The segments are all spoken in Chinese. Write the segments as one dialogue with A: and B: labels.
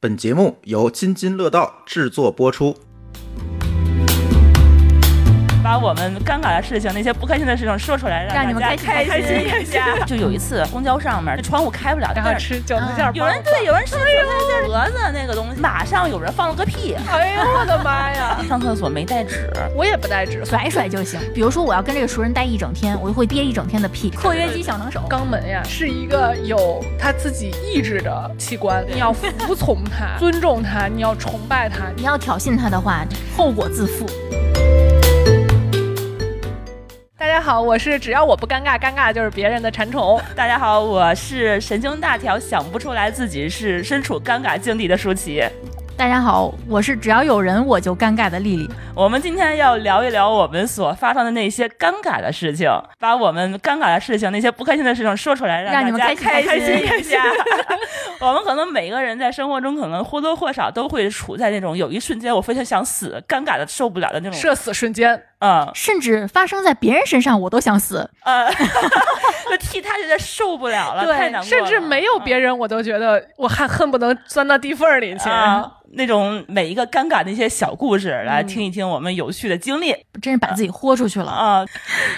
A: 本节目由津津乐道制作播出。
B: 把我们尴尬的事情、那些不开心的事情说出来，
C: 让你们
B: 大家
C: 开
B: 开
C: 心
B: 一下。 就有一次公交上面，窗户开不了，
D: 然后
B: 但是嗯
D: 吃饺子馅儿包子，
B: 有人对有人吃韭菜馅儿蛾子那个东西，马上有人放了个 屁，
D: 哎呦我的妈呀！
B: 上厕所没带纸，
D: 我也不带纸，
C: 甩甩就行。比如说，我要跟这个熟人待一整天，我就会憋一整天的屁。括约肌小能手，
D: 肛门呀是一个有他自己意志的器官，你要服从他，尊重他，你要崇拜他。
C: 你要挑衅他的话，后果自负。
D: 大家好，我是只要我不尴尬，尴尬就是别人的馋虫。
B: 大家好，我是神经大条，想不出来自己是身处尴尬境地的舒淇。
C: 大家好，我是只要有人我就尴尬的丽丽。
B: 我们今天要聊一聊我们所发生的那些尴尬的事情，把我们尴尬的事情、那些不开心的事情说出来，
C: 让
B: 大
C: 你们
B: 家
C: 开
B: 开
C: 心
B: 一 下。我们可能每个人在生活中，可能或多或少都会处在那种有一瞬间我非常想死、尴尬的受不了的那种。
D: 社死瞬间，
B: 嗯
C: 甚至发生在别人身上，我都想死。
B: 呃， 就替他觉得受不了了，
C: 对
B: 太难过了。
D: 甚至没有别人，我都觉得我还恨不能钻到地缝儿里去。
B: 啊，那种每一个尴尬的一些小故事，来听一听我们有趣的经历
C: 真是把自己豁出去了。
B: 啊。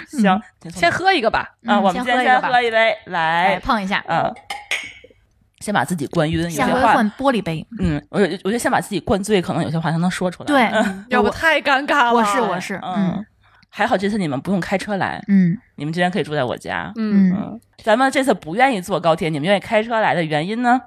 B: 行，
D: 先喝一个吧，
B: 啊，
C: 嗯
B: 我们
C: 先喝一
B: 先
C: 个吧
B: 喝，一杯，
C: 来
B: 来，
C: 碰一下。
B: 嗯，先把自己灌晕，有些
C: 下回
B: 话
C: 换，玻璃杯。
B: 嗯，我我觉得先把自己灌醉，可能有些话才能说出来。
C: 对，
D: 要不太尴尬了。
C: 我是我是，嗯
B: 嗯，还好这次你们不用开车来，
C: 嗯
B: 你们之前可以住在我家。
D: 嗯，
C: 嗯，
B: 嗯，咱们这次不愿意坐高铁，你们愿意开车来的原因呢？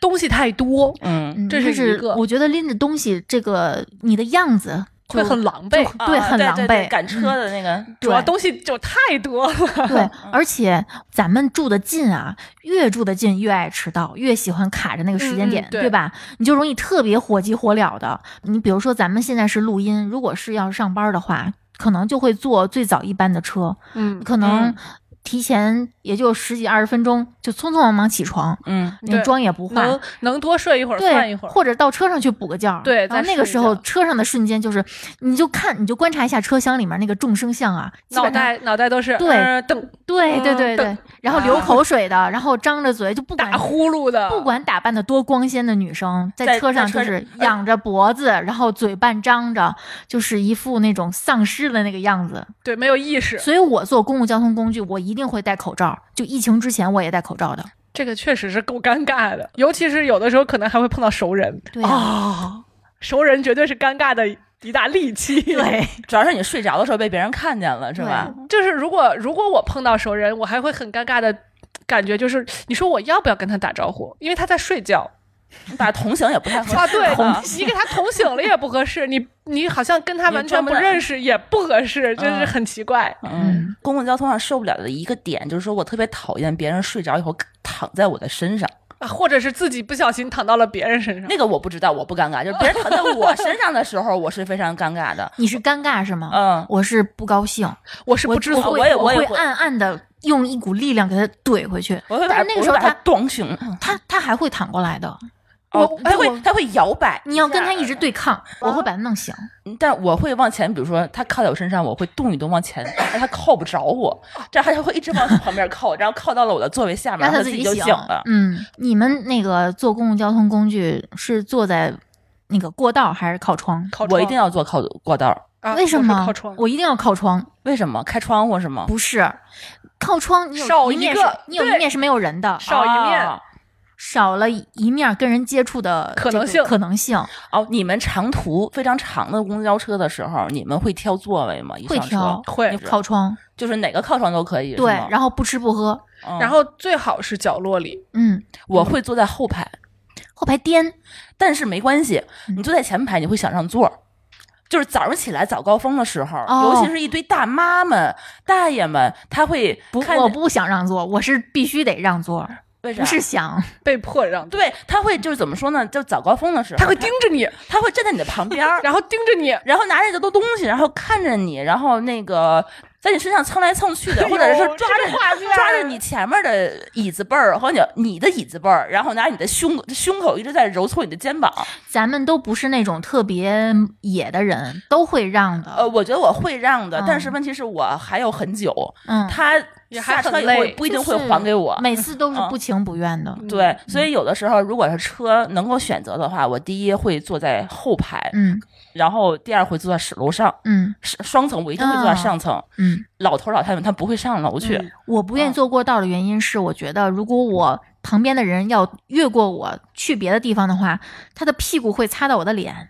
D: 东西太多，
B: 嗯，
C: 嗯
D: 这是
C: 就
D: 一个
C: 我觉得拎着东西，这个你的样子就
D: 会很狼狈。
B: 啊
C: 对很狼
B: 对对
C: 狈嗯
B: 赶车的那个，
D: 主要
C: 对
D: 东西就太多了，
C: 对，而且咱们住的近啊，越住的近越爱迟到，越喜欢卡着那个时间
D: 嗯嗯
C: 点，
D: 对
C: 吧？你就容易特别火急火燎的。你比如说，咱们现在是录音，如果是要上班的话，可能就会坐最早一班的车，
D: 嗯，
C: 可能
B: 嗯
C: 提前也就十几二十分钟，就匆匆忙忙起床，
B: 嗯，
C: 那
D: 对
C: 妆也不化
D: 能。能多睡一会儿算
C: 对
D: 一，会儿，
C: 或者到车上去补个觉儿，
D: 对
C: 然后
D: 再
C: 那个
D: 睡一
C: 时候
D: 觉
C: 车上的瞬间就是，你就看，你就观察一下车厢里面那个众生相啊，基
D: 脑
C: 本上
D: 袋脑袋都是
C: 对
D: 呃瞪
C: 对对
D: 嗯
C: 对对
D: 对，
C: 然后
B: 啊
C: 流口水的，然后张着嘴就不管
D: 打呼噜的，
C: 不管打扮的多光鲜的女生，在
B: 在
C: 车上
B: 在
C: 就
B: 车呃
C: 是仰着脖子，然后嘴半张着，就是一副那种丧尸的那个样子。
D: 对没有意识，
C: 所以我坐公共交通工具，我一定会戴口罩。就疫情之前，我也戴口
B: 哦
C: 罩的。
D: 这个确实是够尴尬的，尤其是有的时候可能还会碰到熟人
C: 对
D: 啊、
C: 呀、哦
D: 熟人绝对是尴尬的一大利器。
C: 对，
B: 主要是你睡着的时候被别人看见了，是吧？
D: 就是如果如果我碰到熟人，我还会很尴尬的感觉，就是你说我要不要跟他打招呼？因为他在睡觉
B: 把同行也不太 合适
D: 啊，对
B: 同，
D: 你给他捅醒了也不合适，你你好像跟他
B: 你
D: 完全
B: 专门
D: 不
B: 的
D: 认识也不合适，真是
B: 嗯
D: 很奇怪。
B: 嗯，公共交通上受不了的一个点就是说我特别讨厌别人睡着以后躺在我的身上，
D: 啊，或者是自己不小心躺到了别人身上。
B: 那个我不知道，我不尴尬，就是别人躺在我身上的时候，我是非常尴尬的。
C: 你是尴尬是吗？
B: 嗯，
C: 我是不高兴，
D: 我是
C: 我
D: 不知
C: 我
D: 所
C: 会
B: 我也我也
C: 会
B: 会
C: 暗暗的用一股力量给他怼回去。
B: 我会把
C: 但是那个时
B: 我
C: 候
B: 会把
C: 他
B: 它撞醒，
C: 他他还会躺过来的，
B: 哦，嗯
D: 哎
B: 他会他会摇摆，嗯
C: 你要跟他
B: 啊
C: 一直对抗，我会把他弄醒。
B: 但我会往前，比如说他靠在我身上，我会动一动往前，但他靠不着我，这样他就会一直往旁边靠，然后靠到了我的座位下面，然
C: 让
B: 后他
C: 他自己
B: 就
C: 醒
B: 醒了。
C: 嗯，你们那个坐公共交通工具是坐在那个过道还是靠窗？
D: 靠
B: 我
D: 窗
B: 一定要坐靠过道儿，
D: 啊
C: 为什
D: 我
C: 么
D: 是靠窗？
C: 我一定要靠窗？
B: 为什么开窗户是吗？
C: 不是，靠窗你有
D: 少
C: 一
D: 一
C: 面是
D: 个
C: 你有一
D: 对
C: 面是没有人的，
D: 少一面
B: 啊
C: 少了一面跟人接触的
D: 可
C: 这
D: 能
C: 个
D: 性
C: 可能性
B: 哦，你们长途非常长的公交车的时候，你们会挑座位吗？一
C: 会
B: 上车
C: 挑
D: 会，
C: 靠窗。
B: 就是哪个靠窗都可以。
C: 对
B: 是吗，
C: 然后不吃不喝，
B: 嗯
D: 然后最好是角落里，
C: 嗯，
B: 我会坐在后排，
C: 后排颠，
B: 但是没关系，
C: 嗯
B: 你坐在前排你会想上座儿。就是早上起来早高峰的时候，
C: 哦
B: 尤其是一堆大妈们、大爷们，他会
C: 不，
B: 看
C: 我不想让座，我是必须得让座，
D: 啊
B: 为啥
C: 不是想，
D: 被迫让座，
B: 对，他会就是怎么说呢？就早高峰的时候，
D: 他会盯着你，
B: 他，他会站在你的旁边儿，
D: 然后盯着你，
C: 嗯
B: 然后拿着这都东西，然后看着你，然后那个在你身上蹭来蹭去
C: 哎
B: 的，或者是抓着你抓着你前面的椅子背儿和你你的椅子背儿，然后拿你的胸胸口一直在揉搓你的肩膀。
C: 咱们都不是那种特别野的人，都会让
B: 呃，
C: 的。
B: 我觉得我会让的，
C: 嗯
B: 但是问题是我还有很久，
C: 嗯，
B: 他
D: 也还
B: 下车
D: 很
B: 以后也
D: 累。
B: 不一定会
C: 就是
B: 还给我。
C: 每次都是
B: 嗯
C: 不情不愿的。
B: 对，所以有的时候，如果是车能够选择的话，我第一会坐在后排，
C: 嗯
B: 然后第二会坐在室楼上，
C: 嗯
B: 是双层我一定会坐在上层。
C: 嗯，
B: 老头老太太们他不会上楼去，
E: 嗯
C: 我不愿意
B: 嗯
C: 坐过道的原因是，我觉得如果我旁边的人要越过我去别的地方的话，他的屁股会擦到我的脸，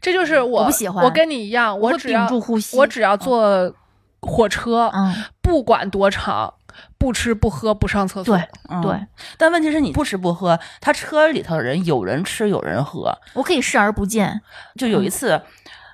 D: 这就是我
C: 我不喜欢
D: 我跟你一样，
C: 会
D: 我只
C: 屏
D: 要
C: 住呼吸。
D: 我只要坐火车，
C: 嗯，
D: 不管多长，不吃不喝不上厕所。
C: 对
B: 嗯
C: 对，
B: 但问题是你不吃不喝，他车里头人有人吃有人喝，
C: 我可以视而不见。
B: 就有一次，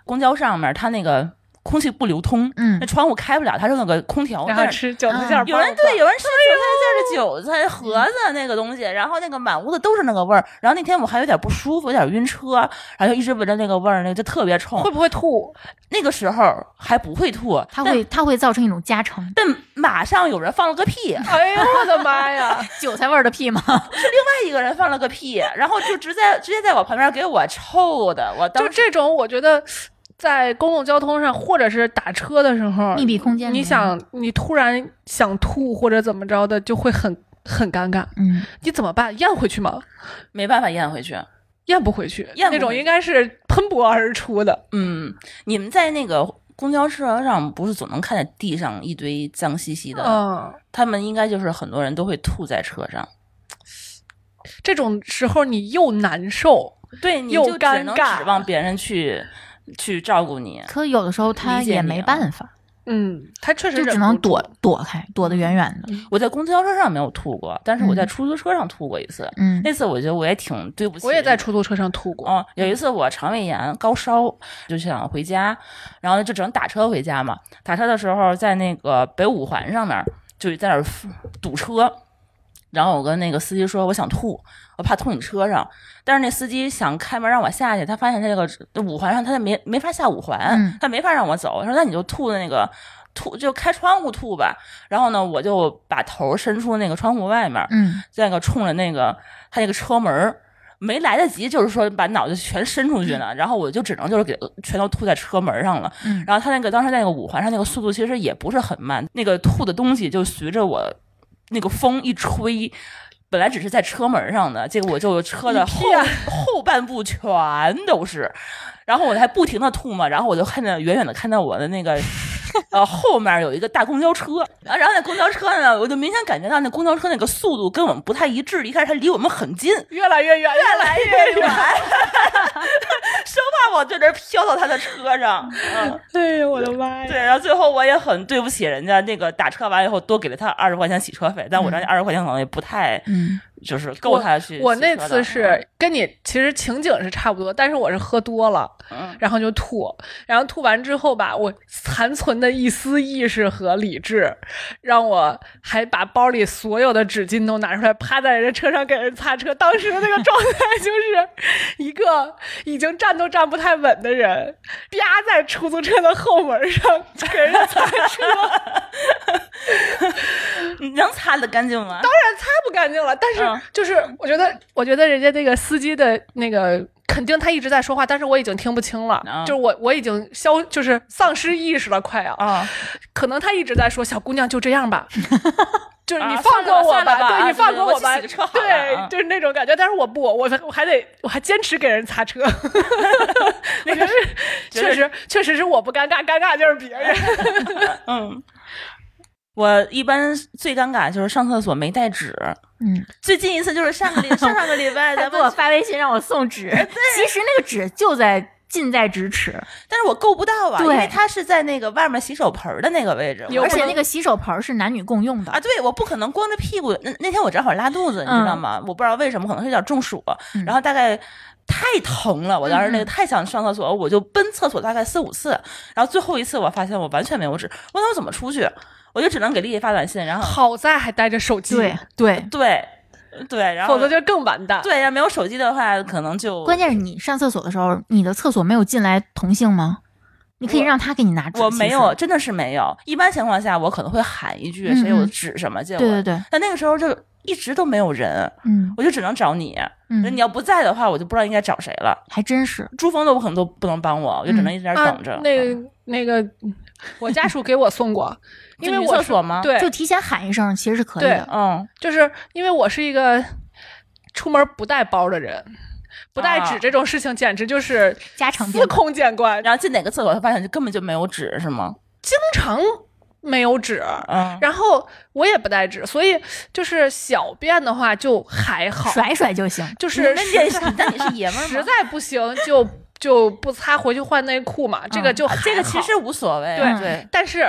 B: 公交上面他那个空气不流通，
C: 嗯
B: 那窗户开不了，他扔了个空调，
D: 然后
B: 但是
D: 吃饺子馅儿
C: 嗯
B: 有
D: 包
B: 人
D: 子
B: 对，有人吃韭菜馅儿的韭菜盒子那个东西，然后那个满屋子都是那个味儿。然后那天我还有点不舒服，有点晕车，然后就一直闻着那个味儿，那个就特别冲
D: 会。不会吐？
B: 那个时候还不会吐，
C: 它
B: 但
C: 会它会造成一种加成，
B: 但马上有人放了个屁，另
D: 哎呦我的 妈呀！
C: 韭菜味儿的屁吗？
B: 哦外一个人放了个屁，然后就直接直接在我旁边给我臭的，我当
D: 就
B: 时
D: 这种，我觉得在公共交通上或者是打车的时候，
C: 密闭空间里
D: 你
C: 面
D: 想你突然想吐或者怎么着的，就会很很尴尬。
C: 嗯，
D: 你怎么办？咽回去吗？
B: 没办法咽回去。
D: 咽不回去，
B: 咽不回去
D: 那种应该是喷薄而出的。
B: 嗯，你们在那个公交车上不是总能看见地上一堆脏兮兮的？
D: 嗯，
B: 他们应该就是很多人都会吐在车上。
D: 这种时候你又难受，
B: 对，你
D: 又
B: 就只能
D: 尴尬
B: 指望别人去去照顾你。
C: 可有的时候他
B: 理解
C: 也
B: 你
C: 没
B: 啊
C: 办法，
D: 嗯，他确实
C: 就只
D: 忍
C: 能
D: 不住
C: 躲。躲开，躲得远远的。
B: 我在公交车上没有吐过，但是我在
C: 嗯
B: 出租车上吐过一次。
C: 嗯
B: 那次我觉得我也挺对不起，
D: 我也在。出租车上吐过，
B: 嗯，有一次我肠胃炎高烧，就想回家，然后就只能打车回家嘛。打车的时候在那个北五环上面，就在那儿堵车，然后我跟那个司机说我想吐，我怕吐你车上，但是那司机想开门让我下去，他发现这个五环上他没没法下五环，
C: 嗯
B: 他没法让我走，他说那你就吐的那个。吐就开窗户吐吧，然后呢，我就把头伸出那个窗户外面，
C: 嗯，
B: 那个冲着那个他那个车门儿没来得及，就是说把脑袋全伸出去了，然后我就只能就是给呃全都吐在车门上了。
C: 嗯
B: 然后他那个当时在那个五环上那个速度其实也不是很慢，那个吐的东西就随着我那个风一吹。本来只是在车门上的，结果我就车的后后半部全都是，然后我还不停的吐嘛，然后我就看见远远的看到我的那个呃后面有一个大公交车，啊然后那公交车呢，我就明显感觉到那公交车那个速度跟我们不太一致，一开始它离我们很近，
D: 越来越远，越来越远。
B: 生怕我在这儿飘到他的车上。 嗯，
D: 哎呦我的妈
B: 对，
D: 呀！
B: 然后最后我也很对不起人家，那个打车完以后多给了他二十块钱洗车费，但我知道那二十块钱可能也不太，
C: 嗯，
B: 就是够他去洗车的
D: 嗯
B: 嗯
D: 我那次是跟你其实情景是差不多，但是我是喝多了，
B: 嗯
D: 然后就吐，然后吐完之后吧，我残存的一丝意识和理智，让我还把包里所有的纸巾都拿出来，趴在人家车上给人擦车。当时的那个状 态就是一个已经站都站不太稳的人，啪在出租车的后门上给人家擦车，
B: 你能擦得干净吗？
D: 太不干净了。但
B: 嗯
D: 是就是我觉得，我觉得人家那个司机的那个。肯定他一直在说话，但是我已经听不清了，
B: 嗯
D: 就是我我已经消，就是丧失意识了，快要。
B: 啊，
D: 可能他一直在说小姑娘就这 样吧，就是你
B: 啊
D: 放过我
B: 算了吧啊
D: 对你放过
B: 我去
D: 吧，
B: 洗个车好了啊
D: 对，就是那种感觉。但是我不，我我还得我还坚持给人 擦车，那个是确实确实是我不尴尬，尴尬就是别人。
B: 嗯。我一般最尴尬就是上厕所没带纸，
C: 嗯，
B: 最近一次就是上个礼上上个礼 拜
C: 他
B: 咱
C: 给我
B: 们，
C: 发微信让我送纸，其实那个纸就在近在咫尺，
B: 但是我够不到啊，因
C: 对
B: 为它是在那个外面洗手盆儿的那个位置，
D: 有
C: 而
D: 可
C: 且
D: 能
C: 那个洗手盆儿是男女共用的
B: 啊，。对，我不可能光着屁股。那那天我正好拉肚子，你知道
C: 嗯
B: 吗？我不知道为什么，可能是有点中暑，
C: 嗯
B: 然后大概。太疼了，我当时那个
C: 嗯嗯
B: 太想上厕所，我就奔厕所大概四五次，然后最后一次我发现我完全没有纸，我那我怎么出去？我就只能给丽丽发短信，然后
D: 好在还带着手机，
C: 对对，
B: 对对，然后
D: 否则就更完蛋。
B: 对，要没有手机的话，可能就
C: 关键是你上厕所的时候，你的厕所没有进来同性吗？你可以
B: 我
C: 让他给你拿纸。
B: 我
C: 其
B: 没
C: 实
B: 有，，真的是没有。一般情况下，我可能会喊一句
C: 嗯
B: 谁有
C: 嗯
B: 纸什么，结果
C: 对对对，
B: 但那个时候就一直都没有人，
C: 嗯
B: 我就只能找你。
C: 嗯
B: 你，要不在的话，我就不知道应该找谁了。
C: 还真是，
B: 珠峰都可能都不能帮我，我就只能一直在那儿
D: 啊
B: 等着。，
D: 那
B: 嗯啊
D: 个那个， 我家属给我送过，因为
B: 就女
D: 我
B: 厕
D: 是
B: 所吗？，
D: 对，
C: 就提前喊一声其实是可以的。
B: 嗯，
D: 就是因为我是一个出门不带包的人，不带纸
B: 啊
D: 这种事情简直就是
C: 家常便
D: 司空见惯，然后
B: 然后进哪个厕所，发现就根本就没有纸，是吗？
D: 经常没有纸。
B: 嗯，
D: 然后我也不带纸，所以就是小便的话就还好，
C: 甩甩就行。
D: 就是
B: 那
D: 实
B: 你是那你是爷们儿吗？
D: 实在不行就就不擦，回去换内裤嘛。这个就还
B: 嗯
D: 好、
B: 啊这个其实无所谓，啊
D: 对
B: 对
D: 但是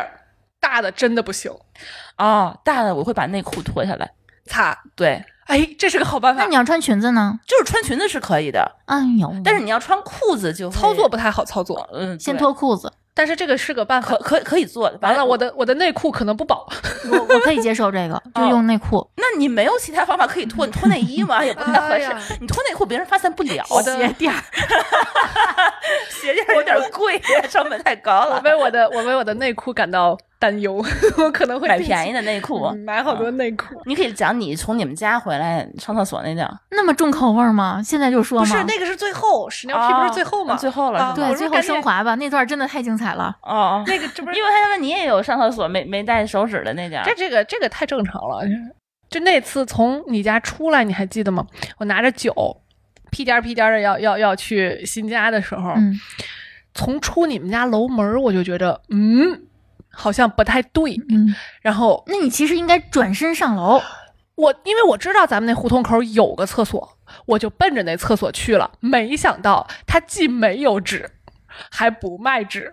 D: 大的真的不行，
B: 哦，大的我会把内裤脱下来，
D: 擦。
B: 对，
D: 哎，这是个好办
C: 那
D: 法
C: 你，要穿裙子呢？
B: 就是穿裙子是可以的，
C: 哎呦，
B: 但是你要穿裤子就会
D: 嗯操作，不太好操作，
B: 嗯，
C: 先
B: 对，
C: 脱裤子，
D: 但是这个是个办法
B: 可。可可以做的。
D: 完了，我
B: 的，
D: 的我的内裤可能不 保，
C: 我我可以接受这个，就用内裤。
B: 那你没有其他方法可以 脱？你脱内衣吗？也不太合
D: 哎呀
B: 适。你脱内裤，别人发现不了。
D: 我的
C: 垫儿，
B: 鞋垫有点贵，成本太高
D: 我
B: 了。
D: 为我的我为我的内裤感到担忧， 我可能会
B: 买
D: 定期
B: 便宜的内裤，
D: 嗯买好多内裤。
B: 你可以讲你从你们家回来上厕所那点儿。
C: 那么重口味儿吗？现在就说
D: 不
C: 吗？
D: 是那个是最后屎尿屁，不是最后吗？
B: 啊最后了
D: 啊
B: 是吗
D: 我
C: 对，
D: 说
C: 最后
D: 赶紧
C: 升华吧，那段真的太精彩了。
B: 哦哦，
D: 那个这不是
B: 因为他问你也有上厕所没没带手纸的那点儿
D: 这。这个这个太正常了。 就那次从你家出来，你还记得吗？我拿着酒，屁颠儿屁颠儿的要要要去新家的时候，
C: 嗯，
D: 从出你们家楼门儿我就觉着，嗯，好像不太对。
C: 嗯，
D: 然后
C: 那你其实应该转身上楼。
D: 我因为我知道咱们那胡同口有个厕所，我就奔着那厕所去了。没想到它既没有纸，还不卖纸，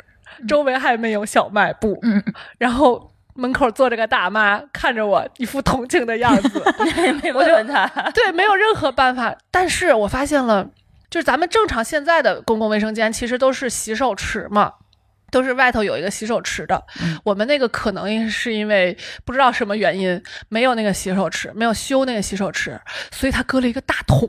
D: 周围还没有小卖部。
C: 嗯，
D: 然后门口坐着个大妈，看着我一副同情的样子。
B: 没问问他，
D: 对，没有任何办法。但是我发现了，就是咱们正常现在的公共卫生间其实都是洗手池嘛。都是外头有一个洗手池的，我们那个可能是因为不知道什么原因没有那个洗手池，没有修那个洗手池，所以他搁了一个大桶，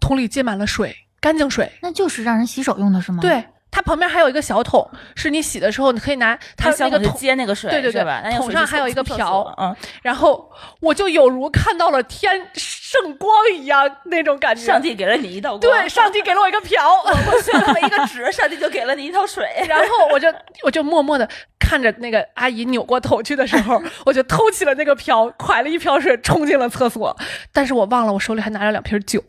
D: 桶里接满了水，干净水。
C: 那就是让人洗手用的是吗？，
D: 对，它旁边还有一个小桶，是你洗的时候你可以拿
B: 他
D: 它
B: 小
D: 那个
B: 狗就
D: 桶
B: 接那个水，
D: 对对对
B: 是吧？那个水
D: 桶上还有一个
B: 就
D: 瓢
B: 冲厕所嗯，
D: 然后我就有如看到了天圣光一样那种感觉。
B: 上帝给了你一道光，
D: 对，上帝给 了我一个瓢，
B: 我缺了一个纸，上帝就给了你一套水。
D: 然后我就我就默默的看着那个阿姨扭过头去的时 候，我就偷起了那个瓢，蒯了一瓢水冲进了厕所，但是我忘了我手里还拿着两瓶酒，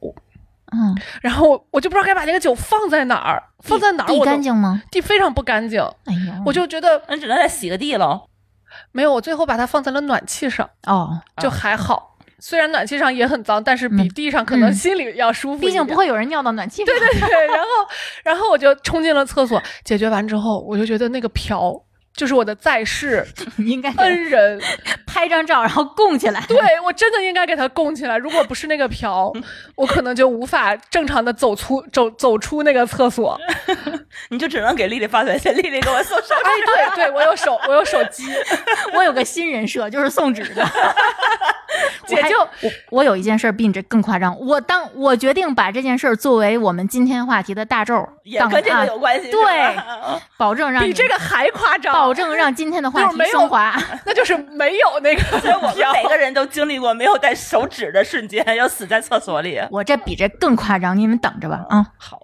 C: 嗯，
D: 然后我就不知道该把那个酒放在哪儿，放在哪儿
C: 地
D: 我
C: 干
D: 都
C: 净吗？
D: 地非常不干净，
C: 哎呦，
D: 我就觉得
B: 那只能再洗个地喽。
D: 没有，我最后把它放在了暖气上，
C: 哦，
D: 就还好。虽然暖气上也很脏，但是比
C: 嗯
D: 地上可能
C: 嗯
D: 心里要舒服一
C: 毕
D: 点。
C: 竟不会有人尿到暖气上。对对，
D: 对，然后然后我就冲进了厕所，解决完之后，我就觉得那个瓢就是我的在 世
C: 你应该
D: 恩人，
C: 拍张照，然后供起来。
D: 嗯对我真的应该给它供起来。如果不是那个瓢，我可能就无法正常的走出走走出那个厕所。
B: 你就只能给丽丽发短信，丽丽给我送 上。
D: 哎，对对，我有手，我有手机，
C: 我有个新人设，就是送纸 的。
D: 姐就
C: 我我有一件事儿比你这更夸张，我当我决定把这件事儿作为我们今天话题的大咒
B: 也
C: 档
B: 跟这个
C: 案，
B: 有关系，
C: 对
B: 是吧
C: 保证让
D: 比
C: 你
D: 这个还夸张，
C: 保证让今天的话
D: 就是
C: 题
D: 没有
C: 升华。
D: 那就是没有那个
B: 所以我们
D: 瓢。
B: 每个人都经历过没有带手纸的瞬间，要死在厕所里。
C: 我这比这更夸张，你们等着吧
D: 嗯
C: 啊！
B: 好，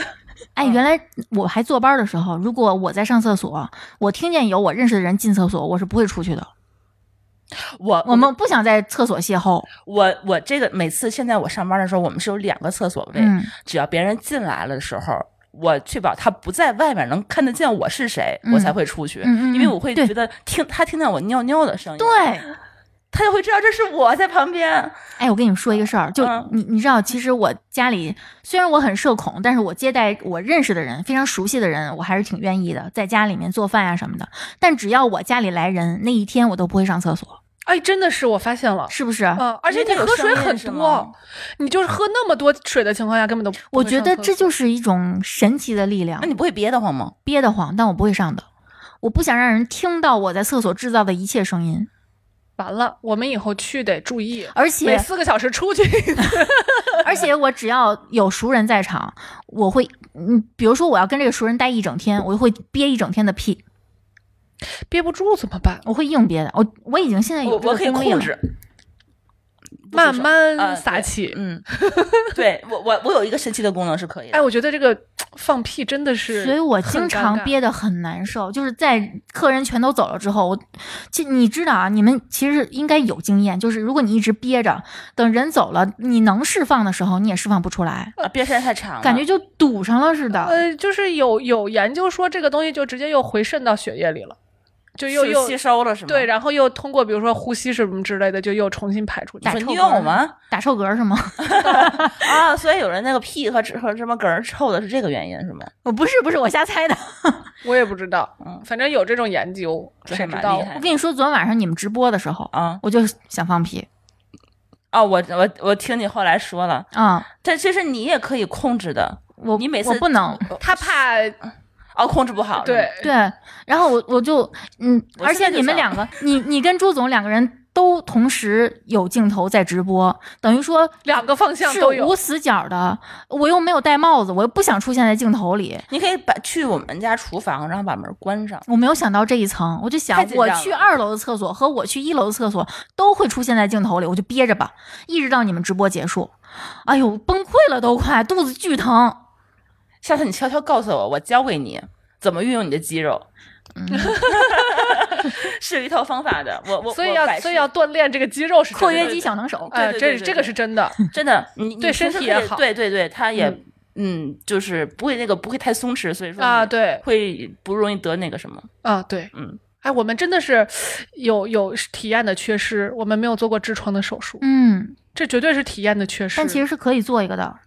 C: 哎，原来我还坐班的时候，如果我在上厕所，我听见有我认识的人进厕所，我是不会出去的。
B: 我
C: 我们不想在厕所邂逅。
B: 我我这个每次现在我上班的时候，我们是有两个厕所位，
C: 嗯
B: 只要别人进来了的时候，我确保他不在外面能看得见我是谁，
C: 嗯
B: 我才会出去，
C: 嗯嗯嗯
B: 因为我会
C: 对
B: 觉得听他听见我尿尿的声音，
C: 对，，
B: 他就会知道这是我在旁边。
C: 哎，我跟你们说一个事儿，就
B: 嗯
C: 你你知道，其实我家里虽然我很社恐，但是我接待我认识的人、非常熟悉的人，我还是挺愿意的，在家里面做饭呀、什么的。但只要我家里来人，那一天我都不会上厕所，
D: 哎，真的是我发现了。
C: 是啊不是？
D: 嗯，而且
B: 因为
D: 你
B: 它有
D: 喝
B: 声
D: 水
B: 音
D: 很
B: 是
D: 多
B: 吗，
D: 你就是喝那么多水的情况下，根本都不
C: 我
D: 会
C: 觉
D: 上
C: 得
D: 厕
C: 这
D: 所
C: 就是一种神奇的力量
B: 那，你不会憋得慌吗？
C: 憋得慌，但我不会上的。我不想让人听到我在厕所制造的一切声音，
D: 完了，我们以后去得注意，
C: 而
D: 每
C: 且
D: 四个小时出 去。
C: 而且我只要有熟人在场，我会，嗯，比如说我要跟这个熟人待一整天，我就会憋一整天的屁，
D: 憋不住怎么办？
C: 我会硬憋的。我我已经现在有
B: 我
C: 啊这个
B: 我可以
C: 功力了
B: 控制，不
D: 慢
B: 出手
D: 慢
B: 呃
D: 撒气。
B: 嗯， 对我我我有一个神奇的功能是可以的。
D: 哎，我觉得这个放屁真的是，
C: 所以我经常。憋得很难受，就是在客人全都走了之后，我，其你知道啊，你们其实应该有经验，就是如果你一直憋着，等人走了，你能释放的时候你也释放不出来，
B: 啊憋时间太长了，
C: 感觉就堵上了似
B: 哎
C: 的。
D: 呃，就是有有研究说这个东西就直接又回渗到血液里了，就又
B: 是
D: 又
B: 吸收了是吗？
D: 对，然后又通过比如说呼吸什么之类的，就又重新排出去
C: 打。
B: 你
C: 臭
B: 说你
C: 嗝
B: 有吗？
C: 打臭嗝是吗？
B: 啊，所以有人那个屁和和什么嗝儿臭的是这个原因是吗？
C: 我不是不是，我瞎猜的。
D: 我也不知道，
B: 嗯
D: 反正有这种研究，
B: 这
D: 谁
B: 还
D: 知
B: 蛮
D: 道
B: 厉？害
C: 我跟你说，昨天晚上你们直播的时候，
B: 啊
C: 我就想放屁
B: 啊，我我我听你后来说了，
C: 啊、
B: 但其实你也可以控制的，
C: 我
B: 你每次
C: 我不能
D: 他怕
B: 哦，控制不好是吗
D: 对，
C: 对，然后我我就嗯，
B: 我
C: 而
B: 现在
C: 且
B: 就
C: 你们
B: 想
C: 两个，你你跟朱总两个人都同时有镜头在直播，等于说
D: 两个方向
C: 是
D: 都有
C: 无死角的。我又没有戴帽子，我又不想出现在镜头里。
B: 你可以把去我们家厨房，然后把门关上。
C: 我没有想到这一层，我就想
B: 太紧
C: 我
B: 张
C: 去
B: 了
C: 二楼的厕所和我去一楼的厕所都会出现在镜头里，我就憋着吧，一直到你们直播结束。哎呦，崩溃了都快，肚子巨疼。
B: 下次你悄悄告诉我，我教给你怎么运用你的肌肉，嗯 是有一套方法的。我我
D: 所以
B: 嗯我
D: 要
B: 百
D: 所以
B: 试
D: 要锻炼这个肌肉是真的
C: 括约肌小能手，
D: 哎，
B: 对对
D: 这
B: 对对
D: 这个是真的。
B: 真的，你你
D: 对
B: 平
D: 身
B: 时
D: 体
B: 可以
D: 也好
B: 对对对，它也
D: 嗯
B: 嗯就是不会那个不会太松弛，所以说
D: 啊，
B: 你
D: 对
B: 会不容易得那个什么。
D: 啊，对，
B: 嗯，
D: 哎，我们真的是有有体验的缺失，我们没有做过痔疮的手术，
C: 嗯，
D: 这绝对是体验的缺失。
C: 但其实是可以做一个的。
B: 啊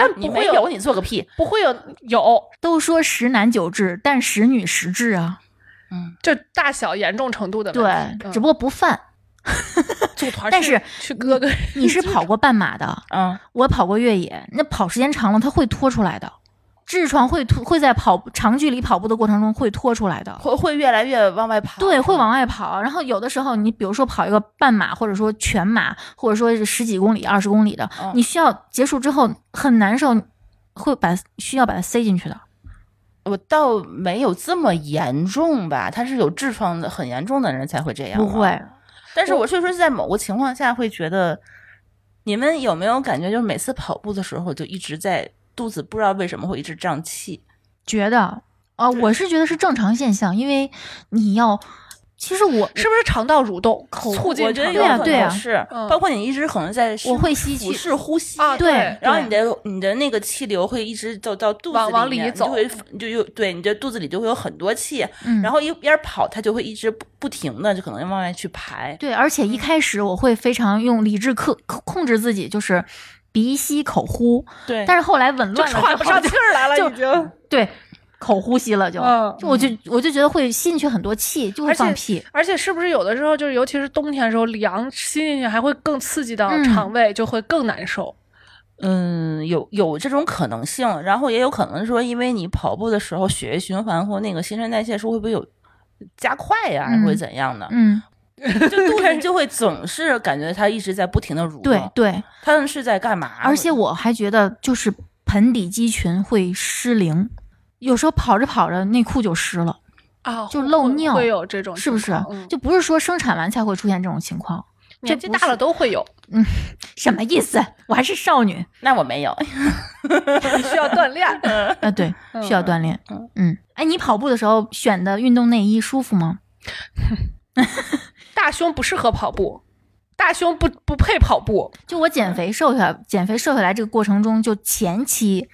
D: 但，
B: 你
D: 不
B: 没
D: 会有
B: 有，你做个 屁！
D: 不会有有，
C: 都说十男九痔，但十女十痔啊。
D: 就大小严重程度的
C: 对
D: 问题，嗯
C: 只不过不犯。
D: 组团去，
C: 但是
D: 去割个，
C: 你是跑过半马的，
B: 嗯，
C: 我跑过越野，那跑时间长了，它会脱出来的。痔疮会脱，会在跑长距离跑步的过程中会脱出来的。
B: 会会越来越往外跑。
C: 对，会
B: 是吗
C: 往嗯外跑。然后有的时候，你比如说跑一个半马，或者说全马，或者说是十几公里、二十公里的，
B: 嗯
C: 你需要结束之后很难受，会把需要把它塞进去的。
B: 我倒没有这么严重吧，他是有痔疮的很严重的人才会这样。啊
C: 不会，，
B: 但是我确实是在某个情况下会觉得，你们有没有感觉，就是每次跑步的时候就一直在肚子不知道为什么会一直胀气？
C: 觉得啊、我是觉得是正常现象，因为你要，其实我
D: 是不是肠道蠕动促进
B: 我觉得有
C: 对啊
D: 肠道
B: 可
D: 蠕
C: 对啊
B: 能
D: 动？
B: 是，
D: 嗯
B: 包括你一直可能在
C: 我会吸
B: 腹
C: 气，
B: 式呼吸。
D: 啊，
C: 对
B: 然后你的你的那个气流会一直走到肚子
D: 往往
B: 里
D: 里
B: 面
D: 走
B: 你就会你就有对你的肚子里就会有很多气，
C: 嗯
B: 然后一边跑它就会一直不不停的就可能往外去排，
C: 对，而
B: 嗯
C: 且一开始我会非常用理智克控控制自己，就是鼻吸口呼，
B: 对
C: 但是后来紊
D: 就
C: 乱了
D: 喘
C: 之
D: 不
C: 后
D: 上气儿来了，
C: 就
D: 已经。
C: 对口呼吸了就，
D: 嗯
C: 就我就我就觉得会吸进去很多气，就会
D: 而且
C: 放屁。
D: 而且是不是有的时候就是，尤其是冬天的时候凉，吸进去还会更刺激到
C: 嗯
D: 肠胃，就会更难受。
B: 嗯，有有这种可能性，然后也有可能说，因为你跑步的时候血液循环和那个新陈代谢是会不会有加快呀、
C: 嗯
B: 还会怎样的？
C: 嗯，
B: 就肚 子就会总是感觉它一直在不停的蠕动，
C: 对对，
B: 他们是在干嘛？
C: 而且我还觉得就是盆底肌群会失灵，有时候跑着跑着内裤就湿了，
D: 啊，
C: 就
D: 会
C: 漏
D: 会
C: 尿
D: 会有这种
C: 是不
D: 情
C: 是
D: 况，？嗯
C: 就不是说生产完才会出现这种情况，
D: 年纪大了都会有，
C: 什么意思？我还是少女。
B: 那我没有，
D: 你需要锻 炼。
C: 呃，对，需要锻炼。嗯，哎，你跑步的时候选的运动内衣舒服吗？
D: 大胸不适合跑步，大胸不不配跑步。
C: 就我减肥瘦下，减肥瘦下来这个过程中，就前期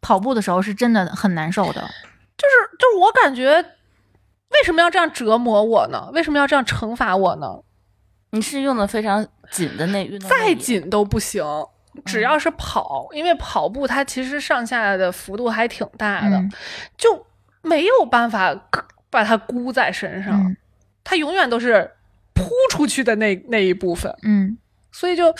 C: 跑步的时候是真的很难受的。
D: 就是就是，我感觉为什么要这样折磨我呢？为什么要这样惩罚我呢？
B: 你是用的非常紧的那运动，
D: 再，紧都不行，只
C: 嗯
D: 要是跑，因为跑步它其实上下的幅度还挺大的，
C: 嗯
D: 就没有办法把它箍在身上，
C: 嗯
D: 它永远都是扑出去的那那一部分，
C: 嗯
D: 所以就。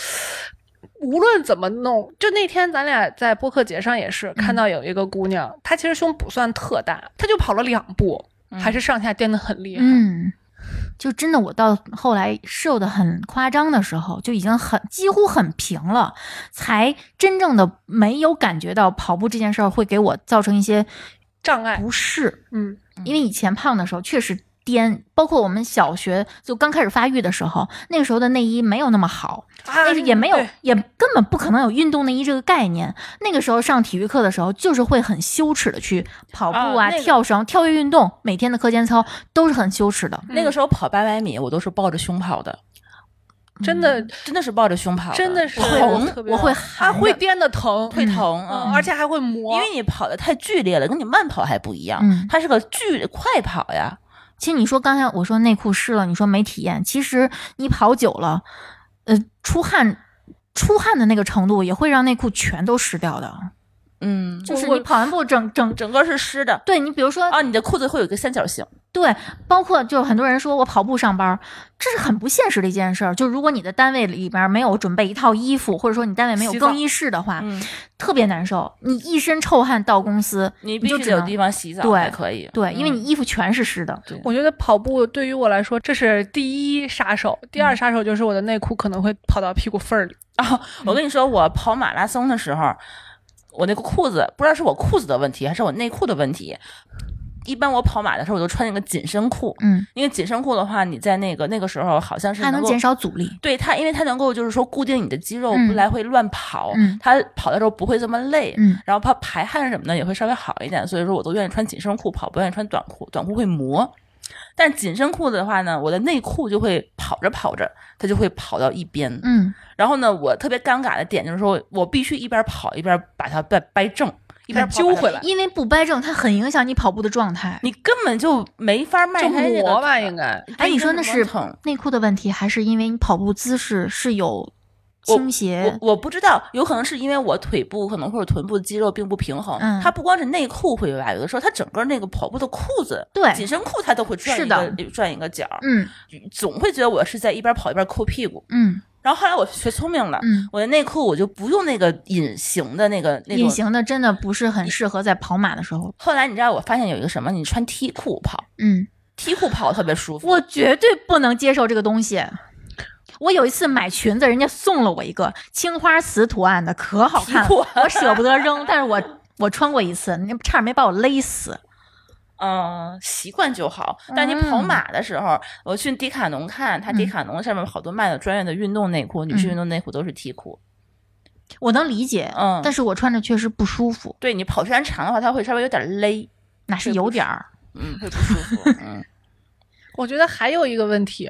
D: 无论怎么弄，就那天咱俩在播客节上也
C: 嗯
D: 是看到有一个姑娘，她其实胸不算特大，她就跑了两步，
B: 嗯
D: 还是上下颠得很厉害。
C: 嗯，就真的我到后来瘦的很夸张的时候，就已经很几乎很平了，才真正的没有感觉到跑步这件事儿会给我造成一些
D: 障碍，
C: 不适。
D: 嗯，
C: 因为以前胖的时候确实颠。包括我们小学就刚开始发育的时候，那个时候的内衣没有那么好，
D: 啊
C: 但是也没有
D: 对，
C: 也根本不可能有运动内衣这个概念。那个时候上体育课的时候，就是会很羞耻的去跑步
D: 哦
C: 啊、
B: 啊那个
C: 跳绳、跳跃运动，每天的课间操都是很羞耻
D: 嗯
C: 的。
B: 那个时候跑八百米，我都是抱着胸跑的，
D: 真的
C: 嗯
B: 真的是抱着胸跑，
D: 真的是
B: 疼，
D: 特别
C: 我会
D: 啊
C: 含
D: 会
C: 着
D: 颠的疼，
B: 会疼，嗯
D: 嗯，而且还会磨，
B: 因为你跑的太剧烈了，跟你慢跑还不一样，
C: 嗯
B: 它是个剧快跑呀。
C: 其实你说刚才我说内裤湿了，你说没体验，其实你跑久了，呃，出汗。出汗的那个程度也会让内裤全都湿掉的，
B: 嗯，
C: 就是
D: 我
C: 你跑完步整整
B: 整个是湿的
C: 对你，比如说
B: 啊，你的裤子会有一个三角形。
C: 对，包括就是很多人说我跑步上班儿，这是很不现实的一件事儿。就如果你的单位里边儿没有准备一套衣服，或者说你单位没有
D: 洗澡
C: 更衣室的话，
B: 嗯，
C: 特别难受。你一身臭汗到公司，
B: 你必
C: 就
B: 须
C: 只
B: 得有
C: 能
B: 地方洗澡
C: 对
B: 才可以。
C: 对，因为
B: 嗯
C: 你衣服全是湿的。
D: 我觉得跑步对于我来说，这是第一杀手，第
C: 嗯
D: 二杀手就是我的内裤可能会跑到屁股缝儿里。
B: 我跟你说，我跑马拉松的时候，我那个裤子不知道是我裤子的问题还是我内裤的问题。一般我跑马的时候，我都穿那个紧身裤，
C: 嗯，
B: 因为紧身裤的话，你在那个那个时候好像是
C: 它能
B: 够
C: 减少阻力。
B: 对它，因为它能够就是说固定你的肌肉，
C: 嗯
B: 不来回乱跑，
C: 嗯
B: 它跑的时候不会这么累，
C: 嗯
B: 然后怕排汗什么的也会稍微好一点，所以说我都愿意穿紧身裤跑，不愿意穿短裤，短裤会磨。但紧身裤子的话呢，我的内裤就会跑着跑着，它就会跑到一边。
C: 嗯，
B: 然后呢，我特别尴尬的点就是说，我必须一边跑一边把它掰掰正，一边跑
D: 揪
B: 把它
D: 回来
C: 因为不掰正，它很影响你跑步的状态。
B: 你根本就没法迈
D: 就
B: 开那
D: 磨
B: 个。
D: 吧，应该
C: 哎，你说那是
B: 疼？
C: 内裤的问题，还是因为你跑步姿势是有倾斜？
B: 我我不知道，有可能是因为我腿部可能或者臀部肌肉并不平衡，
C: 嗯
B: 它不光是内裤会歪，有的时候它整个那个跑步的裤子，
C: 对
B: 紧身裤它都会转
C: 是
B: 一
C: 的
B: 个转一个角儿，
C: 嗯
B: 总会觉得我是在一边跑一边抠屁股。
C: 嗯
B: 然后后来我学聪明了，
C: 嗯，
B: 我的内裤我就不用那个隐形的那个那
C: 隐
B: 种。
C: 形的真的不是很适合在跑马的时候。
B: 后来你知道我发现有一个什么，你穿 T 裤跑
C: 嗯。
B: ，T 裤跑特别舒服。
C: 我绝对不能接受这个东西。我有一次买裙子，人家送了我一个青花瓷图案的，可好看
B: 皮裤
C: 了， 我舍不得扔，但是我我穿过一次，那差点没把我勒死。
B: 嗯，习惯就好。但你
C: 嗯
B: 跑马的时候，我去迪卡侬看，它迪卡侬上面好多卖的专业的运动内裤，女士
C: 嗯
B: 运动内裤都是 T 裤。
C: 我能理解，
B: 嗯
C: 但是我穿着确实不舒服，
B: 对你跑时间长的话，它会稍微有点勒，
C: 那是有点儿。
B: 嗯，会不舒服。嗯，
D: 我觉得还有一个问题，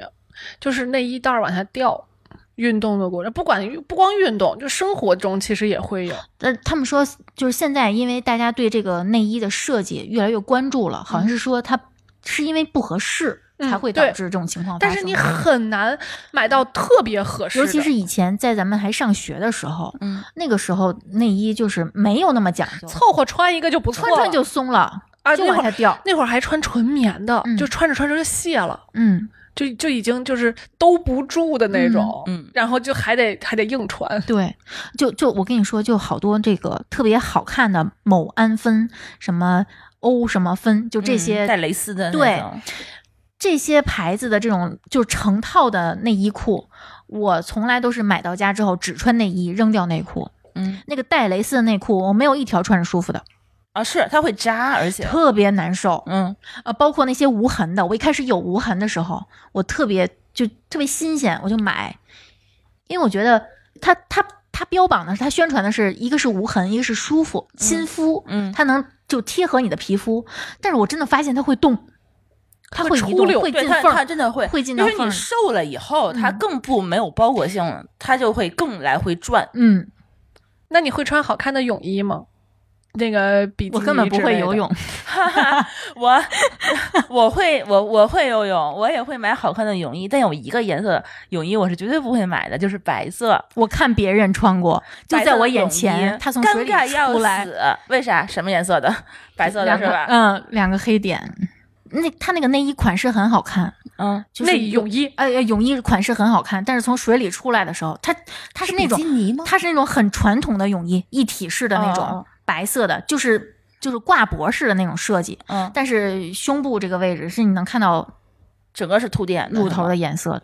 D: 就是内衣袋儿往下掉。运动的过程，不管不光运动，就生活中其实也会有。
C: 呃，他们说就是现在，因为大家对这个内衣的设计越来越关注了，好像是说它是因为不合适
D: 嗯
C: 才会导致这种情况发
D: 但
C: 生。
D: 是你很难买到特别合适的，
C: 尤其是以前在咱们还上学的时候，
B: 嗯，
C: 那个时候内衣就是没有那么讲究，
D: 凑合穿一个就不错
C: 穿
D: 了。
C: 穿就松了，
D: 啊，
C: 就
D: 那
C: 往
D: 会
C: 下
D: 儿
C: 掉。
D: 那会儿还穿纯棉的，
C: 嗯
D: 就穿着穿着就卸了，
C: 嗯，
D: 就就已经就是兜不住的那种。
B: 嗯嗯
D: 然后就还得还得硬穿。
C: 对，就就我跟你说，就好多这个特别好看的某安分什么欧什么分，就这些、
B: 嗯带蕾丝的那
C: 对
B: 种
C: 这些牌子的这种就成套的内衣裤，我从来都是买到家之后只穿内衣，扔掉内裤。
B: 嗯
C: 那个带蕾丝的内裤，我没有一条穿着舒服的，
B: 啊，是它会扎，而且
C: 特别难受。
B: 嗯，
C: 呃，包括那些无痕的，我一开始有无痕的时候，我特别就特别新鲜，我就买，因为我觉得它它它标榜的是它宣传的是一个是无痕，一个是舒服亲肤，
B: 嗯
C: 它能就贴合你的皮肤，但是我真的发现它会动，它
D: 会
C: 会移
D: 出
C: 动
D: 溜
C: 会
B: 对
C: 进
B: 它
C: 缝
B: 它
C: 儿，
B: 真的会
C: 会进
B: 因
C: 到
B: 为
C: 缝
B: 你
C: 儿，
B: 瘦了以后，它
C: 嗯
B: 更不没有包裹性了，它就会更来回转。
C: 嗯，
D: 那你会穿好看的泳衣吗？那个比基
C: 我
D: 尼
C: 根本不
D: 之类
C: 会
D: 的
C: 游。泳，
B: 我 我会我我会游泳，我也会买好看的泳衣，但有一个颜色泳衣我是绝对不会买的，就是白色，
C: 我看别人穿过，就
B: 白色
C: 在
B: 的
C: 我眼
B: 泳
C: 前，
B: 衣
C: 它从
B: 尴
C: 水里
B: 尬要
C: 出来，
B: 死，为啥？什么颜色的？白色的
C: 两
B: 是
C: 个
B: 吧？
C: 嗯，两个黑点，那它那个内衣款式很好看，
B: 嗯，
C: 就是
D: 内衣泳衣，
C: 呃，泳衣款式很好看，但是从水里出来的时候，它它是那种
B: 尼吗
C: 它是那种很传统的泳衣，一体式的那种，
B: 哦哦
C: 白色的，就是就是挂脖式的那种设计，
B: 嗯，
C: 但是胸部这个位置是你能看到
B: 整个是凸点的，
C: 乳头
B: 是吧
C: 的颜色的，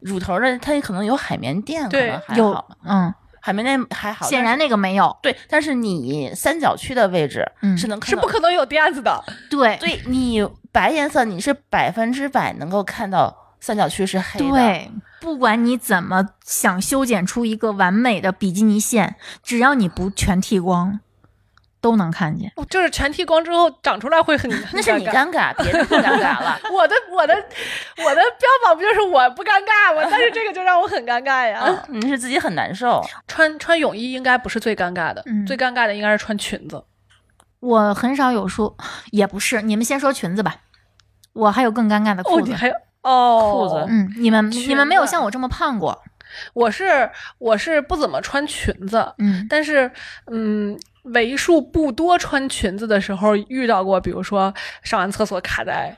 B: 乳头的，它也可能有海绵垫，
D: 对
B: 可能还
C: 有
B: 好
C: 嗯，
B: 海绵那还好，
C: 显
B: 但是
C: 然那个没有，
B: 对，但是你三角区的位置
C: 嗯
B: 是能看
D: 是
B: 到
D: 不可能有垫 子的。
C: 对
B: 对你白颜色，你是百分之百能够看到三角区是黑的。，
C: 对，不管你怎么想修剪出一个完美的比基尼线，只要你不全剃光，都能看见。
D: 哦就是全剃光之后长出来会很，很
B: 那是你
D: 尴
B: 尴
D: 尬。
B: 尬，别人不尴尬了。
D: 我的我的我的标榜不就是我不尴尬吗？但是这个就让我很尴尬
C: 嗯
D: 呀。
B: 嗯你是自己很难受，
D: 穿穿泳衣应该不是最尴尬的，
C: 嗯
D: 最尴尬的应该是穿裙子。
C: 我很少有说，也不是，你们先说裙子吧。我还有更尴尬的
D: 哦，
C: 裤
D: 你
C: 子，
D: 还有哦，
B: 裤子
C: 嗯，你们
D: 裙
C: 你们没有
D: 子
C: 像我这么胖过，嗯
D: 我是我是不怎么穿裙子，
C: 嗯，
D: 但是嗯。为数不多穿裙子的时候遇到过，比如说上完厕所卡在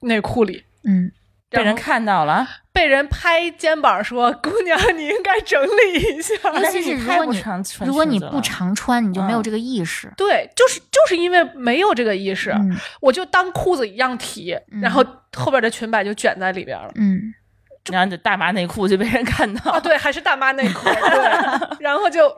D: 内裤里，
C: 嗯，
B: 被人
D: 然后
B: 看到
D: 哎
B: 了，啊
D: 被人拍肩膀说：“姑娘，你应该整理一下。”
C: 尤
B: 但
C: 其
B: 是
C: 是
B: 你
C: 如
B: 太
C: 果
B: 不
C: 你
B: 常穿
C: 如果
B: 裙
C: 你
B: 子
C: 不
B: 了
C: 常穿，你就没有
B: 嗯
C: 这个意识。
D: 对，就是就是因为没有这个意
B: 啊
D: 识，
C: 嗯
D: 我就当裤子一样提，
C: 嗯
D: 然后后边的裙摆就卷在里边了。
C: 嗯，
B: 然后你就大码内裤就被人看到，
D: 啊，对，还是大妈内 裤，对，然后就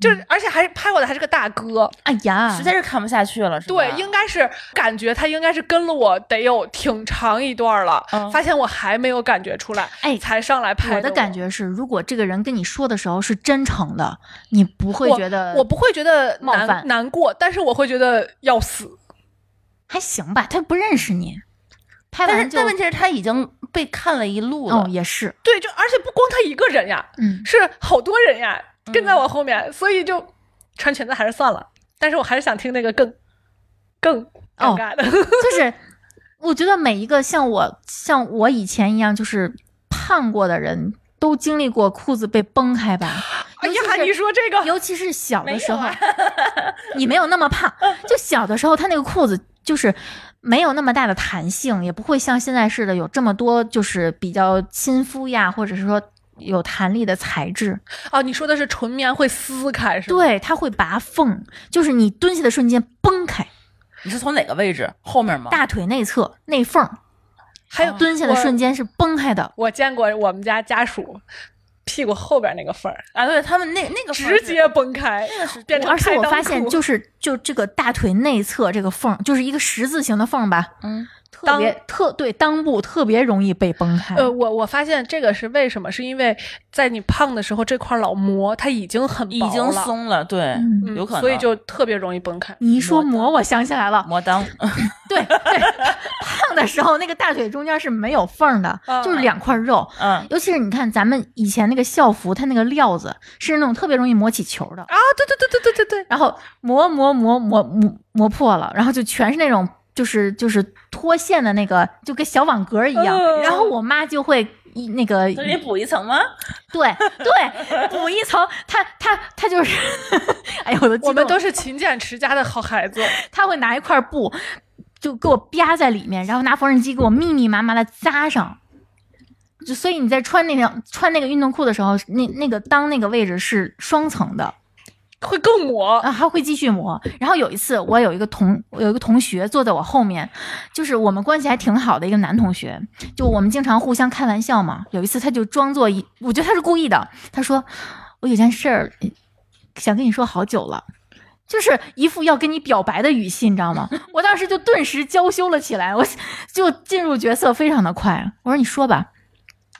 D: 就是，而且还是拍我的还是个大哥，
C: 哎呀，
B: 实在是看不下去了，是吧
D: 对，应该是感觉他应该是跟了我得有挺长一段了，
B: 嗯
D: 发现我还没有感觉出来，
C: 哎
D: 才上来拍
C: 我的感。觉是，如果这个人跟你说的时候是真诚的，你不会
D: 我
C: 觉得
D: 我不会觉得
C: 冒
D: 难
C: 犯
D: 难过，但是我会觉得要死。
C: 还行吧，他不认识你，拍
B: 但
C: 完
B: 是
C: 就
B: 但问题是他已经被看了一路了，
C: 哦 也是，
D: 对，就而且不光他一个人呀，
C: 嗯，
D: 是好多人呀跟在我后面，所以就穿裙子还是算了。但是我还是想听那个更更
C: 哦
D: 尴 尬的。
C: 就是我觉得每一个像我像我以前一样就是胖过的人，都经历过裤子被崩开 吧。
D: 哎
C: 尤其
D: 呀，
C: 是
D: 你说这个，
C: 尤其是小
B: 没
C: 的
B: 有
C: 时候
B: 啊，
C: 你没有那么 胖，就小的时候，他那个裤子就是没有那么大的弹性，也不会像现在似的有这么多就是比较亲肤呀，或者是说有弹力的材质。
D: 哦，你说的是纯棉会撕开是吗？
C: 对，它会拔缝，就是你蹲下的瞬间崩开，
B: 你是从哪个位置后面吗？
C: 大腿内侧内缝，
D: 还
B: 嗯
D: 有
C: 蹲下的瞬间是崩开的。
D: 我，我见过我们家家属屁股后边那个缝儿
B: 啊，对他们那那个方
D: 直
B: 式
D: 接崩开，
B: 那个是
D: 变成
C: 而且
D: 开
C: 我
D: 裆
C: 发现，
D: 裤
C: 就是就这个大腿内侧这个缝，就是一个十字形的缝吧，
B: 嗯，
C: 特别特对裆部特别容易被崩
B: 哎
C: 开。
D: 呃，我我发现这个是为什么？是因为在你胖的时候，这块老磨，它已经很薄
B: 已经
D: 了，
B: 松了，对，
C: 嗯
D: 嗯
B: 有可能，
D: 所以就特别容易崩开。
C: 你一说磨，我想起来了，
B: 磨 裆，
C: 对对， 胖的时候那个大腿中间是没有缝儿的，
D: 嗯
C: 就是两块肉。
B: 嗯，
C: 尤其是你看咱们以前那个校服，它那个料子是那种特别容易磨起球的，
D: 啊，对对对对对对对，
C: 然后磨磨磨磨磨磨破了，然后就全是那种就是就是脱线的那个，就跟小网格一样。
D: 嗯
C: 然后我妈就会一那个
B: 这里补一层吗？
C: 对对补一层，她她她就是， 哎呦我都激
D: 我们
C: 动了
D: 都是勤俭持家的好孩子。
C: 他会拿一块布就给我啪在里面，然后拿缝纫机给我密密麻麻的扎上。就所以你在穿那条穿那个运动裤的时候，那那个裆那个位置是双层的，
D: 会更嗯磨。
C: 啊，还会继续磨。然后有一次，我有一个同我有一个同学坐在我后面，就是我们关系还挺好的一个男同学，就我们经常互相开玩笑嘛。有一次他就装作一，我觉得他是故意的，他说我有件事儿想跟你说好久了。就是一副要跟你表白的语气，你知道吗？我当时就顿时娇羞了起来，我就进入角色非常的快。我说你说吧，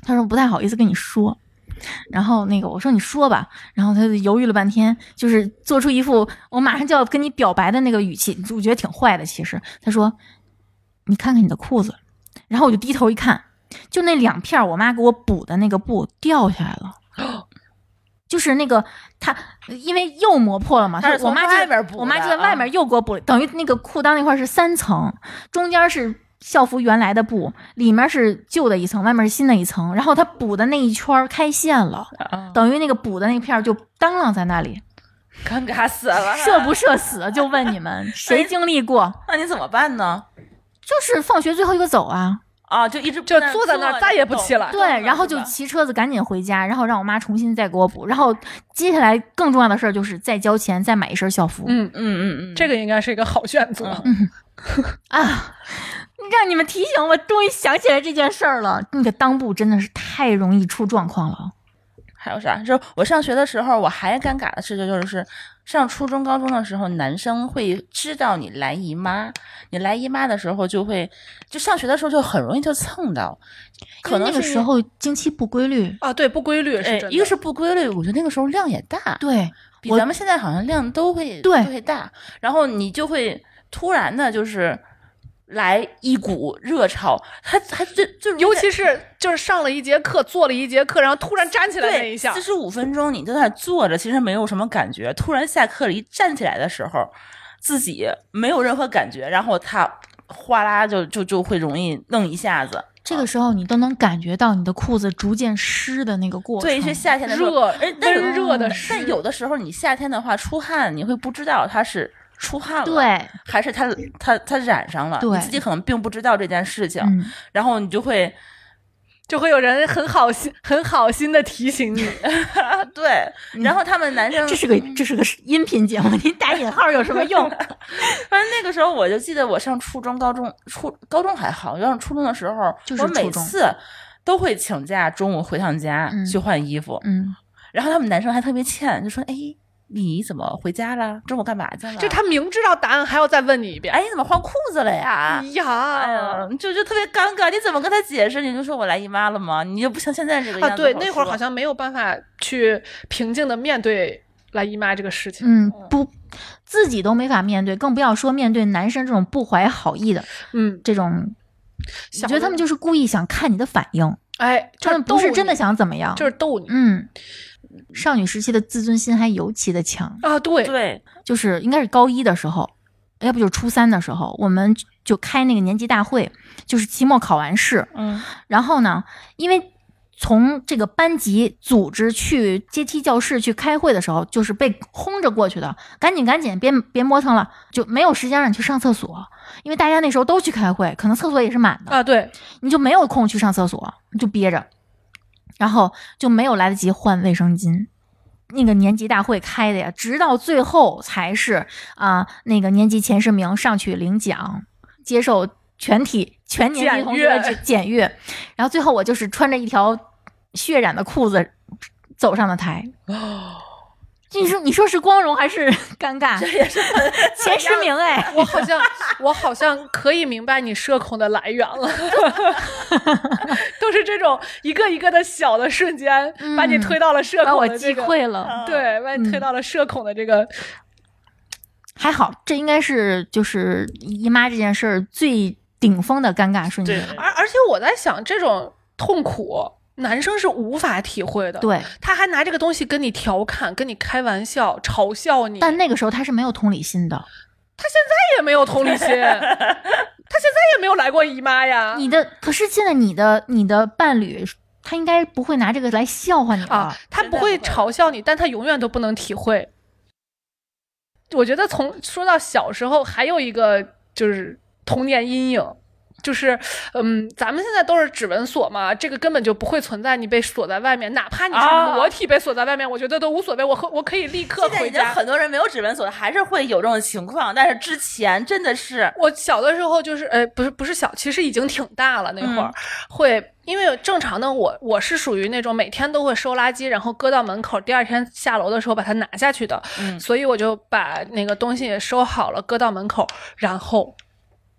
C: 他说不太好意思跟你说。然后那个我说你说吧，然后他就犹豫了半天，就是做出一副我马上就要跟你表白的那个语气，我觉得挺坏的。其实他说：“你看看你的裤子。”然后我就低头一看，就那两片儿我妈给我补的那个布掉下来了，就是那个她因为又磨破了嘛，
B: 她是
C: 她我
B: 从
C: 妈就
B: 外边补的
C: 我妈就在外
B: 啊
C: 面又给我补了，等于那个裤裆那块儿是三层，中间是校服原来的布，里面是旧的一层，外面是新的一层，然后她补的那一圈儿开线了。
B: 啊
C: 等于那个补的那片儿就当啷在那里，
B: 尴尬死了，
C: 社不社死？就问 你们谁经历过？
B: 那你怎么办呢？
C: 就是放学最后一个走啊，
B: 啊，就一直
D: 就
B: 儿
D: 坐在那儿
B: 着
D: 再也不起来
B: 动
C: 对，然后
B: 是
C: 就
B: 吧
C: 骑车子赶紧回家，然后让我妈重新再给我补，然后接下来更重要的事儿就是再交钱再买一身校服、
D: 嗯，
B: 嗯嗯嗯，
D: 这个应该是一个好选择。
B: 嗯
C: 啊。让你们提醒我，终于想起来这件事儿了。那个裆部真的是太容易出状况了，
B: 还有啥？就是我上学的时候，我还尴尬的事情就是，上初中、高中的时候，男生会知道你来姨妈，你来姨妈的时候就会，就上学的时候就很容易就蹭到，可能
C: 因为那个
B: 是
C: 时候经期不规律。
D: 啊，对，不规律是
B: 哎
D: 真的。
B: 一个是不规律，我觉得那个时候量也大，
C: 对，
B: 比
C: 我
B: 咱们现在好像量都会
C: 对
B: 都会大，然后你就会突然的就是来一股热潮，还还最最容易
D: 尤
B: 在
D: 其是就是上了一节课，做了一节课，然后突然站起来那
B: 对
D: 一下
B: 四，十五分钟你就在那儿坐着，其实没有什么感觉。突然下课了，一站起来的时候，自己没有任何感觉，然后他哗啦就就就会容易弄一下子。
C: 这个时候你都能感觉到你的裤子逐渐湿的那个过程。
B: 对，是夏天的时候
D: 热
B: 哎但是
D: 温热的湿，
B: 但有的时候你夏天的话出汗，你会不知道它是出汗了，，
C: 对，
B: 还是它它它染上了，你
C: 对
B: 自己可能并不知道这件事情，
C: 嗯，
B: 然后你就会
D: 就会有人很好心、很好心的提 醒你。
B: 啊对，
D: 嗯
B: 然后他们男生
C: 这是个这是个音频节目，你打引号有什么 用？
B: 反正那个时候，我就记得我上初中、高中、初高中还好，要上初中的时候，
C: 就是
B: 我
C: 初
B: 每
C: 中
B: 次都会请假，中午回趟家、
C: 嗯
B: 去换衣服。
C: 嗯，
B: 然后他们男生还特别欠，就说：“哎，你怎么回家了？中午干嘛去了？”
D: 就他明知道答案还要再问你一遍。
B: 哎，你怎么换裤子了呀
D: 哎？呀，
B: 哎呀，就就特别尴尬，你怎么跟他解释？你就说我来姨妈了吗？你就不像现在这个样子
D: 啊，
B: 好说。
D: 对，那会儿好像没有办法去平静的面对来姨妈这个事情。
C: 嗯，不，自己都没法面对，更不要说面对男生这种不怀好意的
D: 嗯，
C: 这种。我
D: 小
C: 觉得他
D: 的
C: 们就是故意想看你的反应，
D: 哎，就
C: 他们不
D: 逗
C: 是真的
D: 你，
C: 想怎么样。
D: 就是逗你
C: 嗯，少女时期的自尊心还尤其的强，
D: 啊，对，
B: 对，
C: 就是应该是高一的时候，要不就是初三的时候，我们就开那个年级大会，就是期末考完试，
B: 嗯，
C: 然后呢，因为从这个班级组织去阶梯教室去开会的时候，就是被轰着过去的，赶紧赶紧，别别磨蹭了，就没有时间让你去上厕所，因为大家那时候都去开会，可能厕所也是满的，
D: 啊，对，
C: 你就没有空去上厕所，你就憋着，然后就没有来得及换卫生巾。那个年级大会开的呀，直到最后才是啊、那个年级前十名上去领奖，接受全体全年级同学的
D: 检阅
C: 检检阅。然后最后我就是穿着一条血染的裤子走上了台。
D: 哦
C: 你说你说是光荣还是 尴尬？这也是前十名哎，
D: 我好像，我好像可以明白你社恐的来 源了，都是这种一个一个的小的瞬间，把你
C: 嗯
D: 推到了社
C: 把
D: 恐
C: 我
D: 的
C: 击
D: 这个，
C: 溃了。
D: 对，把你推
C: 嗯
D: 到了社恐的这个，
C: 还好，这应该是就是姨妈这件事儿最顶峰的尴尬瞬
B: 对
C: 间。，
D: 而而且我在想，这种痛苦男生是无法体会的，
C: 对，
D: 他还拿这个东西跟你调侃，跟你开玩笑，嘲笑你，
C: 但那个时候他是没有同理心的。
D: 再也没有同理心，他现在也没有来过姨妈
B: 啊
D: 呀。
C: 你的可是现在你的你的伴侣，他应该不会拿这个来笑话你了。
D: 啊，他不会嘲笑你，但他永远都不能体会。我觉得从说到小时候，还有一个就是童年阴影。就是，嗯，咱们现在都是指纹锁嘛，这个根本就不会存在。你被锁在外面，哪怕你
B: 啊
D: 是裸体被锁在外面，我觉得都无所谓。我可我可以立刻
B: 现在
D: 回
B: 已经
D: 家。
B: 很多人没有指纹锁了，还是会有这种情况，但是之前真的是
D: 我小的时候就是，呃，不是不是小，其实已经挺大了。那会儿、会，因为正常的我，我是属于那种每天都会收垃圾，然后搁到门口，第二天下楼的时候把它拿下去的。
B: 嗯
D: 所以我就把那个东西也收好了，搁到门口，然后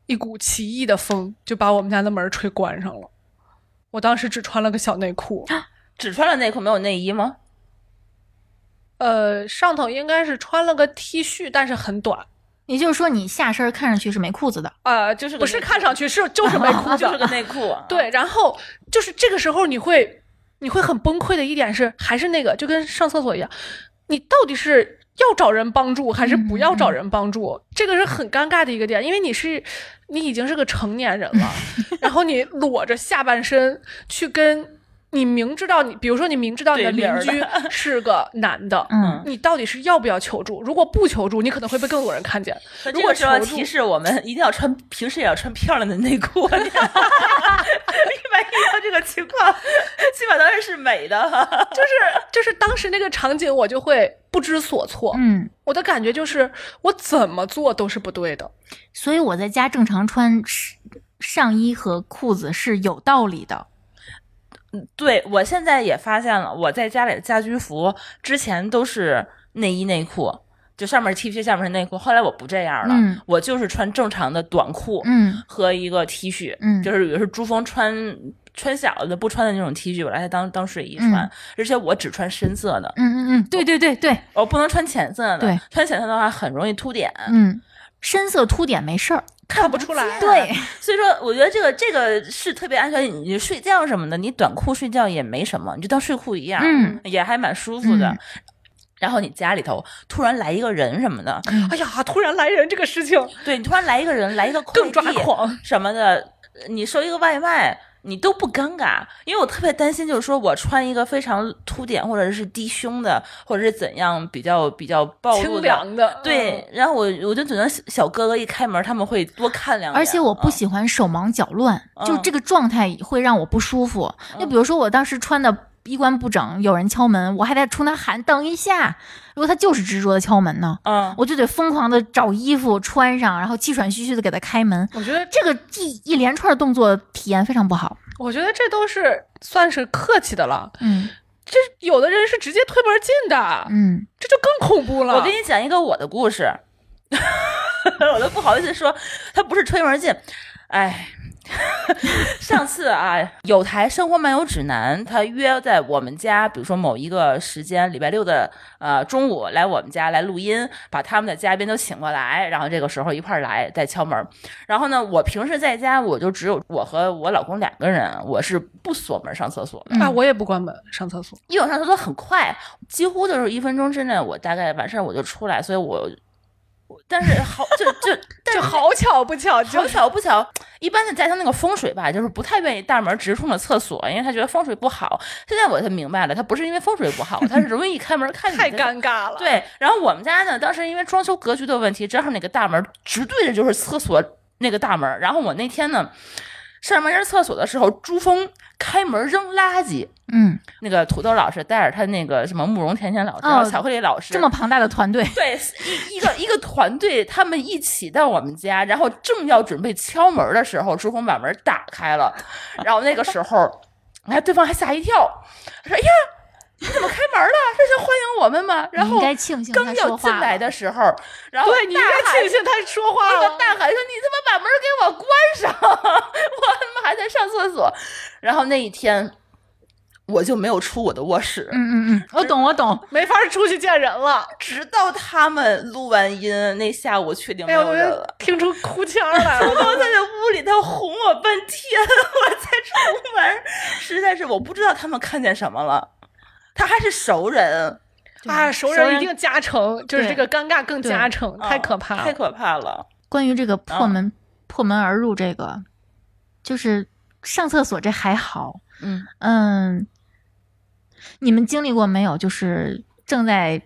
D: 一股奇异的风就把我们家的门吹关上了。我当时只穿了个小内裤，
B: 只穿了内裤没有内衣吗？
D: 呃，上头应该是穿了个 T 恤，但是很短。
C: 也就是说，你下身看上去是没裤子的。
D: 呃，就是
B: 个
D: 不
B: 内
D: 是
B: 裤
D: 看上去是 就是没裤 子
B: 就是，个内 裤。
D: 对，，然后就是这个时候你会你会很崩溃的一点是，还是那个就跟上厕所一样，你到底是要找人帮助还是不要找人帮助，这个是很尴尬的一个点，因为你是你已经是个成年人 了，然后你裸着下半身去跟你明知道你，比如说你明知道你的
B: 对面
D: 邻
B: 儿的
D: 居是个男的。
C: 嗯，
D: 你到底是要不要求助？如果不求助，你可能会被更多人看见。
B: 那
D: 如
B: 这
D: 果
B: 个时候
D: 求助
B: 提示我们 一定要穿，平时也要穿漂亮的内 裤。一般遇到这个情况， 基本都是美的。
D: 就是就是当时那个场景，我就会不知所措。
C: 嗯，
D: 我的感觉就是，我怎么做都是不对的。
C: 所以我在家正常穿上上衣和裤子是有道理的。
B: 对我现在也发现了，我在家里的家居服之前都是内衣内裤，就上面是 T 恤，下面是内裤。后来我不这样了，
C: 嗯
B: 我就是穿正常的短裤
C: 嗯
B: 和一个 T 恤，
C: 嗯
B: 就是比如说珠峰穿穿小的不穿的那种 T 恤，我拿它当当睡衣穿，
C: 嗯
B: 而且我只穿深色的，
C: 嗯嗯嗯，对对对对，
B: 我哦不能穿浅色的，
C: 对
B: 穿浅色的话很容易凸点，
C: 嗯，深色凸点没事儿，
B: 看
D: 不出来
B: 见
C: 对，
B: 所以说，我觉得这个这个是特别安全。你你睡觉什么的，你短裤睡觉也没什么，你就当睡裤一样，
C: 嗯，
B: 也还蛮舒服的。
C: 嗯
B: 然后你家里头突然来一个人什么的，
D: 哎呀，突然来人这个事情
B: 对你突然来一个人，来一个快
D: 更抓
B: 递
D: 狂。
B: 什么的，你收一个外卖。你都不尴尬，因为我特别担心，就是说我穿一个非常凸点或者是低胸的，或者是怎样比较比较暴露
D: 清
B: 的，
D: 凉的，嗯
B: 对。然后我我就觉得小小哥哥一开门，他们会多看两眼。
C: 而且我不
B: 嗯
C: 喜欢手忙脚乱，就
B: 嗯
C: 这个状态会让我不舒服。就比如说我当时穿的衣冠不整，有人敲门，我还得冲他喊等一下。如果他就是执着的敲门呢，
B: 嗯，
C: 我就得疯狂的找衣服穿上，然后气喘吁吁的给他开门。
D: 嗯。我觉得，
C: 这个一一连串动作体验非常不好。
D: 我觉得这都是算是客气的了。
C: 嗯
D: 这有的人是直接推门进的，
C: 嗯
D: 这就更恐怖了。
B: 我给你讲一个我的故事， 我都不好意思说，他不是推门进，哎。 上次啊，有台《生活漫游指南》，他约在我们家，比如说某一个时间，礼拜六的呃中午来我们家来录音，把他们的嘉宾都请过来，然后这个时候一块儿来再敲门。然后呢，我平时在家我就只有我和我老公两个人，我是不锁门上厕所的。
D: 啊，
C: 嗯
D: 我也不关门上厕所。
B: 因为我上厕所很快，几乎就是一分钟之内，我大概完事儿我就出来，所以我，我但是好就 就但是
D: 就好巧不巧，就
B: 好巧不巧，一般的家乡那个风水吧，就是不太愿意大门直冲着厕所，因为他觉得风水不好。现在我才明白了，他不是因为风水不好，他是容易一开门看见
D: 太
B: 你在
D: 尴尬了。，
B: 对，然后我们家呢，当时因为装修格局的问题，正好那个大门直对着就是厕所那个大门。然后我那天呢，上完人厕所的时候，珠峰开门扔垃圾，
C: 嗯，
B: 那个土豆老师带着他那个什么慕容甜甜老师、
C: 哦
B: 还有巧克力老师，
C: 这么庞大的团队，
B: 对一一个一个团队，他们一起到我们家，然后正要准备敲门的时候，朱峰把门打开了，然后那个时候，哎，对方还吓一跳，说：“哎呀，你怎么开门了？这是欢迎我们吗？”然
C: 你应
B: 后
C: 该庆幸他
B: 刚要
C: 说
B: 进
C: 话
B: 来
C: 了。
B: 的时候，然后
D: 对你应
B: 大
D: 该啊
B: 喊
D: 庆幸他说话
B: 那
D: 了
B: 个。大喊说：“你他妈把门给我关上！ 我他妈还在上厕所。”然后那一天，我就没有出我的卧室。
C: 嗯嗯嗯，我懂我懂。
D: 没法出去见人了。
B: 直到他们录完音那下午，确定
D: 哎
B: 没
D: 呦，
B: 有
D: 我
B: 人
D: 就
B: 了。
D: 听出哭腔来了。
B: 然后他在屋里头哄我半天， 我才出门，实在是我不知道他们看见什么了。他还是熟人，
D: 啊，熟
C: 熟
D: 人
C: 人
D: 一定加成，就是这
C: 对哦
D: 个尴尬更加成，太可怕
B: 太
D: 了。，
B: 可怕了。
C: 关于这个破
B: 嗯
C: 门、破门而入这个，就是上厕所这还好，
B: 嗯，
C: 嗯，你们经历过没有？就是正在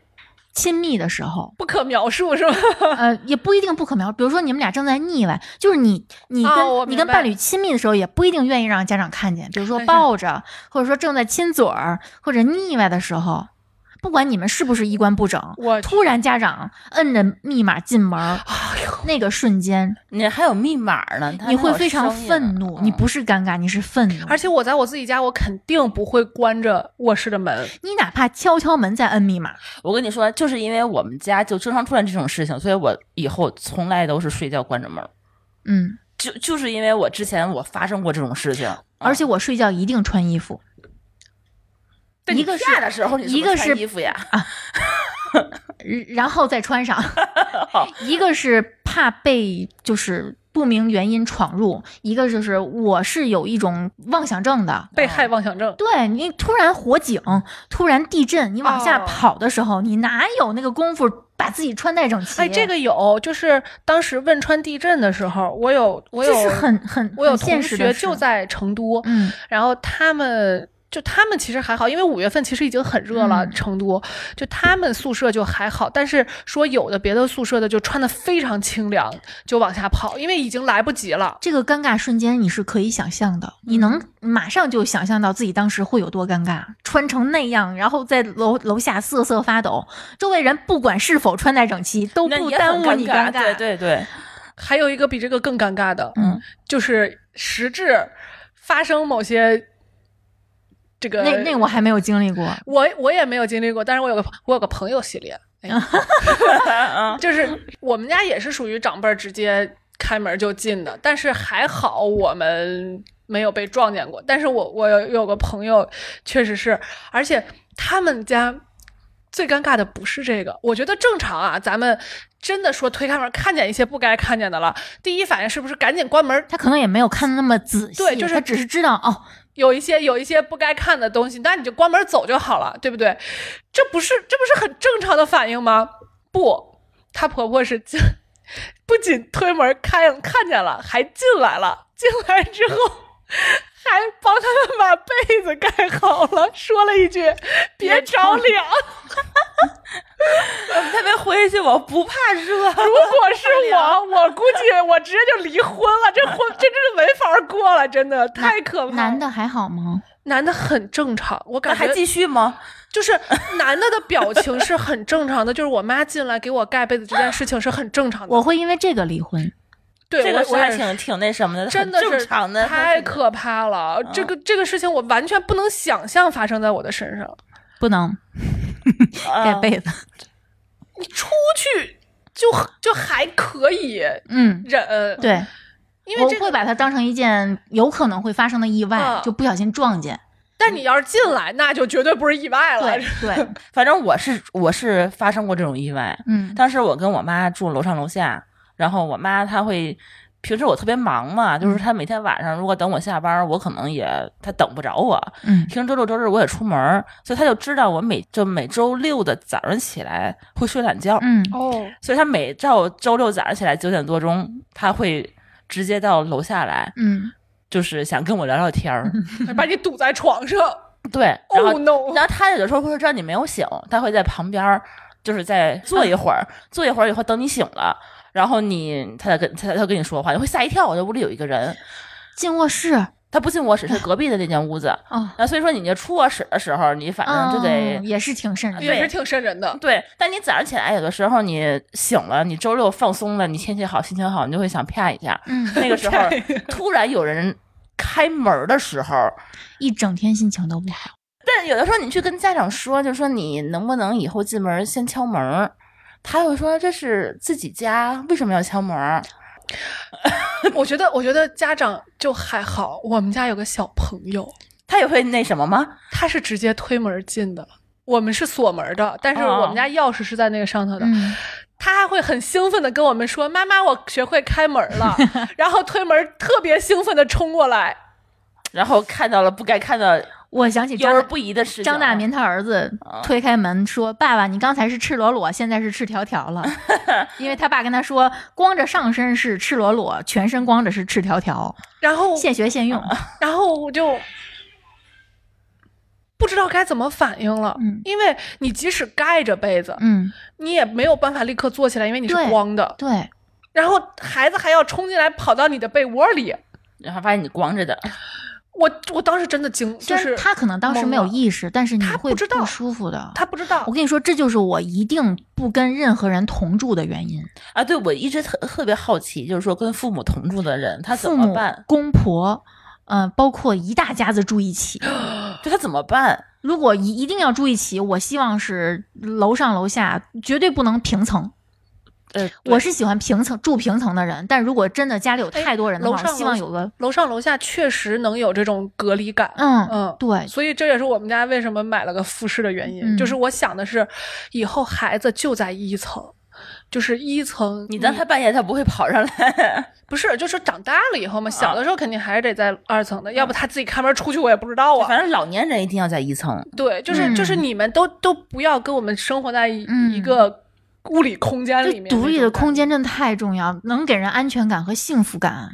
C: 亲密的时候
D: 不可描述是吧？
C: 呃，也不一定不可描。比如说你们俩正在腻歪，就是你你跟、
D: 哦我
C: 你
D: 明
C: 跟
D: 白
C: 伴侣亲密的时候，也不一定愿意让家长看见。比 如说
D: 但是
C: 抱着，或者说正在亲嘴儿，或者腻歪的时候。不管你们是不是衣冠不整，
D: 我
C: 突然家长摁着密码进门儿，
D: 哎呦，
C: 那个瞬间，
B: 你还有密码呢，他
C: 你会
B: 那有
C: 非常
B: 声音
C: 愤怒，
B: 嗯
C: 你不是尴尬，你是愤怒。
D: 啊而且我在我自己家，我肯定不会关着卧室的门。
C: 你哪怕敲敲门再摁密码，
B: 我跟你说，就是因为我们家就经常出现这种事情，所以我以后从来都是睡觉关着门儿。
C: 嗯，
B: 就就是因为我之前我发生过这种事情，
D: 啊
B: 嗯
C: 而且我睡觉一定穿衣 服，
B: 一个下的时候你
C: 一
B: 是不
C: 个
B: 穿
C: 是
B: 衣服呀，
D: 嗯
C: 然然后再穿 上。一个是怕被就是不明原因闯入，一个就是我是有一种妄想症的。
D: 被害妄想症，
C: 对你突然火警，突然地震，你往下
D: 哦
C: 跑的时候，你哪有那个功夫把自己穿戴整齐？
D: 哎，这个有，就是当时汶川地震的时候，我有，我
C: 这
D: 有，
C: 是很很
D: 我有
C: 很现
D: 同
C: 实的
D: 学
C: 事
D: 就在成都，
C: 嗯
D: 然后他们就他们其实还好，因为五月份其实已经很热了，
C: 嗯
D: 成都就他们宿舍就还好，但是说有的别的宿舍的就穿的非常清凉，就往下跑，因为已经来不及了。
C: 这个尴尬瞬间你是可以想象的，你能
D: 嗯
C: 马上就想象到自己当时会有多尴尬，穿成那样，然后在楼楼下瑟瑟发抖，周围人不管是否穿戴整齐，都
B: 那
C: 不
B: 也很
C: 耽误你
B: 尴
C: 尴
B: 对对对，
D: 还有一个比这个更尴尬的，
C: 嗯，
D: 就是实质发生某些这个
C: 那那我还没有经历过，
D: 我我也没有经历过，但是我有个我有个朋友系列，哎、
B: 嗯
D: 就是我们家也是属于长辈儿直接开门就进的，但是还好我们没有被撞见过。但是我我有有个朋友确实是，而且他们家最尴尬的不是这个，我觉得正常啊，咱们真的说推开门看见一些不该看见的了，第一反应是不是赶紧关门
C: 他可能也没有看的那么仔细，
D: 对就是
C: 他只是知道哦，
D: 有一些有一些不该看的东西，那你就关门走就好了，对不对？这不是这不是很正常的反应吗？不，她婆婆是进， 不仅推门看看见了，还进来了。进来之后， 还帮他们把被子盖好了，说了一句“别着凉”。
B: 他别回去，我不怕热。
D: 如果是 我，我估计我直接就离婚了，这婚这真是没法过了，真的太可怕。
C: 男的还好吗？
D: 男的很正常，我
B: 那
D: 感觉
B: 还继续吗？
D: 就是男的的表情是很正常的， 就是我妈进来给我盖被子这件事情是很正常的。
C: 我会因为这个离婚。
D: 对
B: 这
D: 我
B: 个是
D: 我
B: 还
D: 也
B: 挺
D: 是
B: 挺那什么的，
D: 真的
B: 很
D: 是
B: 正常的。
D: 太可怕了，
B: 嗯
D: 这个这个事情我完全不能想象发生在我的身上。
C: 不能盖
B: 嗯
C: 被子，
D: 你出去就就还可以
C: 嗯，
D: 忍，，
C: 对，
D: 因为这
C: 我会
D: 个，
C: 把它当成一件有可能会发生的意外，
D: 嗯
C: 就不小心撞见。
D: 但你要是进来，那就绝对不是意外了
C: 对。对，
B: 反正我是我是发生过这种意外。
C: 嗯
B: 当时我跟我妈住楼上楼下，然后我妈她会，平时我特别忙嘛，
C: 嗯
B: 就是她每天晚上如果等我下班，我可能也她等不着我。
C: 嗯
B: 平时周六周日我也出门儿，所以她就知道我每就每周六的早上起来会睡懒觉，
C: 嗯，
D: 哦，
B: 所以她每到周六早上起来九点多钟，她会直接到楼下来，
C: 嗯，
B: 就是想跟我聊聊天儿。
D: 把你堵在床上。
B: 对， 然后
D: Oh no！
B: 然后他有的时候会知道你没有醒，他会在旁边儿就是再坐一会儿，坐一会儿以后等你醒了，然后你他才跟他他跟你说话，你会吓一跳，我这屋里有一个人，
C: 进卧室
B: 他不进卧室，是隔壁的那间屋子。
C: 哦，
B: 那所以说你就出卧室的时候，你反正就得、
C: 嗯也是挺瘆人的。
D: 也是挺瘆人的，
B: 对，但你早上起来有的时候你醒了，你周六放松了，你天气好，心情好，你就会想啪一下。
C: 嗯，
B: 那个时候
D: 对
B: 突然有人开门的时候，
C: 一整天心情都不好。
B: 但有的时候你去跟家长说，就说你能不能以后进门先敲门儿，他会说这是自己家，为什么要敲门儿？
D: 我觉得，我觉得家长就还好。我们家有个小朋友，
B: 他也会那什么吗？
D: 他是直接推门进的，我们是锁门的，但是
B: 哦
D: 我们家钥匙是在那个上头的。
C: 嗯，
D: 他还会很兴奋的跟我们说：“妈妈，我学会开门 了。”然后推门，特别兴奋的冲过来。
B: 然后看到了不该看到
C: 我想起
B: 幼
C: 张
B: 儿不宜的事情。
D: 啊
C: 张大民他儿子推开门说：“爸爸，你刚才是赤裸裸，现在是赤条条 了。”因为他爸跟他说，光着上身是赤裸裸，全身光着是赤条条，
D: 然后，
C: 现学现用。
D: 然后我就不知道该怎么反应了，
C: 嗯
D: 因为你即使盖着被子，
C: 嗯，
D: 你也没有办法立刻坐起来，因为你是
C: 对
D: 光的。
C: 对，
D: 然后孩子还要冲进来，跑到你的被窝里。
B: 然后发现你光着的，
D: 我我当时真的惊，
C: 虽
D: 就
C: 然
D: 是
C: 他可能当时没有
D: 懵了
C: 意识，但是你
D: 他
C: 会
D: 不知道
C: 舒服的。
D: 他不知道
C: 我，跟你说，这就是我一定不跟任何人同住的原因。
B: 啊，对我一直特特别好奇，就是说跟父母同住的人，他怎
C: 父
B: 么
C: 母
B: 办、？
C: 公婆，嗯、包括一大家子住一起。
B: 就他怎么办？
C: 如果一一定要住一起，我希望是楼上楼下，绝对不能平层。
B: 呃，
C: 我是喜欢平层住平层的人，但如果真的家里有太多人的
D: 哎楼
C: 话，我
D: 上
C: 希
D: 楼
C: 望
D: 下
C: 有个
D: 楼上楼下确实能有这种隔离感。
C: 嗯
D: 嗯
C: 对，
D: 所以这也是我们家为什么买了个复式的原因，
C: 嗯
D: 就是我想的是，以后孩子就在一层，就是一层
B: 你让他半夜他不会跑上 来，
D: 不是，就是长大了以后嘛，小的时候肯定还是得在二层的，要不他自己开门出去我也不知道啊。
B: 反正老年人一定要在一层。
D: 对，就是、
C: 嗯
D: 就是你们都都不要跟我们生活在一,、
C: 嗯
D: 个物理空间里
C: 就
D: 面，
C: 独立的空。间真的太重要，能给人安全感和幸福感。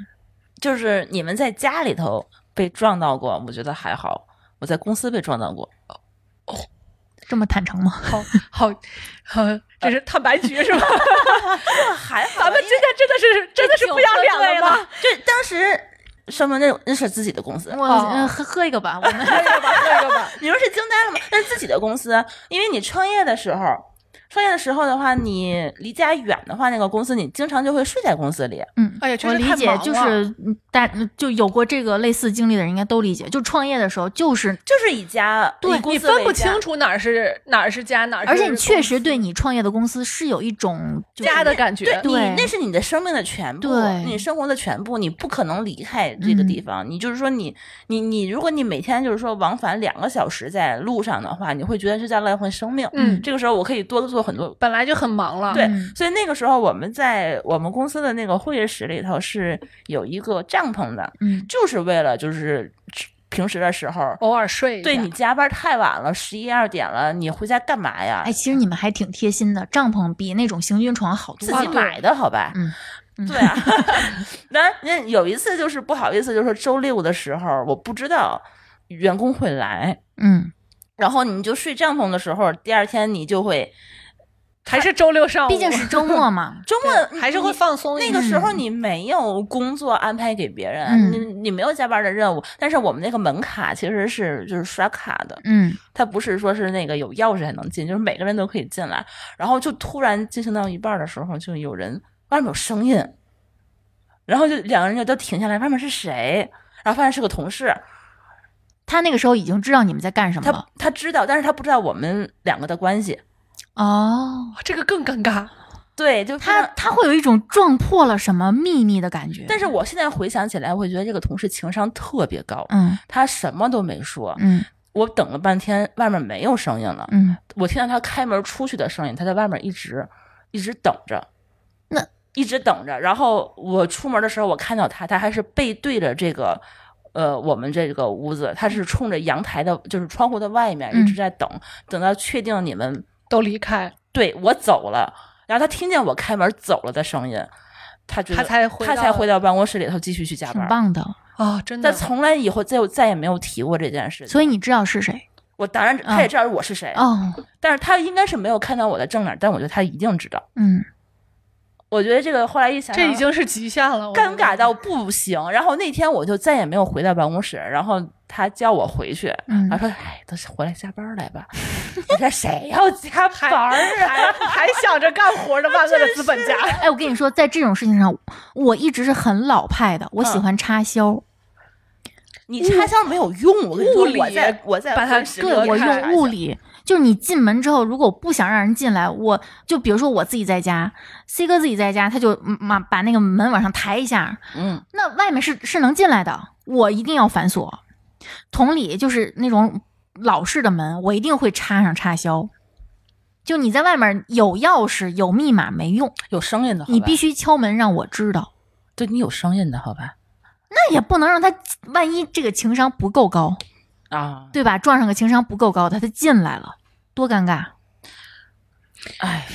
B: 就是你们在家里头被撞到过，我觉得还好。我在公司被撞到过，
C: 这么坦诚 吗？
D: 好好好， 这是坦白局是吧？
B: 还好
D: 咱们今天真的是真的是不要脸了吗？？
B: 就当时什么那种那是自己的公司，
C: 我、
D: 哦
C: 呃喝喝一个吧，我们
D: 喝一个吧，喝一个吧。
B: 你们是惊呆了吗？那是自己的公司，因为你创业的时候，创业的时候的话，你离家远的话，那个公司你经常就会睡在公司里。
C: 嗯
D: 哎呀，确
C: 我
D: 实
C: 理
D: 太忙
C: 解，
D: 了
C: 就是大就有过这个类似经历的人应该都理解。就创业的时候，就是
B: 就是以家，
C: 对
B: 以公
D: 你
B: 司为
D: 分不
B: 家
D: 清楚哪儿是哪儿是家，哪儿是
C: 而且你
D: 公
C: 确实
D: 司
C: 对你创业的公司是有一种就是
D: 家的感觉。
C: 对
B: 你那是你的生命的全部，
C: 对
B: 你生活的全部，你不可能离开这个地方。你就是说你，你你如果你每天就是说往返两个小时在路上的话，你会觉得是在浪费生命。
D: 嗯，
B: 这个时候我可以多做很多。
D: 本来就很忙了。
B: 对
C: 嗯，
B: 所以那个时候我们在我们公司的那个会议室里头是有一个帐篷的，
C: 嗯
B: 就是为了就是平时的时候，
D: 偶尔睡一下。
B: 对你加班太晚了，十一二点了，你回家干嘛呀？
C: 哎，其实你们还挺贴心的，帐篷比那种行军床好多
B: 自
C: 了。
B: 己买的好吧？
C: 嗯嗯
B: 对啊。 当然，那有一次就是不好意思，就是说周六的时候，我不知道员工会来，
C: 嗯，
B: 然后你就睡帐篷的时候，第二天你就会。
D: 还是周六上午，
C: 毕竟是周末嘛
B: 周末
D: 还是会。放松一
B: 那
D: 点。
B: 个时候你没有工作安排给别人，
C: 嗯
B: 你你没有加班的任务，但是我们那个门卡其实是就是刷卡的，
C: 嗯，
B: 它不是说是那个有钥匙才能进，就是每个人都可以进来。然后就突然进行到一半的时候，就有人外面有声音，然后就两个人就都停下来，外面是谁？然后发现是个同事，
C: 嗯他那个时候已经知道你们在干什
B: 他
C: 么了。
B: 他知道，但是他不知道我们两个的关系。
C: 哦，
D: 哇这个更尴尬。
B: 对，就
C: 他
B: 非常。
C: 他会有一种撞破了什么秘密的感觉。
B: 但是我现在回想起来，我觉得这个同事情商特别高，
C: 嗯
B: 他什么都没说。
C: 嗯
B: 我等了半天，外面没有声音了，
C: 嗯，
B: 我听到他开门出去的声音，他在外面一直一直等着，
C: 那
B: 一直等着。然后我出门的时候，我看到他，他还是背对着这个。呃，我们这个屋子，他是冲着阳台的，就是窗户的外面
C: 嗯
B: 一直在等，等到确定你们
D: 都离开，
B: 对我走了，然后他听见我开门走了的声音，他觉得
D: 他才回
B: 他
D: 到
B: 才回到办公室里头继续去加
C: 挺
B: 班。
C: 棒的。
D: 啊，真的
B: 但。从来以后再再也没有提过这件事情。
C: 所以嗯你知道是谁？
B: 我当然他也知道我是谁，
C: 哦，
B: 但是他应该是没有看到我的正脸，但我觉得他一定知道。
C: 嗯，
B: 我觉得这个后来一想，
D: 这已经是极限了，我
B: 啊尴尬
D: 觉
B: 到
D: 得
B: 不行。然后那天我就再也没有回到办公室，然后他叫我回去，
C: 嗯
B: 他说：“哎，都是回来加班来吧。”我说：“谁要加班儿啊
D: 还还想着干活的万恶的资本家，
C: 哎，我跟你说，在这种事情上，我一直是很老派的，我喜欢插销。？”
B: 你插销没有用，我跟你
D: 物
B: 说，
D: 理
B: 我在我在
D: 把它
B: 婚史
D: 对
B: 里头
C: 对我
B: 看
C: 用物理，就是你进门之后，如果我不想让人进来，我就比如说我自己在家，C 哥自己在家，他就嘛把那个门往上抬一下，
B: 嗯，
C: 那外面是是能进来的，我一定要反锁。同理，就是那种老式的门，我一定会插上插销。就你在外面有钥匙有密码没用，
B: 有声音的，
C: 你必
B: 须
C: 须敲门让我知道。
B: 对你有声音的好吧？
C: 那也不能让他，万一这个情商不够高，
B: 啊，
C: 对吧？撞上个情商不够高的，他进来了，多尴尬。
B: 哎，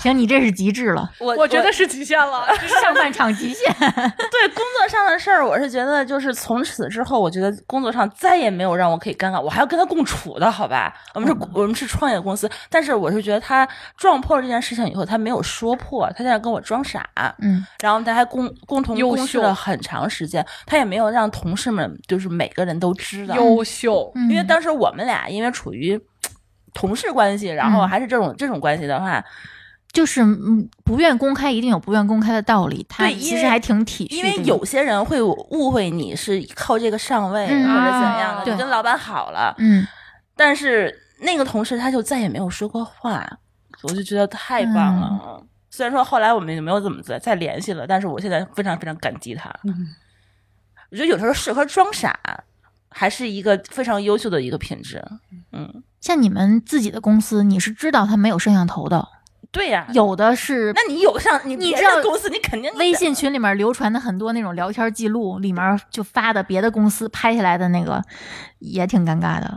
C: 行，你这是极致了，
B: 我
D: 我觉得是极限了。
C: 上半场极限。
B: 对工作上的事儿，我是觉得就是从此之后，我觉得工作上再也没有让我可以尴尬，我还要跟他共处的好吧？我们是，
D: 嗯
B: 我们是创业公司，但是我是觉得他撞破这件事情以后，他没有说破，他在那跟我装傻，
C: 嗯
B: 然后他还共共同
D: 优
B: 共事
D: 秀
B: 了很长时间，他也没有让同事们就是每个人都知道，
D: 优秀，
C: 嗯，
B: 因为当时我们俩因为处于同事关系，然
D: 嗯
B: 后还是这种、这种关系的话，
C: 就是嗯，不愿公开一定有不愿公开的道理，他
B: 对因
C: 其实
B: 为
C: 还挺体恤
B: 因
C: 这
B: 为
C: 个
B: 有些人会误会你是靠这个上位、
C: 嗯
B: 或者怎
D: 啊
B: 样的，
C: 对
B: 你跟老板好了。
C: 嗯
B: 但是那个同事他就再也没有说过话，我就觉得太棒了。啊虽然说后来我们也没有怎么再再联系了，但是我现在非常非常感激他。
D: 嗯
B: 我觉得有时候适合装傻，还是一个非常优秀的一个品质。嗯，
C: 像你们自己的公司，你是知道他没有摄像头的，
B: 对呀、
C: 有的是
B: 嗯那你有像你
C: 你
B: 别
C: 知道
B: 的公司，你肯定
C: 微信群里面流传的很多那种聊天记录，里面就发的别的公司拍下来的那个，也挺尴尬的。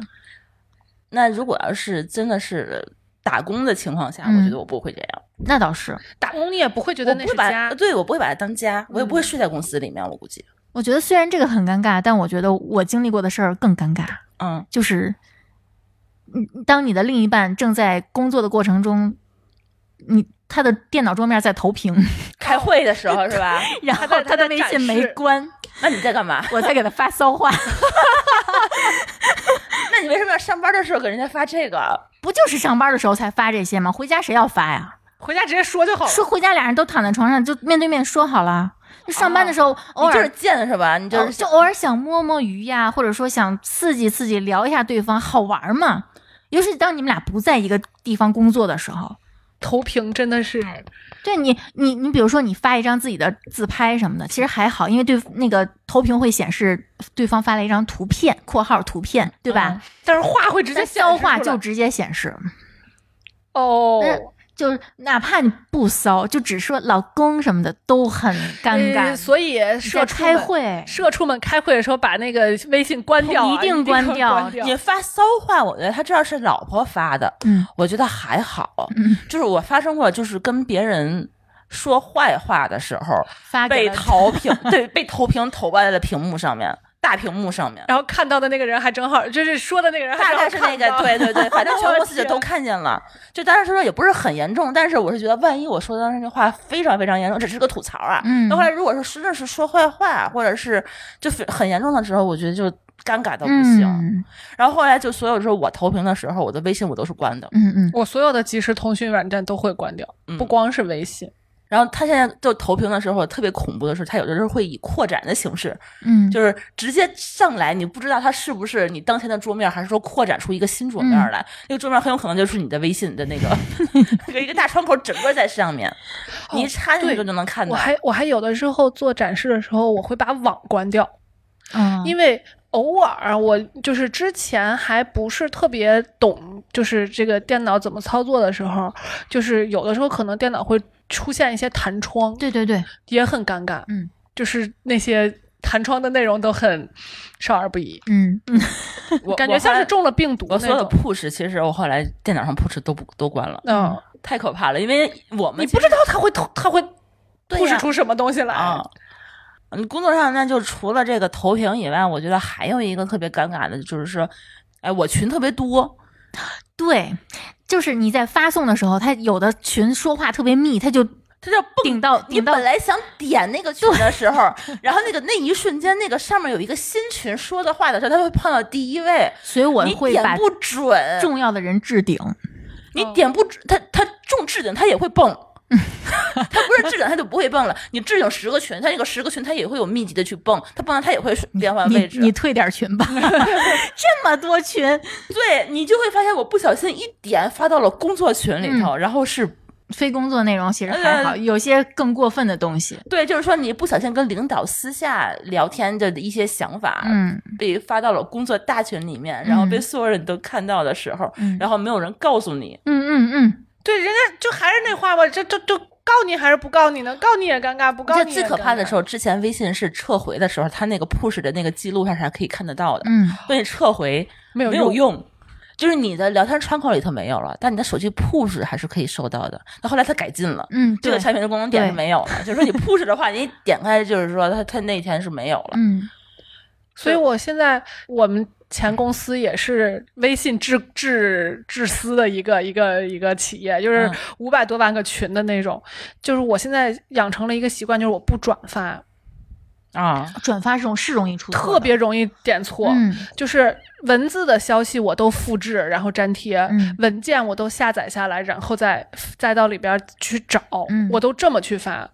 B: 那如果要是真的是打工的情况下，
C: 嗯
B: 我觉得我不会这样。
C: 那倒是，
D: 打工你也不会觉得
B: 我
D: 那
B: 不
D: 是
B: 会把
D: 家，
B: 对我不会把它当家，我也不会睡在公司里面，我估计。
C: 我觉得虽然这个很尴尬，但我觉得我经历过的事儿更尴尬。
B: 嗯，
C: 就是，嗯当你的另一半正在工作的过程中，你他的电脑桌面在投屏，
B: 开会的时候是吧？
C: 然
D: 嗯他
C: 后
D: 在他
C: 的
D: 在
C: 微
D: 展
C: 信没
D: 示
C: 关，
B: 那你在干嘛？
C: 我在给他发骚话，
B: 那你为什么要上班的时候给人家发这个？
C: 不就是上班的时候才发这些吗？回家谁要发呀？
D: 回家直接说就好了。
C: 说回家俩人都躺在床上就面对面说好了，
D: 哦
C: 就上班的时候偶
B: 你就
C: 尔
B: 是贱是吧？你哦就
C: 就是就偶尔想摸摸鱼呀，或者说想刺激刺激、聊一下对方，好玩嘛。尤其是当你们俩不在一个地方工作的时候，
D: 投屏真的是
C: 对你，你你比如说你发一张自己的自拍什么的，其实还好，因为对那个投屏会显示对方发了一张图片（括号图片），对吧？
D: 但是话会直接
C: 但
D: 显示
C: 消化
D: 出来
C: 就直接显示，
D: 哦，
C: 就是哪怕你不骚，就只说老公什么的都很尴尬。
D: 呃所以
C: 你
D: 社
C: 在
D: 畜
C: 开
D: 们，
C: 会，
D: 社畜们开会的时候把那个微信关掉啊，
C: 一
D: 一
C: 定
D: 定
C: 关掉
D: 掉。
B: 你发骚话，我觉得他知道是老婆发的，
C: 嗯
B: 我觉得还好。
C: 嗯，
B: 就是我发生过，就是跟别人说坏话的时候，
C: 发给
B: 被
C: 了
B: 投屏，对，被投屏投在了屏幕上面，大屏幕上 面。
D: 然后看到的那个人还正好，就是说的那个人还
B: 大概是
D: 正好
B: 那
D: 看到
B: 个，对对 对，反正全
D: 我
B: 公 司就
D: 天
B: 都看见了。就当时说也不是很严重，但是我是觉得，万一我说当时那话非常非常严重，只是个吐槽啊。
C: 嗯
B: 那后来如果是真的是说坏话，或者是就是很严重的时候，我觉得就尴尬到不行。
C: 嗯
B: 然后后来就所有时候我投屏的时候，我的微信我都是关的。
C: 嗯嗯，
D: 我所有的即时通讯软件都会关掉，
B: 嗯
D: 不光是微信。
B: 然后他现在就投屏的时候特别恐怖的是，他有的时候会以扩展的形式，
C: 嗯，
B: 就是直接上来，你不知道它是不是你当前的桌面，还是说扩展出一个新桌面
D: 嗯
B: 来。那个桌面很有可能就是你的微信的那 个有一个大窗口，整个在上面，你一插进去
D: 哦对
B: 就能看
D: 我
B: 到。
D: 还我还有的时候做展示的时候，我会把网关掉，
C: 嗯
D: 因为偶尔啊我就是之前还不是特别懂，就是这个电脑怎么操作的时候，就是有的时候可能电脑会出现一些弹窗，
C: 对对对，
D: 也很尴尬。
C: 嗯，
D: 就是那些弹窗的内容都很少儿不宜，
C: 嗯嗯
B: 我
D: 感觉像是。中了病毒
B: 我后来我所有
D: 那
B: 的
D: 种。
B: push，其实我后来电脑上 push 都不都关了，
D: 嗯，
B: 太可怕了，因为我们
D: 你不知道他会投他会
B: 对
D: 不
B: 呀
D: 是出什么东西来。
B: 啊。嗯，工作上那就除了这个投屏以外，我觉得还有一个特别尴尬的，就是说，哎，我群特别多，
C: 对，就是你在发送的时候，他有的群说话特别密，他就
B: 他就蹦
C: 顶到
B: 你
C: 顶到
B: 本来想点那个群的时候，然后那个那一瞬间，那个上面有一个新群说的话的时候，它会碰到第一位，
C: 所 以我
B: 你
C: 会
B: 点
C: 把
B: 不准，
C: 重嗯要的人置顶。
B: 你点不准，它它中置顶它也会 蹦。它不是置顶，它就不会蹦了。你置顶十个群，它这个十个群它也会有密集的去蹦，它蹦了它也会变换呃位置。
C: 你你退点群 吧，这么多群，
B: 对你就会发现，我不小心一点发到了工作群里头，然后是
C: 非工作内容其实还好，
B: 呃
C: 有些更过分的东西。
B: 对，就是说你不小心跟领导私下聊天的一些想法，
C: 嗯
B: 被发到了工作大群里面，然后被
C: 嗯
B: 所有人都看到的时候，
C: 嗯
B: 然后没有人告诉你，
C: 嗯嗯嗯，
D: 对，人家就还是那话吧，这这这告你还是不告你呢？告你也尴尬，不告
B: 这
D: 你也
B: 最可怕的
D: 尴尬
B: 时候，之前微信是撤回的时候，它那个 push 的那个记录上是还可以看得到的，
C: 嗯
B: 所以撤回
D: 没有
B: 没有用。就是你的聊天窗口里头没有了，但你的手机 push 还是可以收到的。那后来它改进了，
C: 嗯，
B: 这个
C: 对，
B: 产品的功能点是
C: 对
B: 没有了。就是说你 push 的话，你一点开就是说它它那天是没有了。
C: 嗯
D: 所以我现在我们前公司也是微信致致致私的一个一个一个企业，就是
B: 嗯
D: 五百多万个群的那种。就是我现在养成了一个习惯，就是我不转发，
C: 嗯
B: 啊，
C: 转发这种是容易出错
D: 特
C: 的，
D: 别容易点错。
C: 嗯
D: 就是文字的消息我都复制，然后粘贴，
C: 嗯
D: 文件我都下载下来，然后再再到里边去找，
C: 嗯
D: 我都这么去发，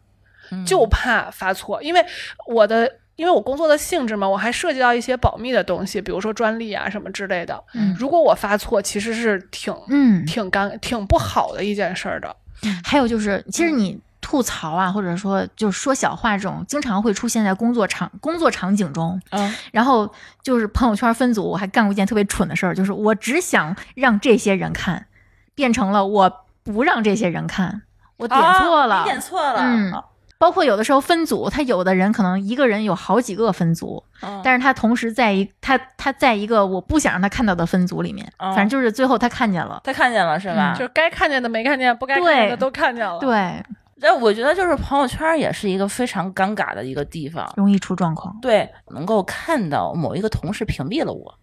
B: 嗯
D: 就怕发错，因为我的。因为我工作的性质嘛，我还涉及到一些保密的东西，比如说专利啊什么之类的。
C: 嗯
D: 如果我发错，其实是挺、
C: 嗯。
D: 挺尴、挺不好的一件事儿的。
C: 还有就是，其
B: 嗯
C: 实你吐槽啊，或者说就是说小话这种，经常会出现在工作场工作场景中。
B: 嗯
C: 然后就是朋友圈分组，我还干过一件特别蠢的事儿，就是我只想让这些人看，变成了我不让这些人看，我点错了。
B: 啊你点错了，
C: 嗯包括有的时候分组，他有的人可能一个人有好几个分组，
B: 嗯
C: 但是他同时在一他他在一个我不想让他看到的分组里面，
B: 哦
C: 反正就是最后他看见了。
B: 他看见了是吧？
C: 嗯
D: 就是该看见的没看见，不该看见的
C: 对
D: 都看
B: 嗯
D: 见了。，
C: 对，
B: 但我觉得就是朋友圈也是一个非常尴尬的一个地方。
C: 容易出状况。
B: 对，能够看到某一个同事屏蔽了我，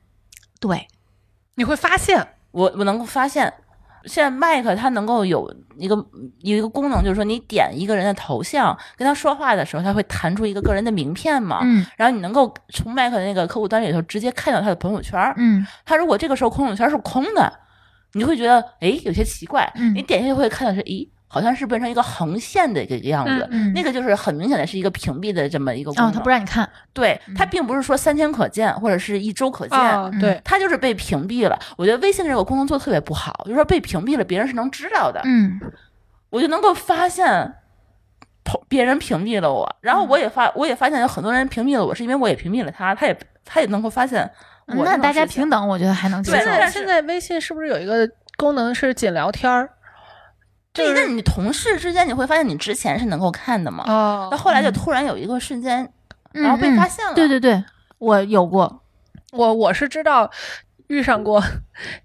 C: 对，
D: 你会发现，
B: 我我能够发现，现在麦克它能够有一个有一个功能，就是说你点一个人的头像，跟他说话的时候，它会弹出一个个人的名片嘛。
C: 嗯
B: 然后你能够从麦克的那个客户端里头直接看到他的朋友圈。
C: 嗯
B: 他如果这个时候朋友圈是空的，你就会觉得哎有些奇怪。
C: 嗯
B: 你点进去会看到是，咦，好像是变成一个横线的一个样子，
C: 嗯嗯
B: 那个就是很明显的是一个屏蔽的这么一个功能。
C: 哦，他不让你嗯看，
B: 对，它并不是说三天可见或者是一周可见。
C: 哦
D: 啊，
C: 嗯
D: 对，
B: 它就是被屏蔽了，我觉得微信这个功能做的特别不好，就是说被屏蔽了，别人是能知道的，
C: 嗯
B: 我就能够发现，同别人屏蔽了我，然后
C: 嗯
B: 我也发，我也发现有很多人屏蔽了我，是因为我也屏蔽了他，他也他也能够发现我这种事情。
C: 嗯那大家平等，我觉得还能接
B: 对
D: 现
C: 受。
D: 在
B: 但是
D: 现在微信是不是有一个功能是仅聊天儿？就
B: 对，那
D: 是
B: 你同事之间你会发现你之前是能够看的嘛，
D: 哦
B: 那，后来就突然有一个瞬间，
C: 嗯
B: 然后被
C: 嗯
B: 发现了，
C: 对对对，我有过，
D: 我我是知道遇上过，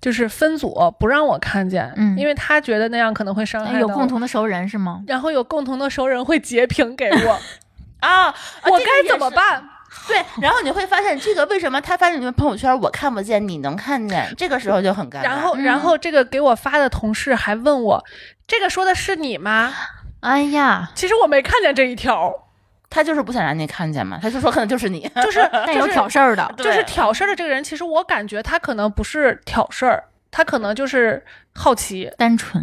D: 就是分组不让我看见，
C: 嗯
D: 因为他觉得那样可能会伤害
C: 哎有
D: 到
C: 共
D: 我，
C: 同的熟人是吗？
D: 然后有共同的熟人会截屏给我，
B: 啊，啊这个
D: 我该
B: 也
D: 怎么
B: 是
D: 办？
B: 对，然后你会发现这个为什么他发现你们朋友圈我看不见，你能看见，这个时候就很尴尬。
D: 然后，
C: 嗯
D: 然后这个给我发的同事还问我，这个说的是你吗？
C: 哎呀，
D: 其实我没看见这一条，
B: 他就是不想让你看见嘛，他就说可能就是你，
D: 就是
C: 嗯但有挑事儿的，
D: 就是挑事儿的这个人，其实我感觉他可能不是挑事儿，他可能就是好奇，
C: 单纯，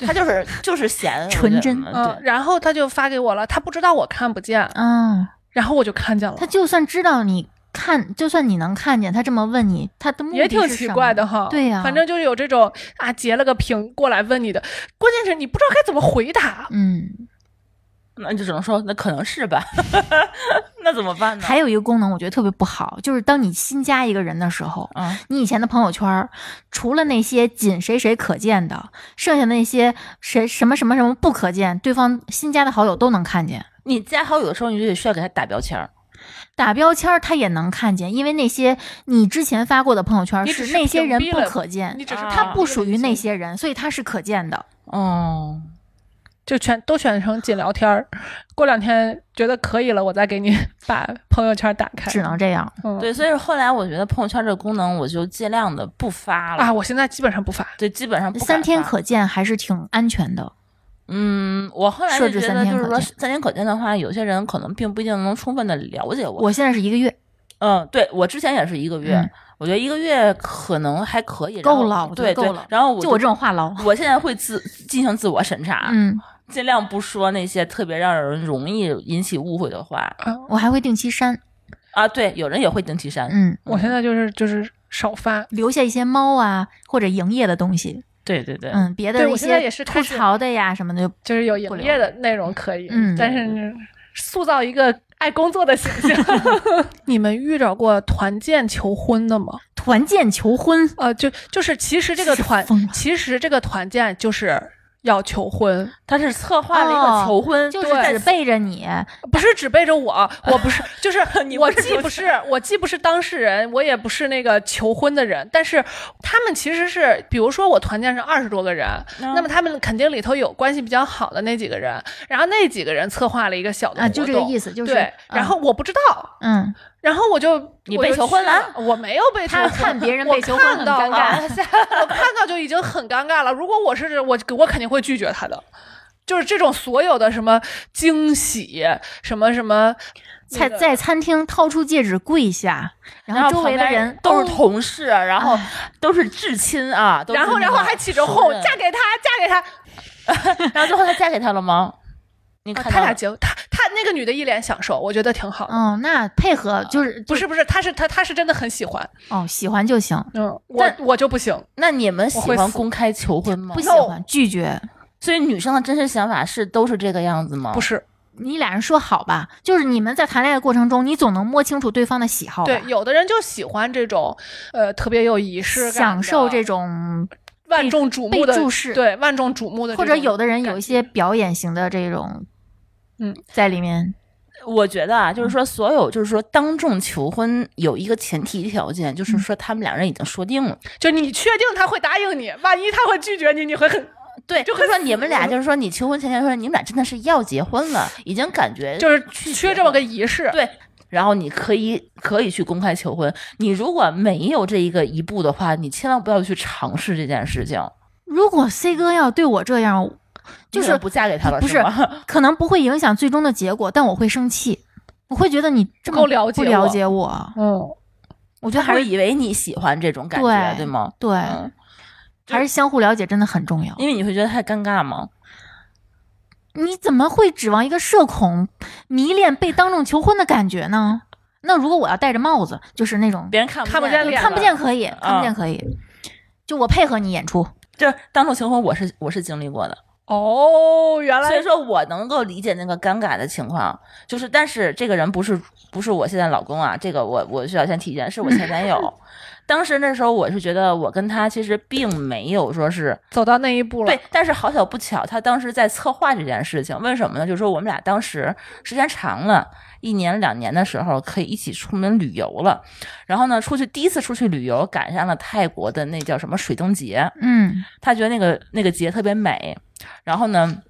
B: 他就是就是 闲我
C: 纯
B: 觉得
C: 真
B: 嗯
D: 嗯，
B: 对，
D: 然后他就发给我了，他不知道我看不见，
C: 嗯，
D: 然后我就看见了
C: 他，就算知道你看，就算你能看见，他这么问你，他的目的
D: 也挺
C: 是
D: 奇
C: 什么
D: 怪的哈。
C: 对呀
D: 反正就是有这种啊，截了个屏过来问你的，关键是你不知道该怎么回答。
C: 嗯，
B: 那就只能说那可能是 吧，那怎么办呢？
C: 还有一个功能我觉得特别不好，就是当你新加一个人的时候，
B: 嗯，
C: 你以前的朋友圈儿，除了那些仅谁谁可见的，剩下那些谁什么什么什么不可见，对方新加的好友都能看见。
B: 你加好友的时候，你就得需要给他打标签儿，
C: 打标签儿他也能看见，因为那些你之前发过的朋友圈儿
D: 你只是
C: 那些人
D: 屏
C: 不
D: 蔽了
C: 可见
D: 你，只是
B: 啊
C: 他
D: 屏蔽
C: 不
D: 了
C: 属于那
D: 些
C: 些人，所以他是可见的。
B: 哦，
D: 就全都选成仅聊天儿。过两天觉得可以了，我再给你 把朋友圈打开。
C: 只能这样。
D: 嗯，
B: 对，所以后来我觉得朋友圈这个功能，我就尽量的不发了
D: 啊，，我现在基本上不发。
B: 对，基本上不敢
C: 三天
B: 发
C: 可见还是挺安全的。
B: 嗯，我后来
C: 设
B: 就
C: 置
B: 觉
C: 三
B: 得，
C: 天
B: 就是
C: 可
B: 说
C: 见
B: 三天可见的话，有些人可能并不一定能充分的了解我。
C: 我现在是一个月，
B: 嗯，对我之前也是一个月，
C: 嗯
B: 我觉得一个月可能还可以，然
C: 够
B: 后
C: 了我觉得
B: 对
C: 够
B: 对
C: 了
B: 然后我
C: 就我这种话痨。
B: 我现在会自进行自我审
D: 啊
B: 查，
C: 嗯，
B: 尽量不说那些特别让人容易引起误会的话
C: 我还会定期删。
B: 啊。对，有人也会定期删，
C: 嗯，
D: 我现在就是就是少发。
C: 留下一些猫啊或者营业的东西。
B: 对对对，
C: 嗯，别的
D: 对
C: 一
D: 我现在
C: 些
D: 也是
C: 吐
D: 开始
C: 槽的呀什么的就
D: 就是有营
C: 不
D: 业
C: 聊
D: 的内容可以，
C: 嗯
D: 但是塑造一个爱工作的形象。你们遇着过团建求婚的吗？
C: 团建求婚。
D: 呃，就就是其实这个
C: 是
D: 团
C: 疯了，
D: 其实这个团建就是要求婚，
B: 他是策划了一
C: 哦
B: 个求婚，
C: 就是
B: 对
C: 只背着你，
D: 不是只背着我，我不是，就是
B: 你
D: 我
B: 不是
D: 既不是我既不是当事人，我也不是那个求婚的人，但是他们其实是，比如说我团建是二十多个人，
B: 嗯
D: 那么他们肯定里头有关系比较好的那几个人，然后那几个人策划了一个小的
C: 啊，就这个意
D: 思，
C: 思，就是
D: 对，然后我不知道，
C: 嗯，
D: 然后我就
B: 你
D: 我就
B: 被求婚
D: 去
B: 了
D: 我没有被求
C: 他
D: 婚，
C: 看别人
D: 我
C: 被求婚
D: 看
C: 很
D: 到
C: 尴
D: 了
C: 尬，
D: 我看到就已经很尴尬了。如果我是我，我肯定会拒绝他的。就是这种所有的什么惊喜，什么什么，
C: 在在餐厅掏出戒指跪下，然后周围的人
B: 都是同事，然后都是至亲啊，都是
D: 然后然后还起着
B: 熟
D: 哄，
B: 人
D: 嫁给他，嫁给他。
B: 然后最后她嫁给他了吗？你
D: 啊
B: 看
D: 他
B: 到了
D: 俩结他他那个女的一脸享受，我觉得挺好的。
C: 哦，那配合就是
D: 呃不是不是，他是他他是真的很喜欢。
C: 哦，喜欢就行，
D: 嗯，我
B: 但
D: 我就不行，
C: 哦
B: 那你们喜
D: 我会
B: 欢
D: 死
B: 公开求婚吗？
C: 不喜欢拒绝。
B: 所以女生的真实想法是都是这个样子吗？
D: 不，是。
C: 你俩人说好吧，就是你们在谈恋爱过程中，你总能摸清楚对方的喜好吧，
D: 对，有的人就喜欢这种，呃，特别有仪式感
C: 享
D: 的，
C: 受这种，
D: 万众瞩目的
C: 被注视
D: 对万众瞩目的这
C: 或
D: 种
C: 者
D: 感觉。
C: 有的人有一些表演型的这种，
D: 嗯，
C: 在里面，
B: 我觉得啊，就是说所有就是说当众求婚有一个前提条件，就是说他们两人已经说定了。
D: 就你确定他会答应你，万一他会拒绝你，你会很
B: 对，
D: 就
B: 就
D: 很
B: 是说你们俩就是说你求婚前就说你们俩真的是要结婚了，已经感觉
D: 就是
B: 去
D: 缺
B: 结
D: 这么
B: 婚
D: 个仪式。
B: 对。然后你可以可以去公开求婚，你如果没有这一个一步的话，你千万不要去尝试这件事情。
C: 如果 C 哥要对我这样，
B: 你
C: 就
B: 可
C: 是
B: 能不嫁给他了，
C: 不
B: 是
C: 是
B: 吗？
C: 可能不会影响最终的结果，但我会生气，我会觉得你这么
D: 不够了解
C: 不了
D: 我
C: 解我，
D: 嗯，
C: 我觉得还
B: 会
C: 是
B: 以为你喜欢这种感觉，
C: 对
B: 对吗？
C: 对，
B: 嗯，
C: 还是相互了解真的很重要。
B: 因为你会觉得太尴尬吗？
C: 你怎么会指望一个社恐迷恋被当众求婚的感觉呢？那如果我要戴着帽子，就是那种
B: 别人看
D: 看不
B: 不
D: 见
B: 见
D: 脸
C: 看不见可以，看不见
B: 啊
C: 可以，就我配合你演出。
B: 这当众求婚，我是我是经历过的，
D: 哦，原
B: 所以
D: 来
B: 说我能够理解那个尴尬的情况，就是但是这个人不是不是我现在老公啊，这个我我需要先提前，是我前男友。 当时那时候我是觉得我跟他其实并没有说是
D: 走到那一步了
B: 对。，但是好巧不巧，他当时在策划这件事情，为什么呢？就是说我们俩当时时间长了，一年两年的时候可以一起出门旅游了，然后呢，出去第一次出去旅游赶上了泰国的那叫什么水灯节，
C: 嗯，
B: 他觉得那个那个节特别美，然后呢。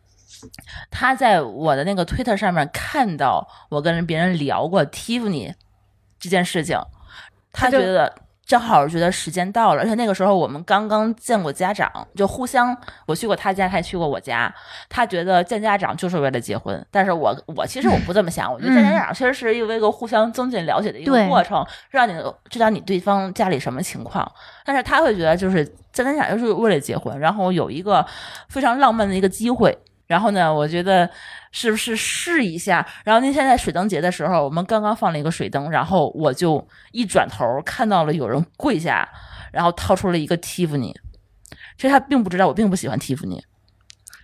B: 他在我的那个推特上面看到我跟别人聊过 Tiffany 这件事情，他
D: 他就
B: 觉得正好觉得时间到了，而且那个时候我们刚刚见过家长，就互相我去过他家，他也去过我家。他觉得见家长就是为了结婚，但是我我其实我不这么想，我觉得见家长其实是一个一个互相增进了解的一个
C: 对
B: 过程，让你知道你对方家里什么情况。但是他会觉得就是见家长就是为了结婚，然后有一个非常浪漫的一个机会。然后呢，我觉得是不是试一下？然后那天在水灯节的时候，我们刚刚放了一个水灯，然后我就一转头看到了有人跪下，然后掏出了一个 Tiffany。其实他并不知道我并不喜欢 Tiffany，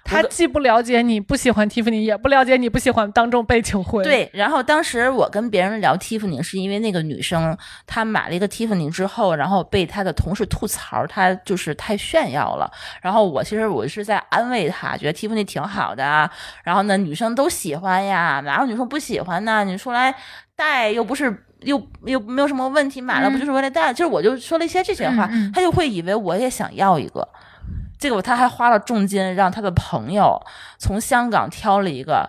D: 他既不了解你不喜欢 Tiffany，也不了解你不喜欢当众被求婚。，
B: 对，然后当时我跟别人聊 Tiffany，是因为那个女生她买了一个 Tiffany 之后，然后被她的同事吐槽，她就是太炫耀了。然后我其实我是在安慰她，觉得 Tiffany 挺好的啊。然后呢，女生都喜欢呀，哪有女生不喜欢呢？你出来戴又不是。又又没有什么问题，买了不
C: 嗯
B: 就是为了戴？就是我就说了一些这些话，
C: 嗯嗯
B: 她就会以为我也想要一个。结果她还花了重金让她的朋友从香港挑了一个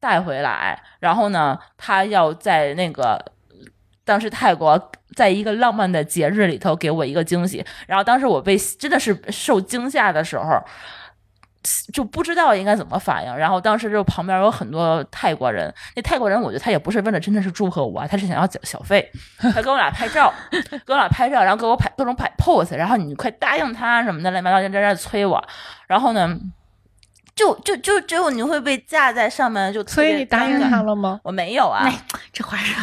B: 带回来，然后呢，他要在那个当时泰国。在一个浪漫的节日里头给我一个惊喜，然后当时我被真的是受惊吓的时候，就不知道应该怎么反应。然后当时就旁边有很多泰国人，那泰国人我觉得他也不是为了真的是祝贺我啊，他是想要小小费，他跟我俩拍 照，跟我俩拍照，然后给我拍各种摆 pose，然后你快答应他什么的，乱七八糟在这在这催我，然后呢，就就就只有你会被架在上面，就特
D: 所
B: 别
D: 以你答应
B: 尴尬
D: 他了吗？
B: 我没有啊
C: 哎，这话是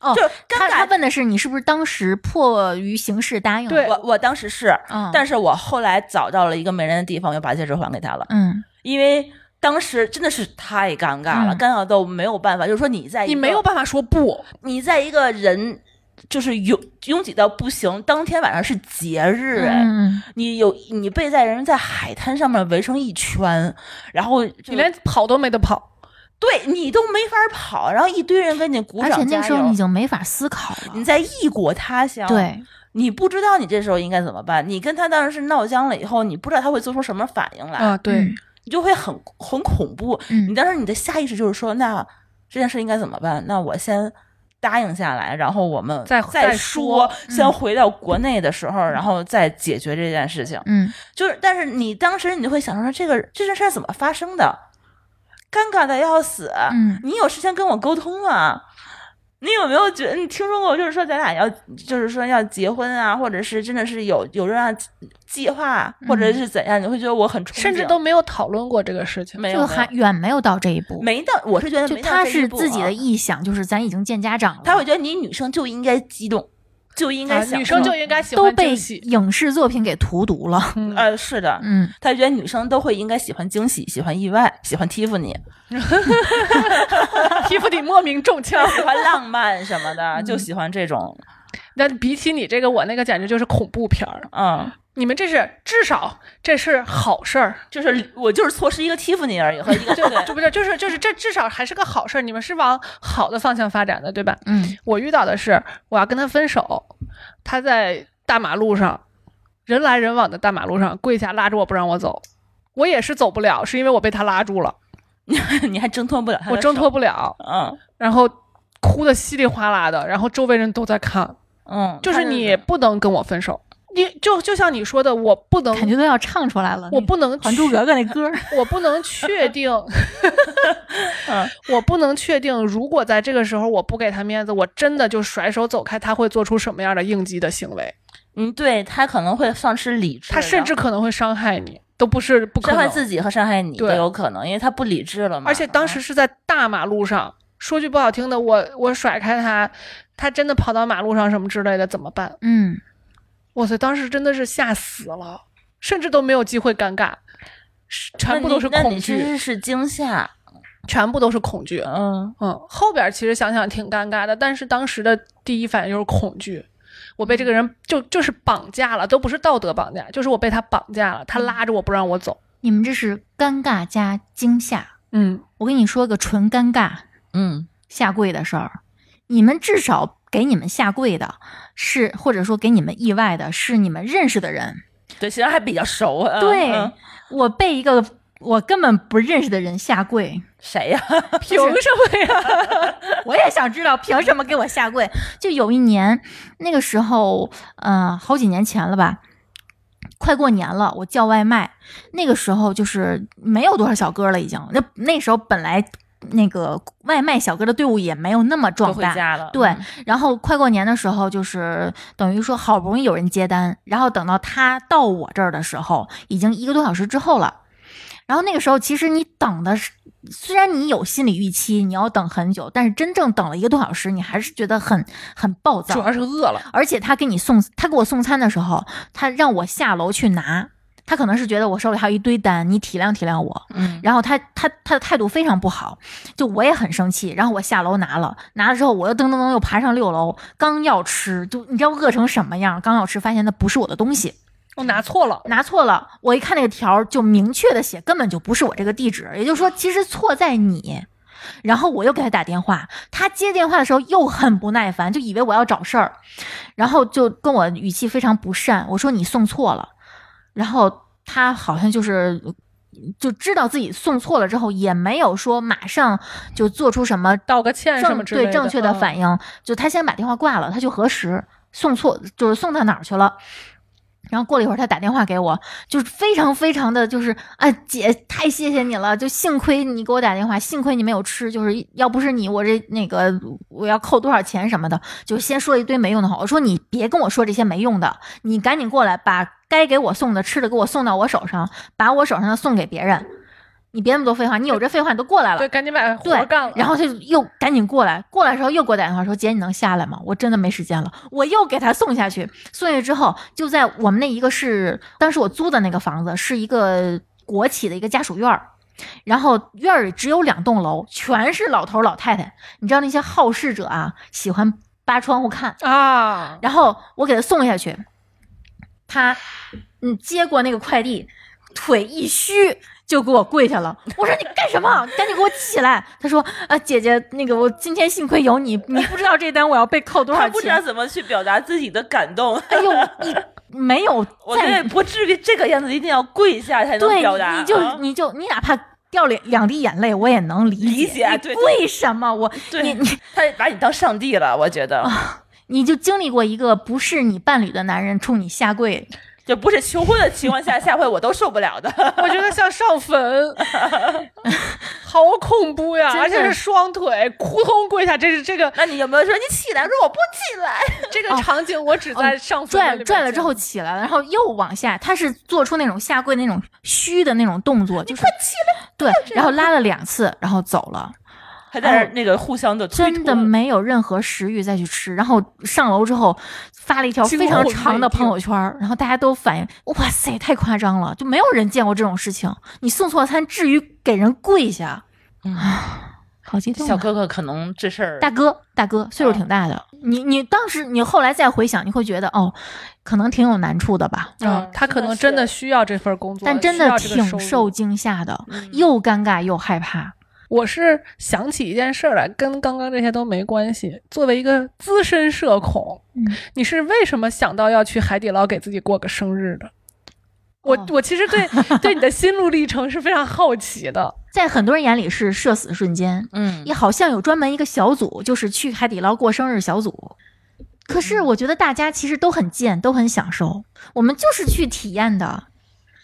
C: 哦
B: 就，尴
C: 他他
B: 尬。
C: 问的是你是不是当时迫于形势答应了？
D: 对
B: 我我当时是，
C: 嗯，
B: 但
C: 是
B: 是我后来找到了一个没人的地方，又把戒指还给他了，
C: 嗯，
B: 因为当时真的是太尴尬了，
C: 嗯
B: 尴尬到没有办法。就是说你在一
D: 你
B: 个
D: 没有办法说不，
B: 你在一个人就是拥拥挤到不行，当天晚上是节日，哎、
C: 嗯，
B: 你有你被在人在海滩上面围成一圈，然后就
D: 你连跑都没得跑。
B: 对你都没法跑，然后一堆人跟你鼓
C: 嗯而且
B: 掌
C: 那
B: 加
C: 时候你已
B: 油。
C: 经没法思考了，
B: 你在异国他乡，
C: 对，
B: 你不知道你这时候应该怎么办。你跟他当时是闹僵了以后，你不知道他会做出什么反应来，
D: 啊，对，
B: 你就会很很恐怖。
C: 嗯
B: 你当时你的下意识就是说，那这件事应该怎么办？那我先答应下来，然后我们
D: 再
B: 再
D: 再
B: 说
D: 说，
B: 先回到国内的时候，然后再解决这件事情。
C: 嗯，
B: 就是，但是你当时你就会想说，这个这件事儿怎么发生的？尴尬的要死。
C: 嗯
B: 你有事先跟我沟通啊。你有没有觉得你听说过，就是说咱俩要，就是说要结婚啊，或者是真的是有有这样计划，啊或者是怎样？你会觉得我很憧憬，
D: 甚至都没有讨论过这个事情。
B: 没有
C: 就还远没有到这一步，
B: 没到，我是觉得
C: 就
B: 没到
C: 他
B: 这一
C: 是
B: 步
C: 自己
B: 啊
C: 的臆想，就是咱已经见家长了，
B: 他会觉得你女生就应该激动，就应该
D: 啊
B: 想、嗯
D: 女生就应该喜
C: 都
D: 欢
C: 被
D: 惊 喜。
C: 影视作品给荼 毒了，
D: 嗯
B: 呃是的，
C: 嗯，
B: 他觉得女生都会应该喜欢惊喜，喜欢意外，喜欢 Tiffany，
D: 皮肤里莫名 中枪。
B: 喜欢浪漫什么的，
C: 嗯
B: 就喜欢这种，
D: 那比起你这个，我那个简直就是恐怖片儿。
B: 嗯，
D: 你们这是至少这是好事儿，
B: 就是我就是错失一个 Tiffany 而已和一个
D: 对对，这不是就是就是这至少还是个好事儿。你们是往好的方向发展的，对吧？
C: 嗯，
D: 我遇到的是我要跟他分手，他在大马路上，人来人往的大马路上跪下拉着我不让我走，我也是走不了，是因为我被他拉住了，
B: 你还挣脱不了他的
D: 我挣
B: 手
D: 脱，不了，
B: 嗯
D: 然后哭的稀里哗啦的，然后周围人都在看，
B: 嗯，
D: 就
B: 他
D: 是你不能跟我分手，你就就像你说的，我不
B: 哦
D: 能，
C: 感觉都要唱出来了，
D: 我
C: 那
D: 不能
C: 《还珠
D: 去
C: 格格》那歌儿，
D: 我不能 确定，
B: 嗯
D: 我不能确定，如果在这个时候我不给他面子，我真的就甩手走开，他会做出什么样的应激的行为？
B: 嗯，对他可能会丧失理智，
D: 他甚
B: 然后
D: 至可能会伤害你。都不是不可
B: 伤
D: 能
B: 害自己和伤害你都
D: 对
B: 有可能，因为他不理智了嘛。啊
D: 而且当时是在大马路上，说句不好听的，我我甩开他，他真的跑到马路上什么之类的怎么办？
C: 嗯，
D: 哇塞，当时真的是吓死了，甚至都没有机会尴尬，是
B: 那
D: 全
B: 你
D: 部都是
B: 那
D: 恐
B: 你其
D: 惧，
B: 实是惊吓，
D: 全部都是恐惧。
B: 嗯，
D: 嗯，后边其实想想挺尴尬的，但是当时的第一反应就是恐惧。我
C: 嗯
D: 被这个人就就是绑架了，都不是道德绑架，就是我被他绑架了，他
C: 嗯
D: 拉着我不让我走。
C: 你们这是尴尬加惊吓。
D: 嗯，
C: 我跟你说个纯尴尬
B: 嗯，
C: 下跪的事儿，你们至少给你们下跪的是，或者说给你们意外的是你们认识的人。
B: 对，其实还比较熟。嗯
C: 对、
B: 嗯
C: 我被一个我根本不认识的人下跪，
B: 谁 呀？
D: 凭什么呀？
C: 我也想知道凭什么给我下跪。就有一年，那个时候，呃，好几年前了吧，快过年了，我叫外卖，那个时候就是没有多少小哥了，已经。那那时候本来那个外卖小哥的队伍也没有那么
B: 都
C: 壮
B: 回
C: 大，
B: 家了。
C: 对
B: 嗯，
C: 然后快过年的时候，就是等于说好不容易有人接单，然后等到他到我这儿的时候，已经一个多小时之后了。然后那个时候，其实你等的是，虽然你有心理预期，你要等很久，但是真正等了一个多小时，你还是觉得很很暴
D: 主
C: 躁。
D: 要是饿了，
C: 而且他给你送，他给我送餐的时候，他让我下楼去拿，他可能是觉得我手里还有一堆单，你体谅体谅我。
B: 嗯，
C: 然后他他他的态度非常不好，就我也很生气。然后我下楼拿了，拿了之后我又噔噔噔又爬上六楼，刚要吃，就你知道饿成什么样？刚要吃，发现那不是我的东西，
D: 我拿错了。
C: 拿错了。我一看那个条儿，就明确的写根本就不是我这个地址，也就是说其实错在你。然后我又给他打电话，他接电话的时候又很不耐烦，就以为我要找事儿，然后就跟我语气非常不善，我说你送错了，然后他好像就是就知道自己送错了之后，也没有说马上就做出什么
D: 道个歉什
C: 正
D: 么之类
C: 对正确的
D: 的嗯
C: 反应，就他先把电话挂了，他去核实送错就是送到哪儿去了。然后过了一会儿，他打电话给我，就是非常非常的就是啊，姐太谢谢你了，就幸亏你给我打电话，幸亏你没有吃，就是要不是你，我这那个我要扣多少钱什么的，就先说了一堆没用的话。我说你别跟我说这些没用的，你赶紧过来把该给我送的吃的给我送到我手上，把我手上的送给别人，你别那么多废话，你有这废话你都过来
D: 嗯
C: 了
D: 对，，赶紧把活
C: 对
D: 儿干了。
C: 然后他就又赶紧过来，过来的时候又给我打电话说：“姐，你能下来吗？我真的没时间了。”我又给他送下去，送下去之后，就在我们那一个是当时我租的那个房子，是一个国企的一个家属院儿。然后院儿里只有两栋楼，全是老头儿老太太。你知道那些好事者啊，喜欢扒窗户看。
D: 啊，
C: 然后我给他送下去，他嗯接过那个快递，腿一虚就给我跪下了。我说你干什么？赶紧给我起来！他说啊，姐姐，那个我今天幸亏有你，你不知道这单我要被扣多
B: 他
C: 少
B: 不知道
C: 钱。
B: 怎么去表达自己的感 动。
C: 哎呦，你没有
B: 我觉得也
C: 在
B: 不至于这个样子，一定要跪下才能
C: 对
B: 表达。
C: 你，你就
B: 啊
C: 你就你哪怕掉两两滴眼泪，我也能理
B: 理
C: 解。
B: 解
C: 你
B: 对对
C: 为什么我你
B: 对
C: 你啊
B: 他把你当上帝了，我觉得
C: 你就经历过一个不是你伴侣的男人冲你下跪，
B: 就不是求婚的情况下，下回我都受不了的。
D: 我觉得像 上坟，好恐怖呀！
C: 真的
D: 而且是双腿扑通跪下，这是这个
B: 那你有没有说你起来？说我不起来，
D: 这个场景，我只在上坟
C: 哦拽
D: 里面
C: 拽
B: 啊
C: 了之
D: 见
C: 后起来了，然后又往下，他是做出那种下跪那种虚的那种动作，就是
B: 起
C: 对，然后拉了两次，然后走了，
B: 还在那儿那个互相的推脱
C: 哦真的没有任何食欲再去吃。然后上楼之后发了一条非常长的朋友圈，然后大家都反应，哇塞，太夸张了，就没有人见过这种事情。你送错餐，至于给人跪下，
B: 嗯
C: 好激动、啊！
B: 小哥嗯哥可能这事儿
C: 大哥，大哥，岁数挺大的，你你当时你后来再回想，你会觉得哦，可能挺有难处的吧，
D: 嗯，他可能真的需要这份工作，
C: 但真
D: 需
C: 的
D: 要这个
C: 挺
D: 收
C: 受
D: 入。嗯
C: 惊吓的，又尴尬又害怕。
D: 我是想起一件事儿来，跟刚刚这些都没关系。作为一个资深社恐，
C: 嗯
D: 你是为什么想到要去海底捞给自己过个生日的？我、
C: 哦
D: 我其 实对对你的心路历程是非常好奇的。
C: 在很多人眼里是社死瞬间，
B: 嗯
C: 也好像有专门一个小组，就是去海底捞过生日小组。可是我觉得大家其实都很贱，都很享受，我们就是去体验的，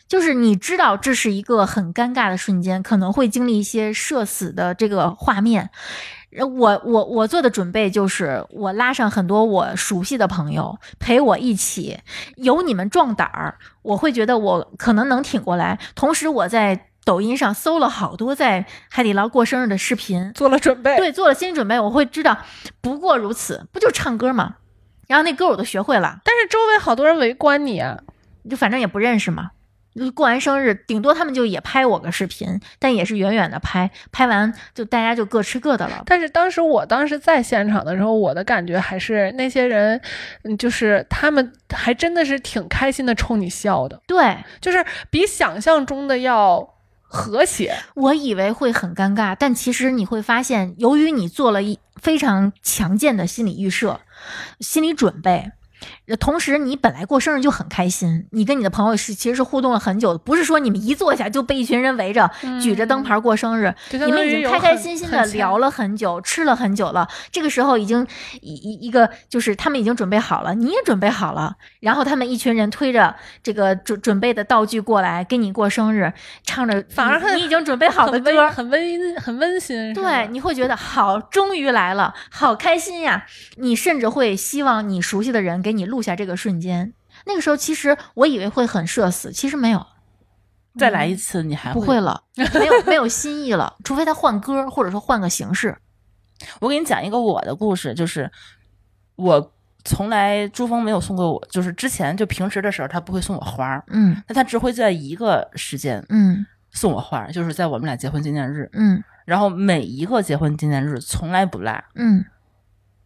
C: 就是你知道这是一个很尴尬的瞬间，可能会经历一些社死的这个画面，呃我我我做的准备就是，我拉上很多我熟悉的朋友陪我一起，有你们壮胆儿，我会觉得我可能能挺过来。同时，我在抖音上搜了好多在海底捞过生日的视频，
D: 做了准备，
C: 对，做了心理准备，我会知道不过如此，不就唱歌吗？然后那歌我都学会了，
D: 但是周围好多人围观你啊，
C: 就反正也不认识嘛。就过完生日，顶多他们就也拍我个视频，但也是远远的拍，拍完就大家就各吃各的了。
D: 但是当时我当时在现场的时候，我的感觉还是那些人，嗯，就是他们还真的是挺开心的，冲你笑的，
C: 对，
D: 就是比想象中的要和谐。
C: 我以为会很尴尬，但其实你会发现，由于你做了一非常强健的心理预设、心理准备，呃同时你本来过生日就很开心，你跟你的朋友是其实是互动了很久的，不是说你们一坐下就被一群人围着、举着灯牌过生日，
D: 就相
C: 你
D: 当
C: 们已
D: 于
C: 经
D: 有
C: 开开
D: 很
C: 心心
D: 很
C: 的
D: 强
C: 聊了很久，吃了很久了，这个时候已经一一一个就是他们已经准备好了，你也准备好了，然后他们一群人推着这个准准备的道具过来跟你过生日，唱着
D: 反而
C: 你
D: 很
C: 你已经准备好的
D: 很
C: 歌，
D: 温很温很温馨。是吧
C: 对，，你会觉得好，终于来了，好开心呀！你甚至会希望你熟悉的人给你录下这个瞬间。那个时候，其实我以为会很社死，其实没有，
B: 再来一次，你还
C: 不会 了，没有没有新意了，除非他换歌，或者说换个形式。
B: 我给你讲一个我的故事，就是我从来朱峰没有送过我，就是之前就平时的时候他不会送我花儿，
C: 嗯
B: 那他只会在一个时间
C: 嗯
B: 送我花儿，就是在我们俩结婚纪念日。
C: 嗯
B: 然后每一个结婚纪念日从来不落，
C: 嗯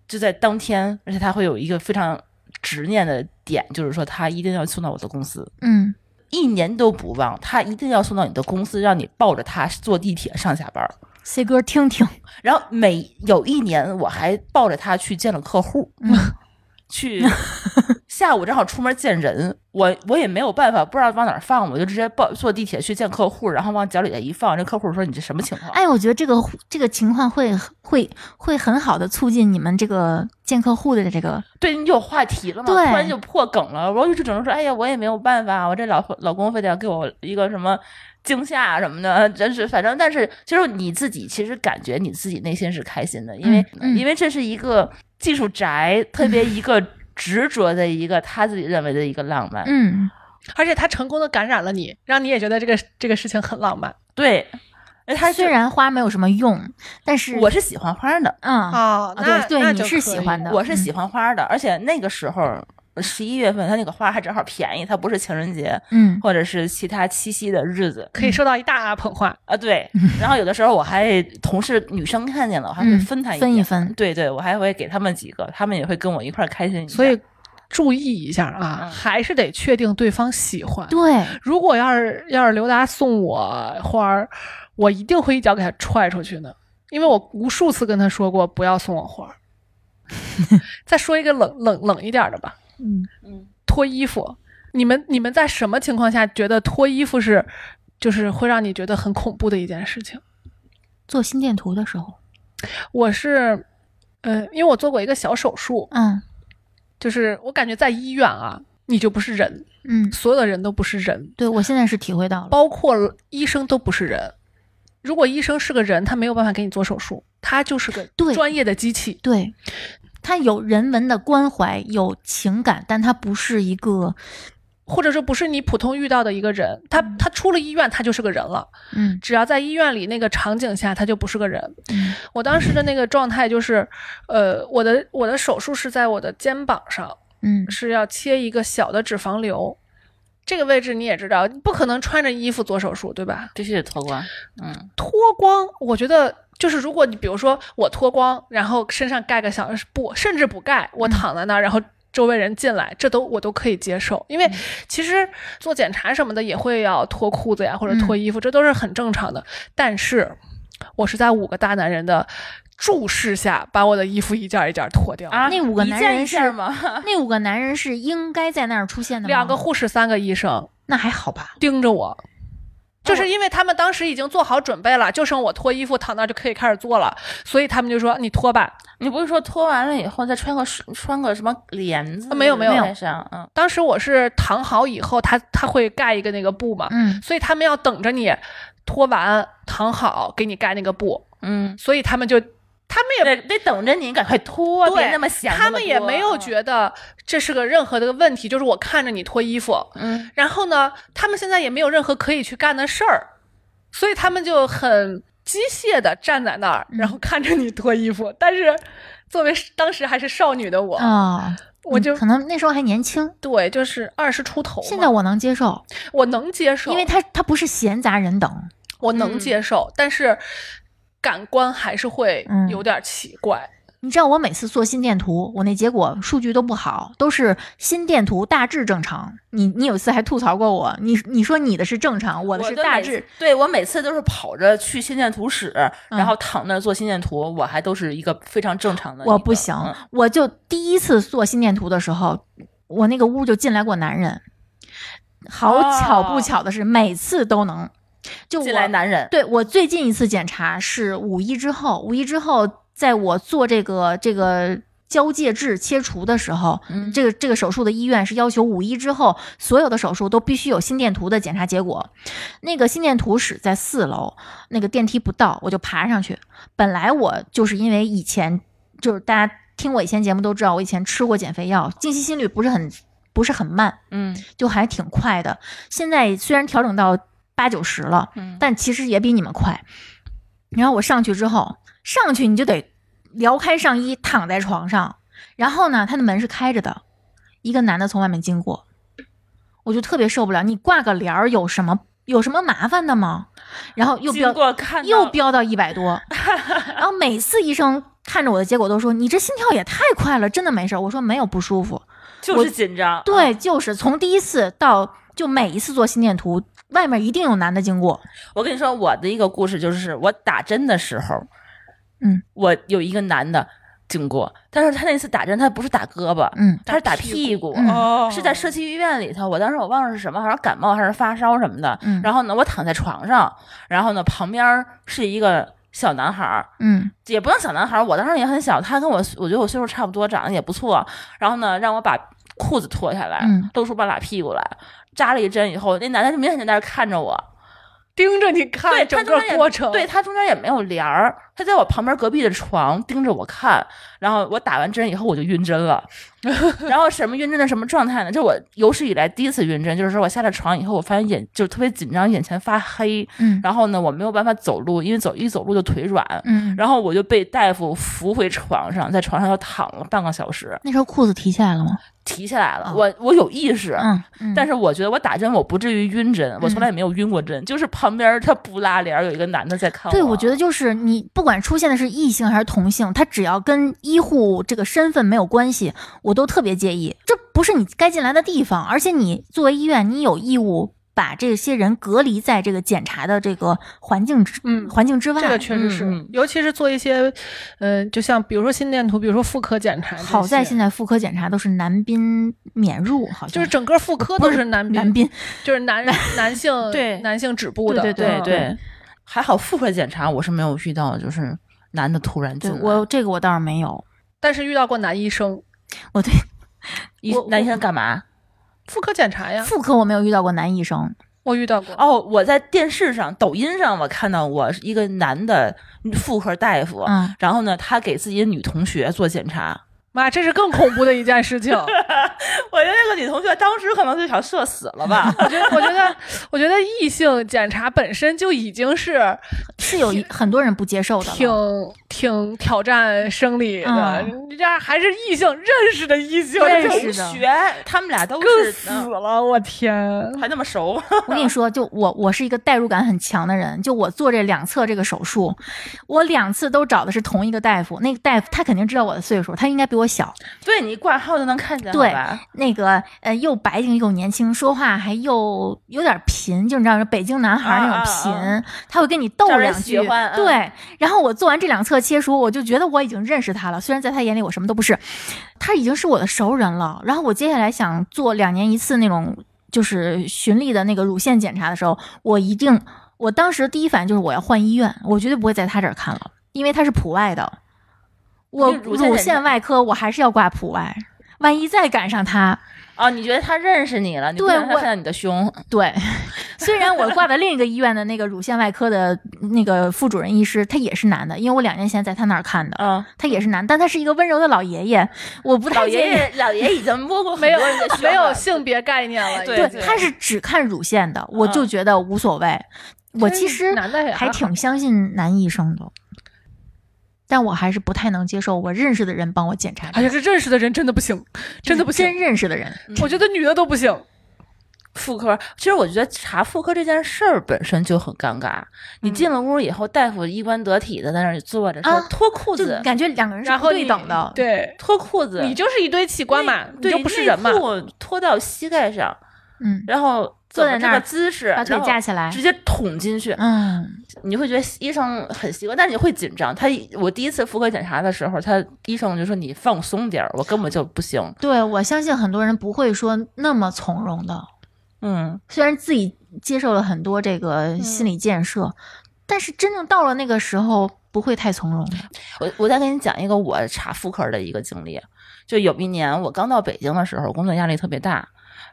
B: 就在当天，而且他会有一个非常执念的点，就是说他一定要送到我的公司。
C: 嗯，
B: 一年都不忘，他一定要送到你的公司，让你抱着他坐地铁上下班儿。
C: C 歌听听，
B: 然后每有一年，我还抱着他去见了客户，
C: 嗯
B: 去下午正好出门见人，我我也没有办法，不知道往哪儿放，我就直接抱坐地铁去见客户，然后往脚底下一放，这客户说你这什么情况？
C: 哎，我觉得这个这个情况会会会很好的促进你们这个见客户的这个
B: 对你有话题了嘛？
C: 对
B: 突然就破梗了，我就只能说，哎呀，我也没有办法，我这老婆老公非得要给我一个什么惊吓啊什么的，真是反正，但是就是你自己其实感觉你自己内心是开心的，因为、
C: 嗯嗯
B: 因为这是一个技术宅，特别一个执着的一个他自己认为的一个浪漫，
C: 嗯
D: 而且他成功的感染了你，让你也觉得这个这个事情很浪漫
B: 对，而且他是
C: 虽然花没有什么用，但
D: 嗯
C: 是
B: 我是喜欢花的，
C: 嗯
D: 哦
C: 啊
D: 那
C: 对对
D: 那
C: 你
D: 就是可
C: 喜
D: 以
C: 欢的
B: 我是喜欢花的，而且那个时候十一月份他那个花还正好便宜，它不是情人节
C: 嗯
B: 或者是其他七夕的日子，
D: 可以收到一大捧花，
B: 啊，对。
D: 嗯
B: 然后有的时候我还同事女生看见了，我还会
C: 嗯
B: 分她一、
C: 分一。分，
B: 对对，我还会给他们几个，他们也会跟我一块儿开心一下。
D: 所以注意一下啊，
B: 嗯
D: 还是得确定对方喜欢。
C: 对，
D: 如果要是要是刘达送我花儿，我一定会一脚给他踹出去的，因为我无数次跟他说过不要送我花儿。 再说一个冷冷冷一点的吧，
C: 嗯
D: 脱衣服，你们你们在什么情况下觉得脱衣服是就是会让你觉得很恐怖的一件事情？
C: 做心电图的时候，
D: 我是，呃，因为我做过一个小手术，
C: 嗯
D: 就是我感觉在医院啊，你就不是人，
C: 嗯，
D: 所有的人都不是人，
C: 对我现在是体会到了，
D: 包括医生都不是人。如果医生是个人，他没有办法给你做手术，他就是个
C: 对
D: 专业的机器。
C: 对，它有人文的关怀，有情感，但它不是一个，
D: 或者说不是你普通遇到的一个人，他他出了医院，他就是个人了。
C: 嗯
D: 只要在医院里那个场景下，他就不是个人。
C: 嗯
D: 我当时的那个状态就是，呃，我的我的手术是在我的肩膀上，
C: 嗯
D: 是要切一个小的脂肪瘤。这个位置你也知道，你不可能穿着衣服做手术，对吧？
B: 必须得脱光。嗯，
D: 脱光，我觉得就是如果你比如说我脱光，然后身上盖个小布，甚至不盖，
C: 嗯
D: 我躺在那儿，然后。周围人进来，这都我都可以接受，因为
C: 嗯
D: 其实做检查什么的也会要脱裤子呀，或者
C: 嗯
D: 脱衣服，这都是很正常的。但是，我是在五个大男人的注视下，把我的衣服一件一件脱掉。
B: 啊，
C: 那五个
B: 一
C: 男
B: 件一
C: 人
B: 件
C: 是
B: 吗？
C: 那五个男人是应该在那儿出现的吗？
D: 两个护士，三个医生，
C: 那还好吧？
D: 盯着我，
C: 哦
D: 就是因为他们当时已经做好准备了，就剩我脱衣服躺那儿就可以开始做了，所以他们就说你脱吧。
B: 你不是说脱完了以后再穿个穿个什么帘子？
D: 啊没有没有
B: 戴上嗯，
D: 当时我是躺好以后，他他会盖一个那个布嘛，
C: 嗯
D: 所以他们要等着你脱完躺好给你盖那个布，
B: 嗯，
D: 所以他们就。他们也
B: 得得等着你赶快脱，别
D: 对
B: 那么啊想。
D: 他们也没
C: 嗯
D: 有，觉得这是个任何的问题，就是我看着你脱衣服，
B: 嗯，
D: 然后呢，他们现在也没有任何可以去干的事儿，所以他们就很机械的站在那儿，
C: 嗯
D: 然后看着你脱衣服。但是，作为当时还是少女的我，
C: 啊，
D: 我就
C: 嗯可能那时候还年轻，
D: 对，就是二十出头嘛，
C: 现在我能接受，
D: 我能接受，
C: 因为他他不是闲杂人等，
D: 我能接受，但是感官还是会
C: 嗯
D: 有点奇怪。
C: 你知道我每次做心电图，我那结果数据都不好，都是心电图大致正常。你你有一次还吐槽过我，你你说你的是正常，我的是
B: 就
C: 大
B: 每
C: 致
B: 次。。对我每次都是跑着去心电图室，
C: 嗯
B: 然后躺那儿做心电图，我还都是一个非常正常的一个。
C: 我不行，
B: 嗯
C: 我就第一次做心电图的时候，我那个屋就进来过男人。好
B: 哦
C: 巧不巧的是，每次都能。就我
B: 进来男人，
C: 对我最近一次检查是五一之后，五一之后，在我做这个这个交界质切除的时候，
B: 嗯
C: 这个这个手术的医院是要求五一之后所有的手术都必须有心电图的检查结果。那个心电图室在四楼，那个电梯不到，我就爬上去。本来我就是因为以前就是大家听我以前节目都知道，我以前吃过减肥药，静息心率不是很不是很慢，
B: 嗯
C: 就还挺快的。现在虽然调整到八九十了。
B: 嗯，
C: 但其实也比你们快。然后我上去之后，上去你就得撩开上衣，躺在床上。然后呢，他的门是开着的，一个男的从外面经过，我就特别受不了。你挂个帘儿有什么有什么麻烦的吗？然后又
B: 经
C: 飙
B: 过看到
C: 又飙到一百多，然后每次医生看着我的结果都说：“你这心跳也太快了，真的没事儿。”我说：“没有，不舒服。”
B: 就是紧张，
C: 对，就是从第一次到就每一次做心电图，外面一定有男的经过。
B: 我跟你说，我的一个故事就是，我打针的时候，
C: 嗯，
B: 我有一个男的经过，但是他那次打针，他不是打胳膊，
C: 嗯，
B: 他是打
D: 打屁
B: 屁股，
C: 嗯
D: 哦
B: 是在社区医院里头。我当时我忘了是什么，好像感冒还是发烧什么的。
C: 嗯
B: 然后呢，我躺在床上，然后呢，旁边是一个小男孩儿，
C: 嗯
B: 也不能小男孩儿，我当时也很小，他跟我，我觉得我岁数差不多，长得也不错。然后呢，让我把裤子脱下来，
C: 嗯
B: 露出半拉屁股来，扎了一针以后，那男的就明显在那儿看着我。
D: 盯着你
B: 对
D: 看
B: 他
D: 整
B: 中
D: 个
B: 间也
D: 过程，
B: 对他中间也没有帘儿，他在我旁边隔壁的床盯着我看，然后我打完针以后我就晕针 了，然后什么晕针的什么状态呢？就我有史以来第一次晕针，就是说我下了床以后，我发现眼就特别紧张，眼前发黑，
C: 嗯
B: 然后呢我没有办法走路，因为走一走路就腿软，
C: 嗯，
B: 然后我就被大夫扶回床上，在床上又躺了半个小时，
C: 那时候裤子提下来了吗？
B: 提起来了，
C: 哦
B: 我我有意识，
C: 嗯，嗯
B: 但
C: 是
B: 是我觉得我打针我不至于晕针，我从来也没有晕过针，就是旁边他不拉帘儿有一个男的在看我。
C: 对，我觉得就是你不管出现的是异性还是同性，他只要跟医护这个身份没有关系，我都特别介意。这不是你该进来的地方，而且你作为医院，你有义务把这些人隔离在这个检查的这个环境之、
D: 嗯
C: 环境之外。
D: 这个确实是，
B: 嗯嗯
D: 尤其是做一些，嗯、就像比如说心电图，比如说妇科检查这些，
C: 好在现在妇科检查都是男宾免入，好像
D: 就是整个妇科都是男
C: 男宾，
D: 就是 男男性
B: 对
D: 男性止步的，
C: 对
B: 对
D: 嗯
B: 对，还好妇科检查我是没有遇到，就是男的突然进
C: 对
B: 来，
C: 我这个我倒是没有，
D: 但是遇到过男医生，
C: 我对
B: 一
D: 我
B: 男医生干嘛？
D: 妇科检查哎呀，
C: 妇科我没有遇到过男医生，
D: 我遇到过。
B: 哦，我在电视上、抖音上我看到过一个男的妇科大夫，
C: 嗯，
B: 然后呢，他给自己的女同学做检 查，
D: 妈，这是更恐怖的一件事情。 我
B: 我觉得那个女同学当时可能就想社死了吧。
D: 觉得，我觉得，我觉得异性检查本身就已经是
C: 是 有一很多人不接受的了，
D: 挺挺挑战生理的，
C: 嗯
D: 这样还是异性认识的异性，
C: 认
D: 这就
C: 识的
B: 学，他们俩都
D: 更
B: 是
D: 死
B: 嗯
D: 了，我天！
B: 还那么熟，
C: 我跟你说，就我我是一个代入感很强的人，就我做这两侧这个手术，我两次都找的是同一个大夫，那个大夫他肯定知道我的岁数，他应该比我小，
B: 对你挂号就能看见，
C: 对
B: 好吧？
C: 那个呃又白净又年轻，说话还又有点贫，就你知道北京男孩那种贫，
B: 啊啊
C: 他会跟你逗
B: 招人
C: 两句
B: 喜，欢嗯
C: 对。然后我做完这两侧切除，我就觉得我已经认识他了，虽然在他眼里我什么都不是，他已经是我的熟人了。然后我接下来想做两年一次那种就是循例的那个乳腺检查的时候，我一定，我当时第一反应就是我要换医院，我绝对不会在他这儿看了，因为他是普外的。我
B: 因为乳腺
C: 乳
B: 检查
C: 腺外科，我还是要挂普外，万一再赶上他，
B: 哦，你觉得他认识你了，你不
C: 对
B: 想让他
C: 我
B: 看到你的胸，
C: 对， 虽然我挂的另一个医院的那个乳腺外科的那个副主任医师，他也是男的，因为我两年前在他那儿看的，
B: 嗯，
C: 他也是男，但他是一个温柔的老爷爷，我不
B: 老
C: 太
B: 爷
C: 建议。
B: 爷老爷已经摸 过很
D: 没有
B: 多人的胸
D: 没有
B: 了
D: 性别概念了，
B: 对
D: 已
C: 对
D: 经，
C: 他是只看乳腺的，我就
B: 嗯
C: 觉得无所谓。我其实
D: 男的也还
C: 还挺相信男医生的，但我还是不太能接受我认识的人帮我检查这
D: 哎
C: 个，
D: 呀，这认识的人真的不行，真的不
C: 真
D: 行，
C: 认识的人。
B: 嗯
D: 我觉得女的都不行。
B: 妇科，其实我觉得查妇科这件事儿本身就很尴尬。你进了屋以后，大夫衣冠得体的在那里坐着，说
C: 啊
B: 脱裤
C: 就
B: 子，
C: 感觉两个人是
D: 然
C: 不
D: 后
C: 对
D: 你
C: 等的，
D: 对，
B: 脱裤子，
D: 你就是一堆器官嘛，你
B: 对，
D: 就不是人嘛
B: 内。裤脱到膝盖上，
C: 嗯，
B: 然后
C: 坐在
B: 怎么这
C: 那
B: 个
C: 儿
B: 姿势，
C: 把腿
B: 然后
C: 架起来，
B: 直接捅进去，
C: 嗯，
B: 你会觉得医生很习惯，但是你会紧张。他我第一次妇科检查的时候，他医生就说你放松点儿，我根本就不行。
C: 对我相信很多人不会说那么从容的，
B: 嗯，
C: 虽然自己接受了很多这个
D: 嗯
C: 心理建设，但是真正到了那个时候不会太从容的。
B: 我我再给你讲一个我查妇科的一个经历，就有一年我刚到北京的时候，工作压力特别大，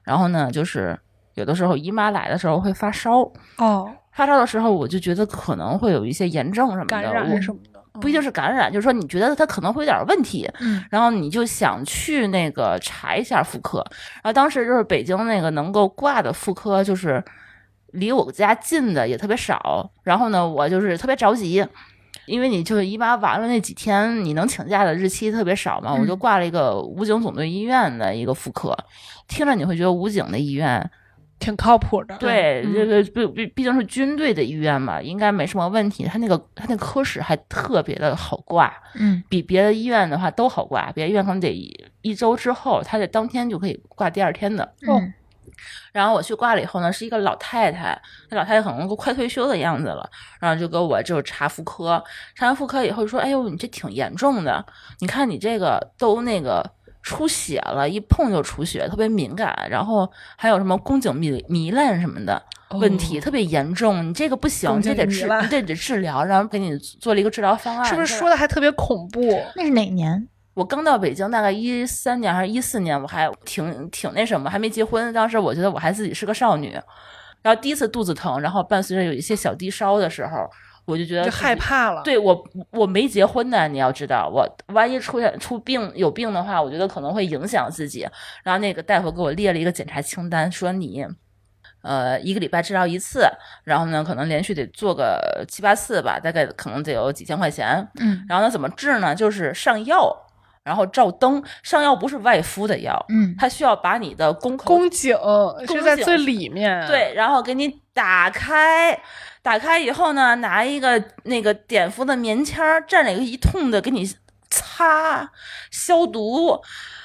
B: 然后呢，就是有的时候姨妈来的时候会发烧，
D: 哦，
B: 发烧的时候我就觉得可能会有一些炎症什么的，
D: 感
B: 我
D: 染什么的，
B: 不一定是感染，就是说你觉得它可能会有点儿问题，
C: 嗯
B: 然后你就想去那个查一下妇科，然后当时就是北京那个能够挂的妇科就是离我家近的也特别少，然后呢，我就是特别着急，因为你就是姨妈完了那几天，你能请假的日期特别少嘛，
C: 嗯
B: 我就挂了一个武警总队医院的一个妇科，听着你会觉得武警的医院
D: 挺靠谱的。
B: 对，
C: 嗯
B: 这个毕毕毕竟是军队的医院嘛，应该没什么问题。他那个他那个科室还特别的好挂，
C: 嗯
B: 比别的医院的话都好挂。别的医院可能得一一周之后，他得当天就可以挂第二天的。
D: 哦
C: 嗯
B: 然后我去挂了以后呢，是一个老太太，那老太太可能都快退休的样子了，然后就给我就查妇科，查完妇科以后说：“哎呦，你这挺严重的，你看你这个都那个出血了，一碰就出血，特别敏感，然后还有什么宫颈糜糜烂什么的
D: 哦
B: 问题、特别严重，你这个不行，
D: 宫
B: 你
D: 颈
B: 这得治
D: 糜，烂
B: 你这得治疗，然后给你做了一个治疗方案，
D: 是不是
B: 这
D: 说的还特别恐怖？
C: 那是哪年？
B: 我刚到北京，大概一三年还是一四年，我还挺挺那什么，还没结婚。当时我觉得我还自己是个少女，然后第一次肚子疼，然后伴随着有一些小低烧的时候，我就觉得
D: 就
B: 自己
D: 害。怕了。，
B: 对我，我没结婚呢，你要知道，我万一出现出病有病的话，我觉得可能会影响自己。然后那个大夫给我列了一个检查清单，说你，呃，一个礼拜治疗一次，然后呢，可能连续得做个七八次吧，大概可能得有几千块钱。
C: 嗯
B: 然后呢，怎么治呢？就是上药，然后照灯。上药不是外敷的药，
C: 嗯
B: 它需要把你的宫口
D: 宫嗯颈是在最里面。，
B: 对，然后给你打开，打开以后呢，拿一个那个碘伏的棉签儿蘸了一通的给你擦消毒。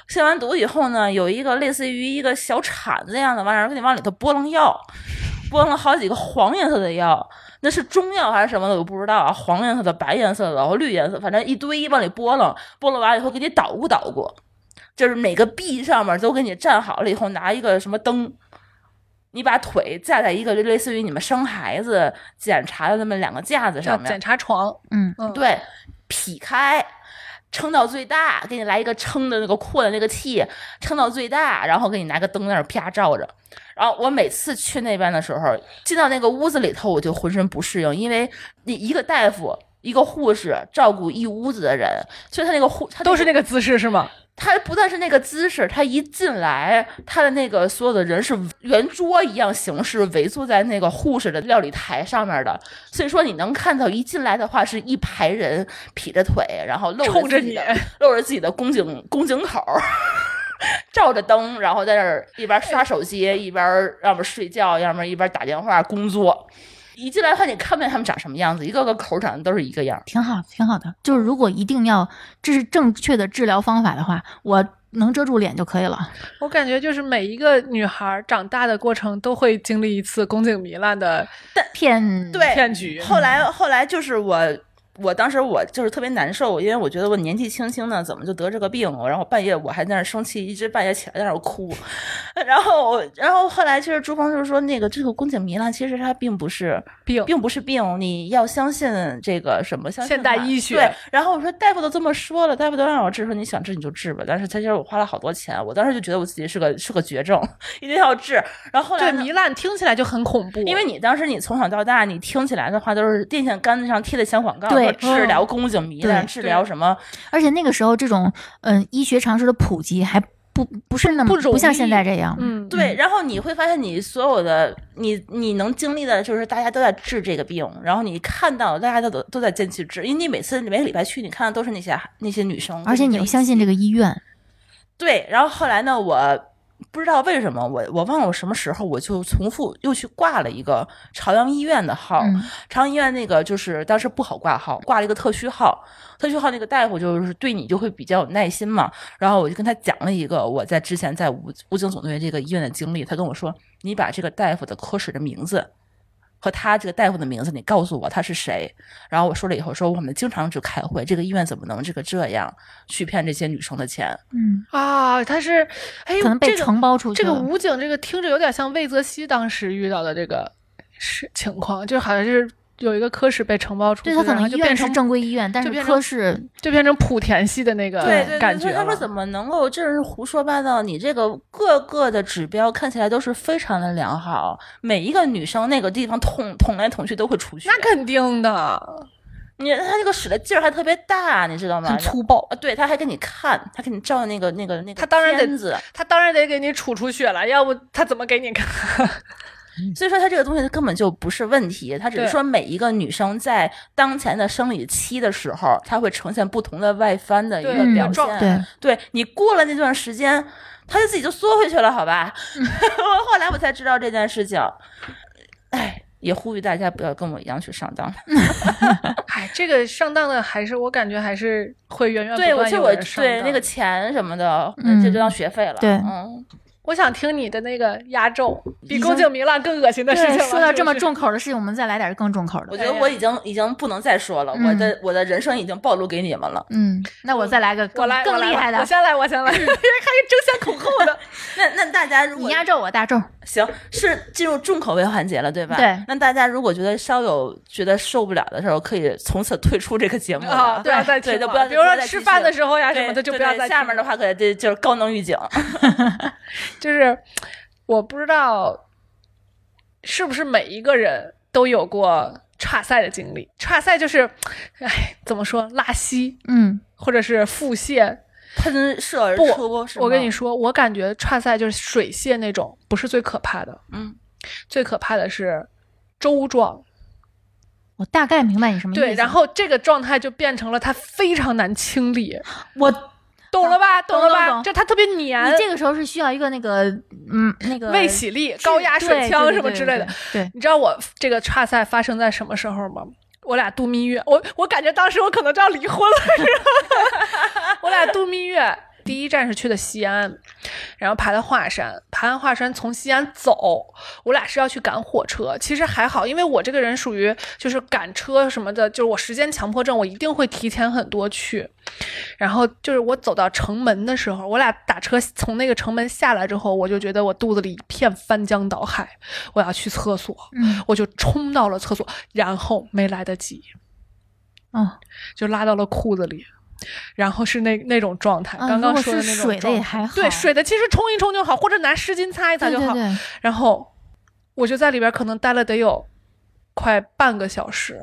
B: 消完毒以后呢，有一个类似于一个小铲子一样的玩意儿，给你往里头拨楞药，拨了好几个黄颜色的药，那是中药还是什么的，我不知道啊。黄颜色的、白颜色的，然后绿颜色，反正一堆往里拨楞，拨楞完了以后给你捣鼓捣鼓，就是每个壁上面都给你站好了以后，拿一个什么灯，你把腿架在一个就类似于你们生孩子检查的那么两个架子
D: 叫
B: 上
D: 检
B: 面，
D: 查床。
C: 嗯
D: 嗯，
B: 对，劈开。撑到最大，给你来一个撑的那个扩的那个气，撑到最大，然后给你拿个灯在那儿啪照着。然后我每次去那边的时候，进到那个屋子里头，我就浑身不适应，因为你一个大夫、一个护士照顾一屋子的人，所以他那个护他
D: 都是
B: 那
D: 那
B: 个
D: 个姿势是吗？
B: 他不但是那个姿势，他一进来，他的那个所有的人是圆桌一样形式围坐在那个护士的料理台上面的，所以说你能看到一进来的话是一排人劈着腿，然后露
D: 冲着
B: 自己
D: 你
B: 的，露着自己的宫颈宫颈口儿， 照着灯，然后在那儿一边刷手机，一边要么睡觉，要么一边打电话工作。一进来的话，你看不见他们长什么样子，一个个口儿长得都是一个样儿。
C: 挺好，挺好的。就是如果一定要这是正确的治疗方法的话，我能遮住脸就可以了。
D: 我感觉就是每一个女孩长大的过程都会经历一次宫颈糜烂的
C: 骗
B: 对
D: 骗局。
B: 后来后来就是我我当时我就是特别难受，因为我觉得我年纪轻轻的怎么就得这个病，然后半夜我还在那儿生气，一直半夜起来在那儿哭， 然后我然后后来其实朱峰就是说那个这个宫颈糜烂其实它并不是
D: 病
B: 并不是病，你要相信这个什么相信
D: 现代
B: 它
D: 医学
B: 对，然后我说大夫都这么说了，大夫都让我治，说你想治你就治吧，但是他其实我花了好多钱，我当时就觉得我自己是个是个绝症， 一定要治，然后后来
D: 对，
B: 呢
D: 糜烂听起来就很恐怖，
B: 因为你当时你从小到大，你听起来的话都是电线杆子上贴的小广告，
C: 对嗯
B: 说治疗宫颈糜烂，
C: 对嗯
B: 治疗什么，
C: 而且那个时候这种嗯、医学常识的普及还不不是那么
D: 不容易
C: 像现在这样，
D: 嗯，
B: 对。然后你会发现，你所有的你你能经历的就是大家都在治这个病，然后你看到大家都都都在进去治，因为你每次每个礼拜去，你看到都是那些那些女生，
C: 而且你
B: 又
C: 又相信这个医院，
B: 对，然后后来呢，我不知道为什么，我我忘了我什么时候，我就重复又去挂了一个朝阳医院的号。
C: 嗯
B: 朝阳医院那个就是当时不好挂号，挂了一个特需号。特需号那个大夫就是对你就会比较有耐心嘛。然后我就跟他讲了一个我在之前在武武警总队这个医院的经历，他跟我说：“你把这个大夫的科室的名字。”和他这个大夫的名字，你告诉我他是谁？然后我说了以后，说我们经常去开会，这个医院怎么能这个这样去骗这些女生的钱？
C: 嗯，
D: 啊，他是，哎呦，
C: 可能被
D: 这个
C: 承包出去
D: 这个
C: 了。
D: 武警这个听着有点像魏则西当时遇到的这个是情况，就好像是有一个科室被承包出去，
C: 对他可
D: 然后
C: 能医
D: 就
C: 院
D: 变
C: 是
D: 成
C: 正规医院，但
D: 就是变成嗯
C: 科室
D: 就变成莆田系的那个
B: 对对
D: 感
B: 对
D: 觉
B: 他说
D: 了
B: 怎么能够这是胡说八道？你这个各个的指标看起来都是非常的良好，每一个女生那个地方捅捅来捅去都会出血。
D: 那肯定的，
B: 你他那个使的劲儿还特别大，你知道吗？
D: 很粗暴。
B: 啊，对，他还给你看，他给你照那个那个那个
D: 他当然得
B: 片子，
D: 他当然得给你杵出血了，要不他怎么给你看？
B: 所以说他这个东西根本就不是问题，他只是
D: 对
B: 说每一个女生在当前的生理期的时候，她会呈现不同的外翻的一个
D: 对
B: 表
D: 嗯
B: 现。
D: 状
C: 对，
B: 对你过了那段时间，他就自己就缩回去了，好吧？
D: 嗯
B: 我后来我才知道这件事情，哎，也呼吁大家不要跟我一样去上当。
D: 哎，这个上当的还是我感觉还是会源源不
B: 对，我
D: 断
B: 记得
D: 有
B: 我
D: 人上
B: 对
D: 当
B: 那个钱什么的，
C: 嗯
B: 这就当学费了。
C: 对
B: 嗯，
D: 我想听你的那个压轴，比
C: 已
D: 宫
C: 经
D: 颈糜烂更恶心的事
C: 对，
D: 情了。
C: 说到
D: 是
C: 这
D: 不
C: 么
D: 是
C: 重口的事情，我们再来点更重口
B: 我
C: 的。
B: 觉得我已经已经不能再说了，
D: 嗯
B: 我的我的人生已经暴露给你们了。
C: 嗯，那我再来个
D: 我
C: 更
D: 来，我
C: 更
D: 来
C: 厉害
D: 我
C: 的，
D: 先来，我先来，还是争先恐后的。
B: 那那大家如
C: 你
B: 果
C: 压轴我大轴，
B: 行，是进入重口味环节了，对吧？
C: 对
B: 那大家如果觉得稍有觉得受不了的时候，可以从此退出这个节目了
D: 啊，不要再
B: 对
D: 听
B: 就
D: 了。
B: 不要
D: 比如
B: 不要
D: 说
B: 再
D: 吃
B: 继续
D: 饭
B: 了
D: 的时候呀什
B: 对
D: 么的，就
B: 对
D: 不要
B: 对
D: 再
B: 下
D: 听
B: 面的
D: 了
B: 话可这就是高能预警，
D: 就是我不知道是不是每一个人都有过岔赛的经历。岔赛就是，哎，怎么说，拉稀
C: 嗯，
D: 或者是腹泻。
B: 喷射而
D: 不
B: 出。是
D: 我
B: 吗
D: 跟你，说，我感觉岔赛就是水泻那种，不是最可怕的，
B: 嗯，
D: 最可怕的是粥状。
C: 我大概明白你什么意思。
D: 对，然后这个状态就变成了它非常难清理，
C: 我
D: 懂了吧？
C: 懂啊
D: 了
C: 懂
D: 吧？
C: 懂
D: 就它特别黏
C: 你。这个时候是需要一个那个嗯那个
D: 未洗力、
C: 治
D: 高压水
C: 对
D: 枪
C: 对
D: 什么
C: 对
D: 之类的
C: 对，对，
D: 你知道我这个差赛发生在什么时候吗？我俩度蜜月，我我感觉当时我可能就要离婚了。你知道吗 我俩度蜜月，第一站是去的西安，然后爬的华山，爬完华山从西安走，我俩是要去赶火车。其实还好，因为我这个人属于就是赶车什么的，就是我时间强迫症，我一定会提前很多去。然后就是我走到城门的时候，我俩打车从那个城门下来之后，我就觉得我肚子里一片翻江倒海，我要去厕所。
C: 嗯
D: 我就冲到了厕所，然后没来得及，
C: 哦，
D: 就拉到了裤子里，然后是那那种状态，
C: 嗯
D: 刚刚
C: 如果
D: 说的
C: 是
D: 那种
C: 水的
D: 状
C: 也
D: 态
C: 还好
D: 对，水的其实冲一冲就好，或者拿湿巾擦一擦
C: 对
D: 就
C: 对
D: 好。
C: 对，
D: 然后我就在里边可能待了得有快半个小时，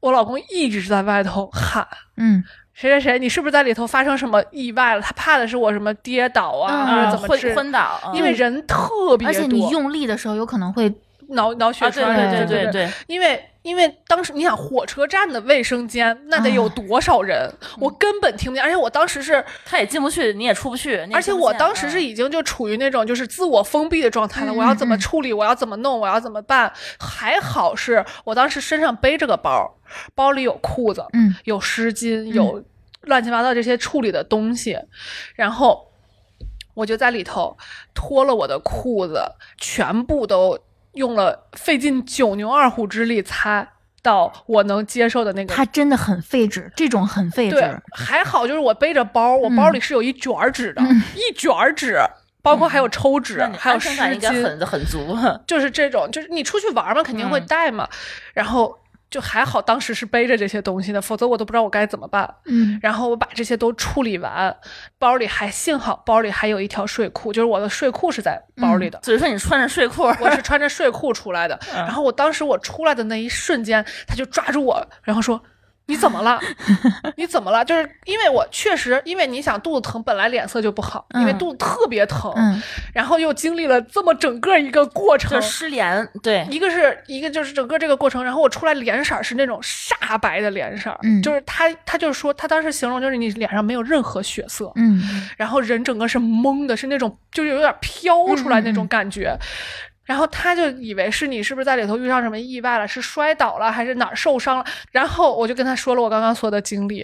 D: 我老公一直在外头喊。
C: 嗯，
D: 谁谁谁，你是不是在里头发生什么意外了？他怕的是我什么跌倒啊，
C: 嗯
D: 或者
B: 啊，
D: 怎么
B: 昏
D: 治？
B: 昏倒，嗯
D: 因为人特别多，
C: 而且你用力的时候有可能会
D: 脑脑血
B: 啊，对
D: 栓，
B: 对
D: 对
B: 对
D: 对
B: 对，
D: 因为因为当时你想火车站的卫生间那得有多少人，我根本听不见，而且我当时是，
B: 他也进不去，你也出不去，你也
D: 而且
B: 听不
D: 我
B: 见
D: 当时是
B: 嗯
D: 已经就处于那种就是自我封闭的状态了，
C: 嗯
D: 我要怎么
C: 嗯嗯
D: 处理，我要怎么弄，我要怎么办？还好是我当时身上背着个包，包里有裤子，
C: 嗯
D: 有湿巾，有乱七八糟这些处理的东西，然后我就在里头脱了我的裤子，全部都用了费尽九牛二虎之力擦。到我能接受的那个
C: 它真的很费纸，这种很费
D: 对
C: 纸，，
D: 还好就是我背着包，我包里是有一卷儿纸的，一卷儿纸，包括还有抽纸，
B: 那你
D: 还有
B: 安
D: 湿
B: 全感应该
D: 巾，
B: 很很足。
D: 就是这种，就是你出去玩嘛，肯定会带嘛。然后就还好当时是背着这些东西的，否则我都不知道我该怎么办。
C: 嗯，
D: 然后我把这些都处理完，包里还幸好包里还有一条睡裤，就是我的睡裤是在包里的。
B: 所以说你穿着睡裤，
C: 嗯
D: 我是穿着睡裤出 来的，然后我当时我出来的那一瞬间，他就抓住我，然后说：“你怎么了？你怎么了？”就是因为我确实，因为你想肚子疼，本来脸色就不好，因为
C: 嗯
D: 肚子特别疼，
C: 嗯
D: 然后又经历了这么整个一个过程
B: 就，失联，对，
D: 一个是一个就是整个这个过程，然后我出来脸色儿是那种煞白的脸色儿，
C: 嗯
D: 就是他他就说他当时形容就是你脸上没有任何血色，
C: 嗯
D: 然后人整个是懵的，是那种就是有点飘
C: 嗯
D: 出来那种感觉。然后他就以为是你是不是在里头遇上什么意外了，是摔倒了还是哪儿受伤了？然后我就跟他说了我刚刚说的经历，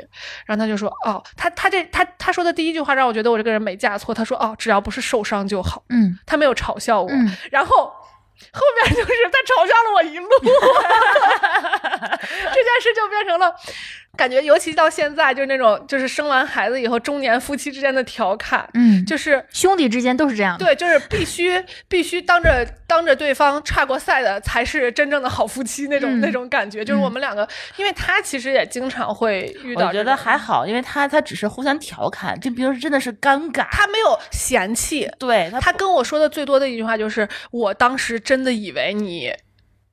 D: 然后他就说哦，他他这他他说的第一句话让我觉得我这个人没嫁错，他说哦，只要不是受伤就好，
C: 嗯
D: 他没有嘲笑我。
C: 嗯，
D: 然后后面就是他嘲笑了我一路， 这件事就变成了感觉，尤其到现在，就是那种就是生完孩子以后中年夫妻之间的调侃，
C: 嗯，
D: 就是。
C: 兄弟之间都是这样的，
D: 对，就是必须必须当着当着对方差过赛的才是真正的好夫妻那种、
C: 嗯
D: 那种感觉，就是
C: 嗯
D: 我们两个，因为他其实也经常会遇到
B: 我
D: 这种，
B: 觉得还好，因为他他只是互相调侃，这并不是真的是尴尬。
D: 他没有嫌弃，
B: 对他
D: 他跟我说的最多的一句话就是：“我当时真的以为你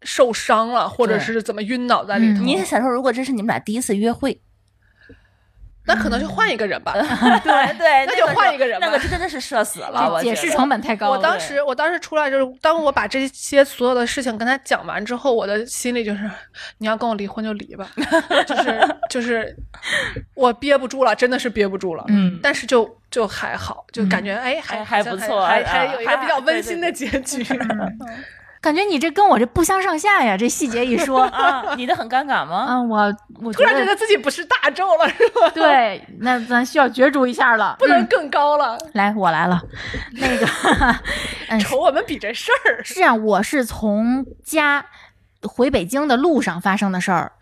D: 受伤了，或者
B: 对
D: 是怎么晕倒在里头。
C: 嗯
B: 你也想说，如果这是你们俩第一次约 会，
D: 那可能就换一个人吧。
B: 对对，
D: 那就换一个人吧
B: 那个真的是社死
D: 啊
B: 了，我
C: 这
B: 觉
C: 解
B: 得
C: 释成本太 高了。
D: 我当时，我当时出来就是，当我把这些所有的事情跟他讲完之后，我的心里就是，你要跟我离婚就 离吧，就是就是，我憋不住了，真的是憋不住了。
B: 嗯
D: 但是就就还好，就感觉、哎还
B: 还
D: 还
B: 不错
D: 还
B: 啊
D: 还有一个
B: 还
D: 比较
B: 对，
D: 温馨的结局。
C: 感觉你这跟我这不相上下呀，这细节一说
B: 啊，你的很尴尬吗？
C: 啊，我我
D: 突然觉得自己不是大众了，是吧？
C: 对，那咱需要角逐一下了。
D: 不
B: 嗯
D: 能更高了。
C: 来，我来了，那个嗯
D: 瞅我们比这事儿，
C: 是这样，我是从家回北京的路上发生的事儿，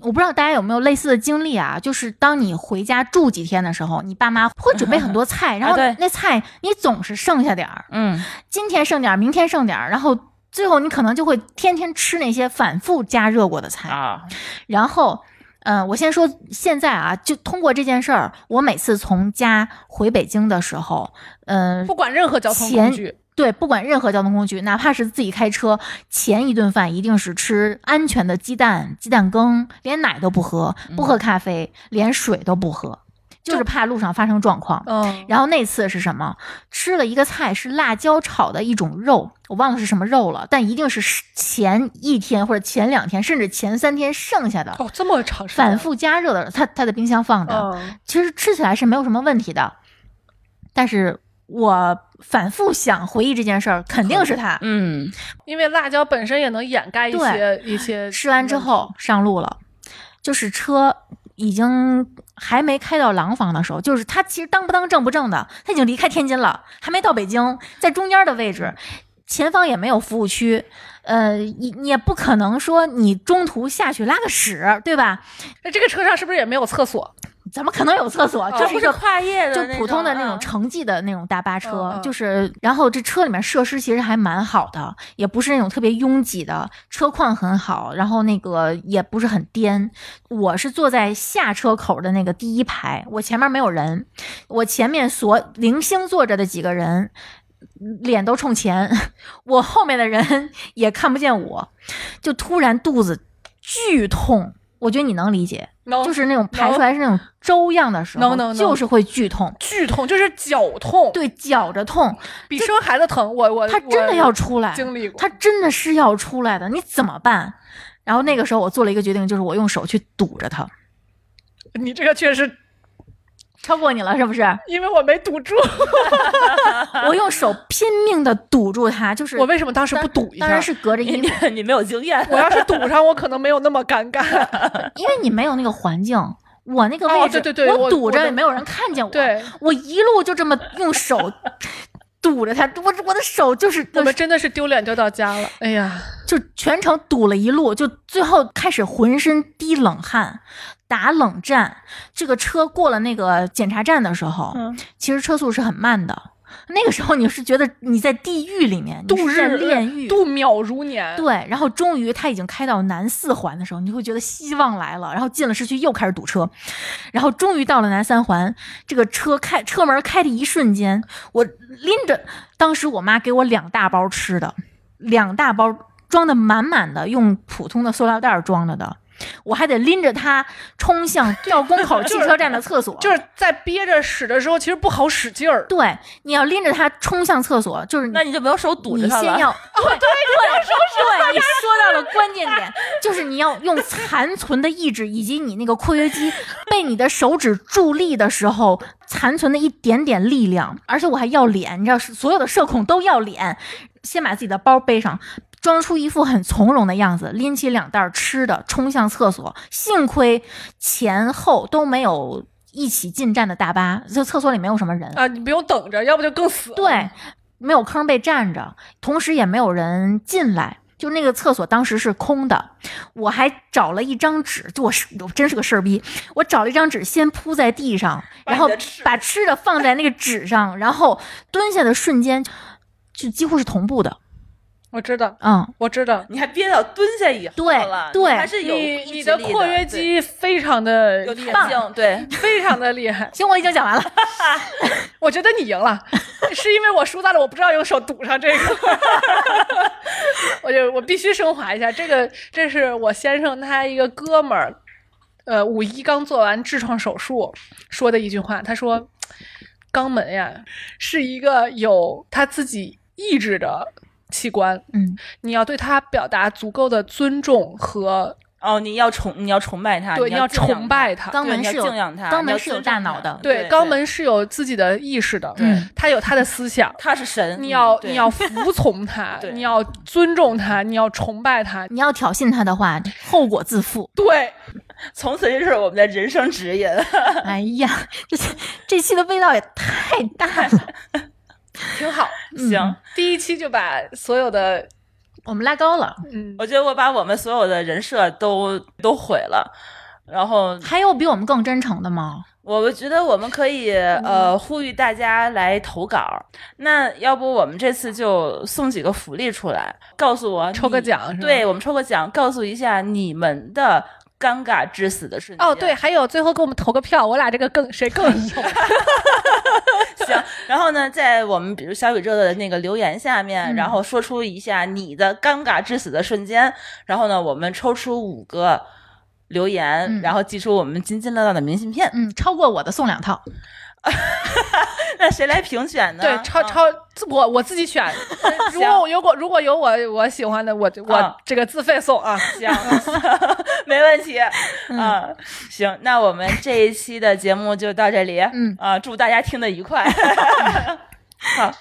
C: 我不知道大家有没有类似的经历啊？就是当你回家住几天的时候，你爸妈会准备很 多菜，然后
B: 啊对
C: 那菜你总是剩下点儿，
B: 嗯，
C: 今天剩点儿，明天剩点儿，然后最后你可能就会天天吃那些反复加热过的菜。
B: 啊，
C: 然后，嗯、我先说现在啊，就通过这件事儿，我每次从家回北京的时候，嗯、
D: 不管任何交通工具，
C: 对，不管任何交通工具，哪怕是自己开车，前一顿饭一定是吃安全的鸡蛋、鸡蛋羹，连奶都不喝，不喝咖啡，连水都不喝，嗯就是哦怕路上发生状况。
D: 嗯，
C: 然后那次是什么？吃了一个菜，是辣椒炒的一种肉，我忘了是什么肉了，但一定是前一天或者前两天，甚至前三天剩下的哦
D: 哦，这么长时间
C: 反，复加热的，它它在冰箱放着，
D: 嗯，
C: 其实吃起来是没有什么问题的。但是我反复想回忆这件事儿，肯定是它。
B: 嗯，
D: 因为辣椒本身也能掩盖一些一些。
C: 呃吃完之，后上路了，就是车已经还没开到廊坊的时候，就是它其实当不当正不正的，它已经离开天津了，还没到北京，在中间的位置，前方也没有服务区。呃，你你也不可能说你中途下去拉个屎，对吧？
D: 那哎这个车上是不是也没有厕所？
C: 怎么可能有厕所？
D: 哦
C: 这是
B: 不
C: 一
B: 是
C: 个
B: 跨业的
C: 就
B: 那种，
C: 普通的那种
B: 嗯
C: 城际的那种大巴车
D: 嗯，嗯
C: 就是，然后这车里面设施其实还蛮好的，也不是那种特别拥挤的，车况很好，然后那个也不是很颠。我是坐在下车口的那个第一排，我前面没有人，我前面所零星坐着的几个人。脸都冲前，我后面的人也看不见我，就突然肚子剧痛，我觉得你能理解，
D: 哦能
C: 就是那种排出来是那种粥样的时候
D: No, no, no.
C: 就是会剧痛，
D: 剧痛，就是绞痛，，
C: 对，绞着痛，
D: 比生孩子疼。我哎我
C: 它真的要出来
D: 我，经历过，
C: 它真的是要出来的，你怎么办？然后那个时候我做了一个决定，就是我用手去堵着它，
D: 你这个确实，
C: 超过你了是不 是？
D: 因为我没堵住，
C: 我用手拼命的堵住它，就是
D: 我为什么当时不堵一
C: 当然
D: 下？
C: 是隔着衣服，
B: 你你没有经验，
D: 我要是堵上，我可能没有那么尴尬。
C: 因为你没有那个环境。我那个位置，
D: 哦对对对我
C: 我堵
D: 我
C: 着
D: 的
C: 也没有人看见我，
D: 对，
C: 我一路就这么用手堵着它，我我的手就是
D: 我们真的是丢脸丢到家了。哎呀，
C: 就全程堵了一路，就最后开始浑身滴冷汗，打冷战。这个车过了那个检查站的时候，
D: 嗯
C: 其实车速是很慢的。那个时候你是觉得你在地狱里面，
D: 度
C: 你是在
D: 日呃
C: 炼狱，
D: 度秒如年。
C: 对，然后终于他已经开到南四环的时候，你就会觉得希望来了。然后进了市区又开始堵车，然后终于到了南三环，这个车开车门开的一瞬间，我拎着当时我妈给我两大包吃的，两大包装的满满的，用普通的塑料袋儿装着的。我还得拎着它冲向赵公口
D: 就
C: 汽
D: 是
C: 车站的厕所，
D: 就是在憋着使的时候，其实不好使劲儿。
C: 对，你要拎着它冲向厕所，就是你
B: 那你就不用手堵
C: 你
B: 着它
C: 先
B: 了。
C: 要对对对对，你说到了关键点，就是你要用残存的意志以及你那个括约肌被你的手指助力的时候残存的一点点力量，而且我还要脸，你知道，所有的社恐都要脸，先把自己的包背上。装出一副很从容的样子，拎起两袋儿吃的，冲向厕所。幸亏前后都没有一起进站的大巴，就厕所里没有什么人。
D: 啊，你不用等着，要不就更死。
C: 对，，没有坑被占着，同时也没有人进来。就那个厕所当时是空的，我还找了一张纸，就我是我真是个事儿逼，我找了一张纸先铺在地上，
B: 把
C: 然
B: 你
C: 后
B: 的吃
C: 把吃的放在那个纸上，然后蹲下的瞬间就几乎是同步的，
D: 我知道，
C: 嗯，
D: 我知道。
B: 你还憋到蹲下以后
C: 对
B: 了
C: 对
B: 你还是有
D: 你
B: 意
D: 你
B: 志
D: 的
B: 力
D: 括约肌非常
B: 对
D: 的
B: 有弹
C: 棒
B: 性，对，
D: 非常的厉害，
C: 行，我已经讲完了，
D: 我觉得你赢了，是因为我输在了我不知道用手堵上这个， 我就我必须升华一下，这个这是我先生他一个哥们儿，呃，五一刚做完痔疮手术说的一句话，他说，肛门呀是一个有他自己意志的器官，
C: 嗯，
D: 你要对它表达足够的尊重和
B: 哦，你要崇，你要崇拜他，
D: 对，
B: 啊你
D: 你要
B: 敬仰
D: 崇拜它。
C: 肛
B: 对
C: 门
B: 你要
C: 是有
B: 敬仰它
C: 肛
B: 你要
C: 门是有
B: 尊重
C: 大脑
B: 它
C: 的，
B: 对
D: 对，肛门是有自己的意识的，
C: 嗯
D: 它有它的思想
B: 他，，他是神，
D: 你要
B: 嗯对
D: 你要服从 他
B: 对，
D: 你要尊重他，你要崇拜他。
C: 你要挑衅他的话，后果自负。
D: 对，
B: 从此这是我们的人生指引，
C: 哎呀，这这期的味道也太大 了，
D: 挺好。
B: 行。
D: 第一期就把所有的
C: 我们拉高了。
D: 嗯，
B: 我觉得我把我们所有的人设都都毁了，然后
C: 还有比我们更真诚的吗？
B: 我觉得我们可以
D: 嗯
B: 呃呼吁大家来投稿。那要不我们这次就送几个福利出来，告诉我
D: 抽个
B: 你，
D: 奖是吧？
B: 对我们抽个奖，告诉一下你们的尴尬致死的瞬间。
D: 哦，对，，还有最后给我们投个票，我俩这个更谁更 有
B: 行。然后呢，在我们比如小宇宙的那个留言下面，
C: 嗯
B: 然后说出一下你的尴尬致死的瞬间，然后呢，我们抽出五个。留言，
C: 嗯
B: 然后寄出我们津津乐道的明信片。
C: 嗯，超过我的送两套。
B: 那谁来评选呢？
D: 对超
B: 嗯
D: 超自我我自 己选。呃如果我有我如果有我我喜欢的，我就
B: 啊
D: 我这个自费送啊。
B: 行， 没问题。
C: 嗯
B: 啊，行，那我们这一期的节目就到这里。
C: 嗯
B: 啊，祝大家听得愉 快。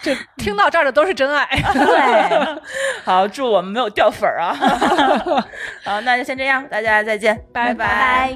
D: 这听到这儿的都是 真爱。
C: 对，
B: 好，祝我们没有掉粉儿啊。 好，那就先这样，大家再见，拜
C: 拜。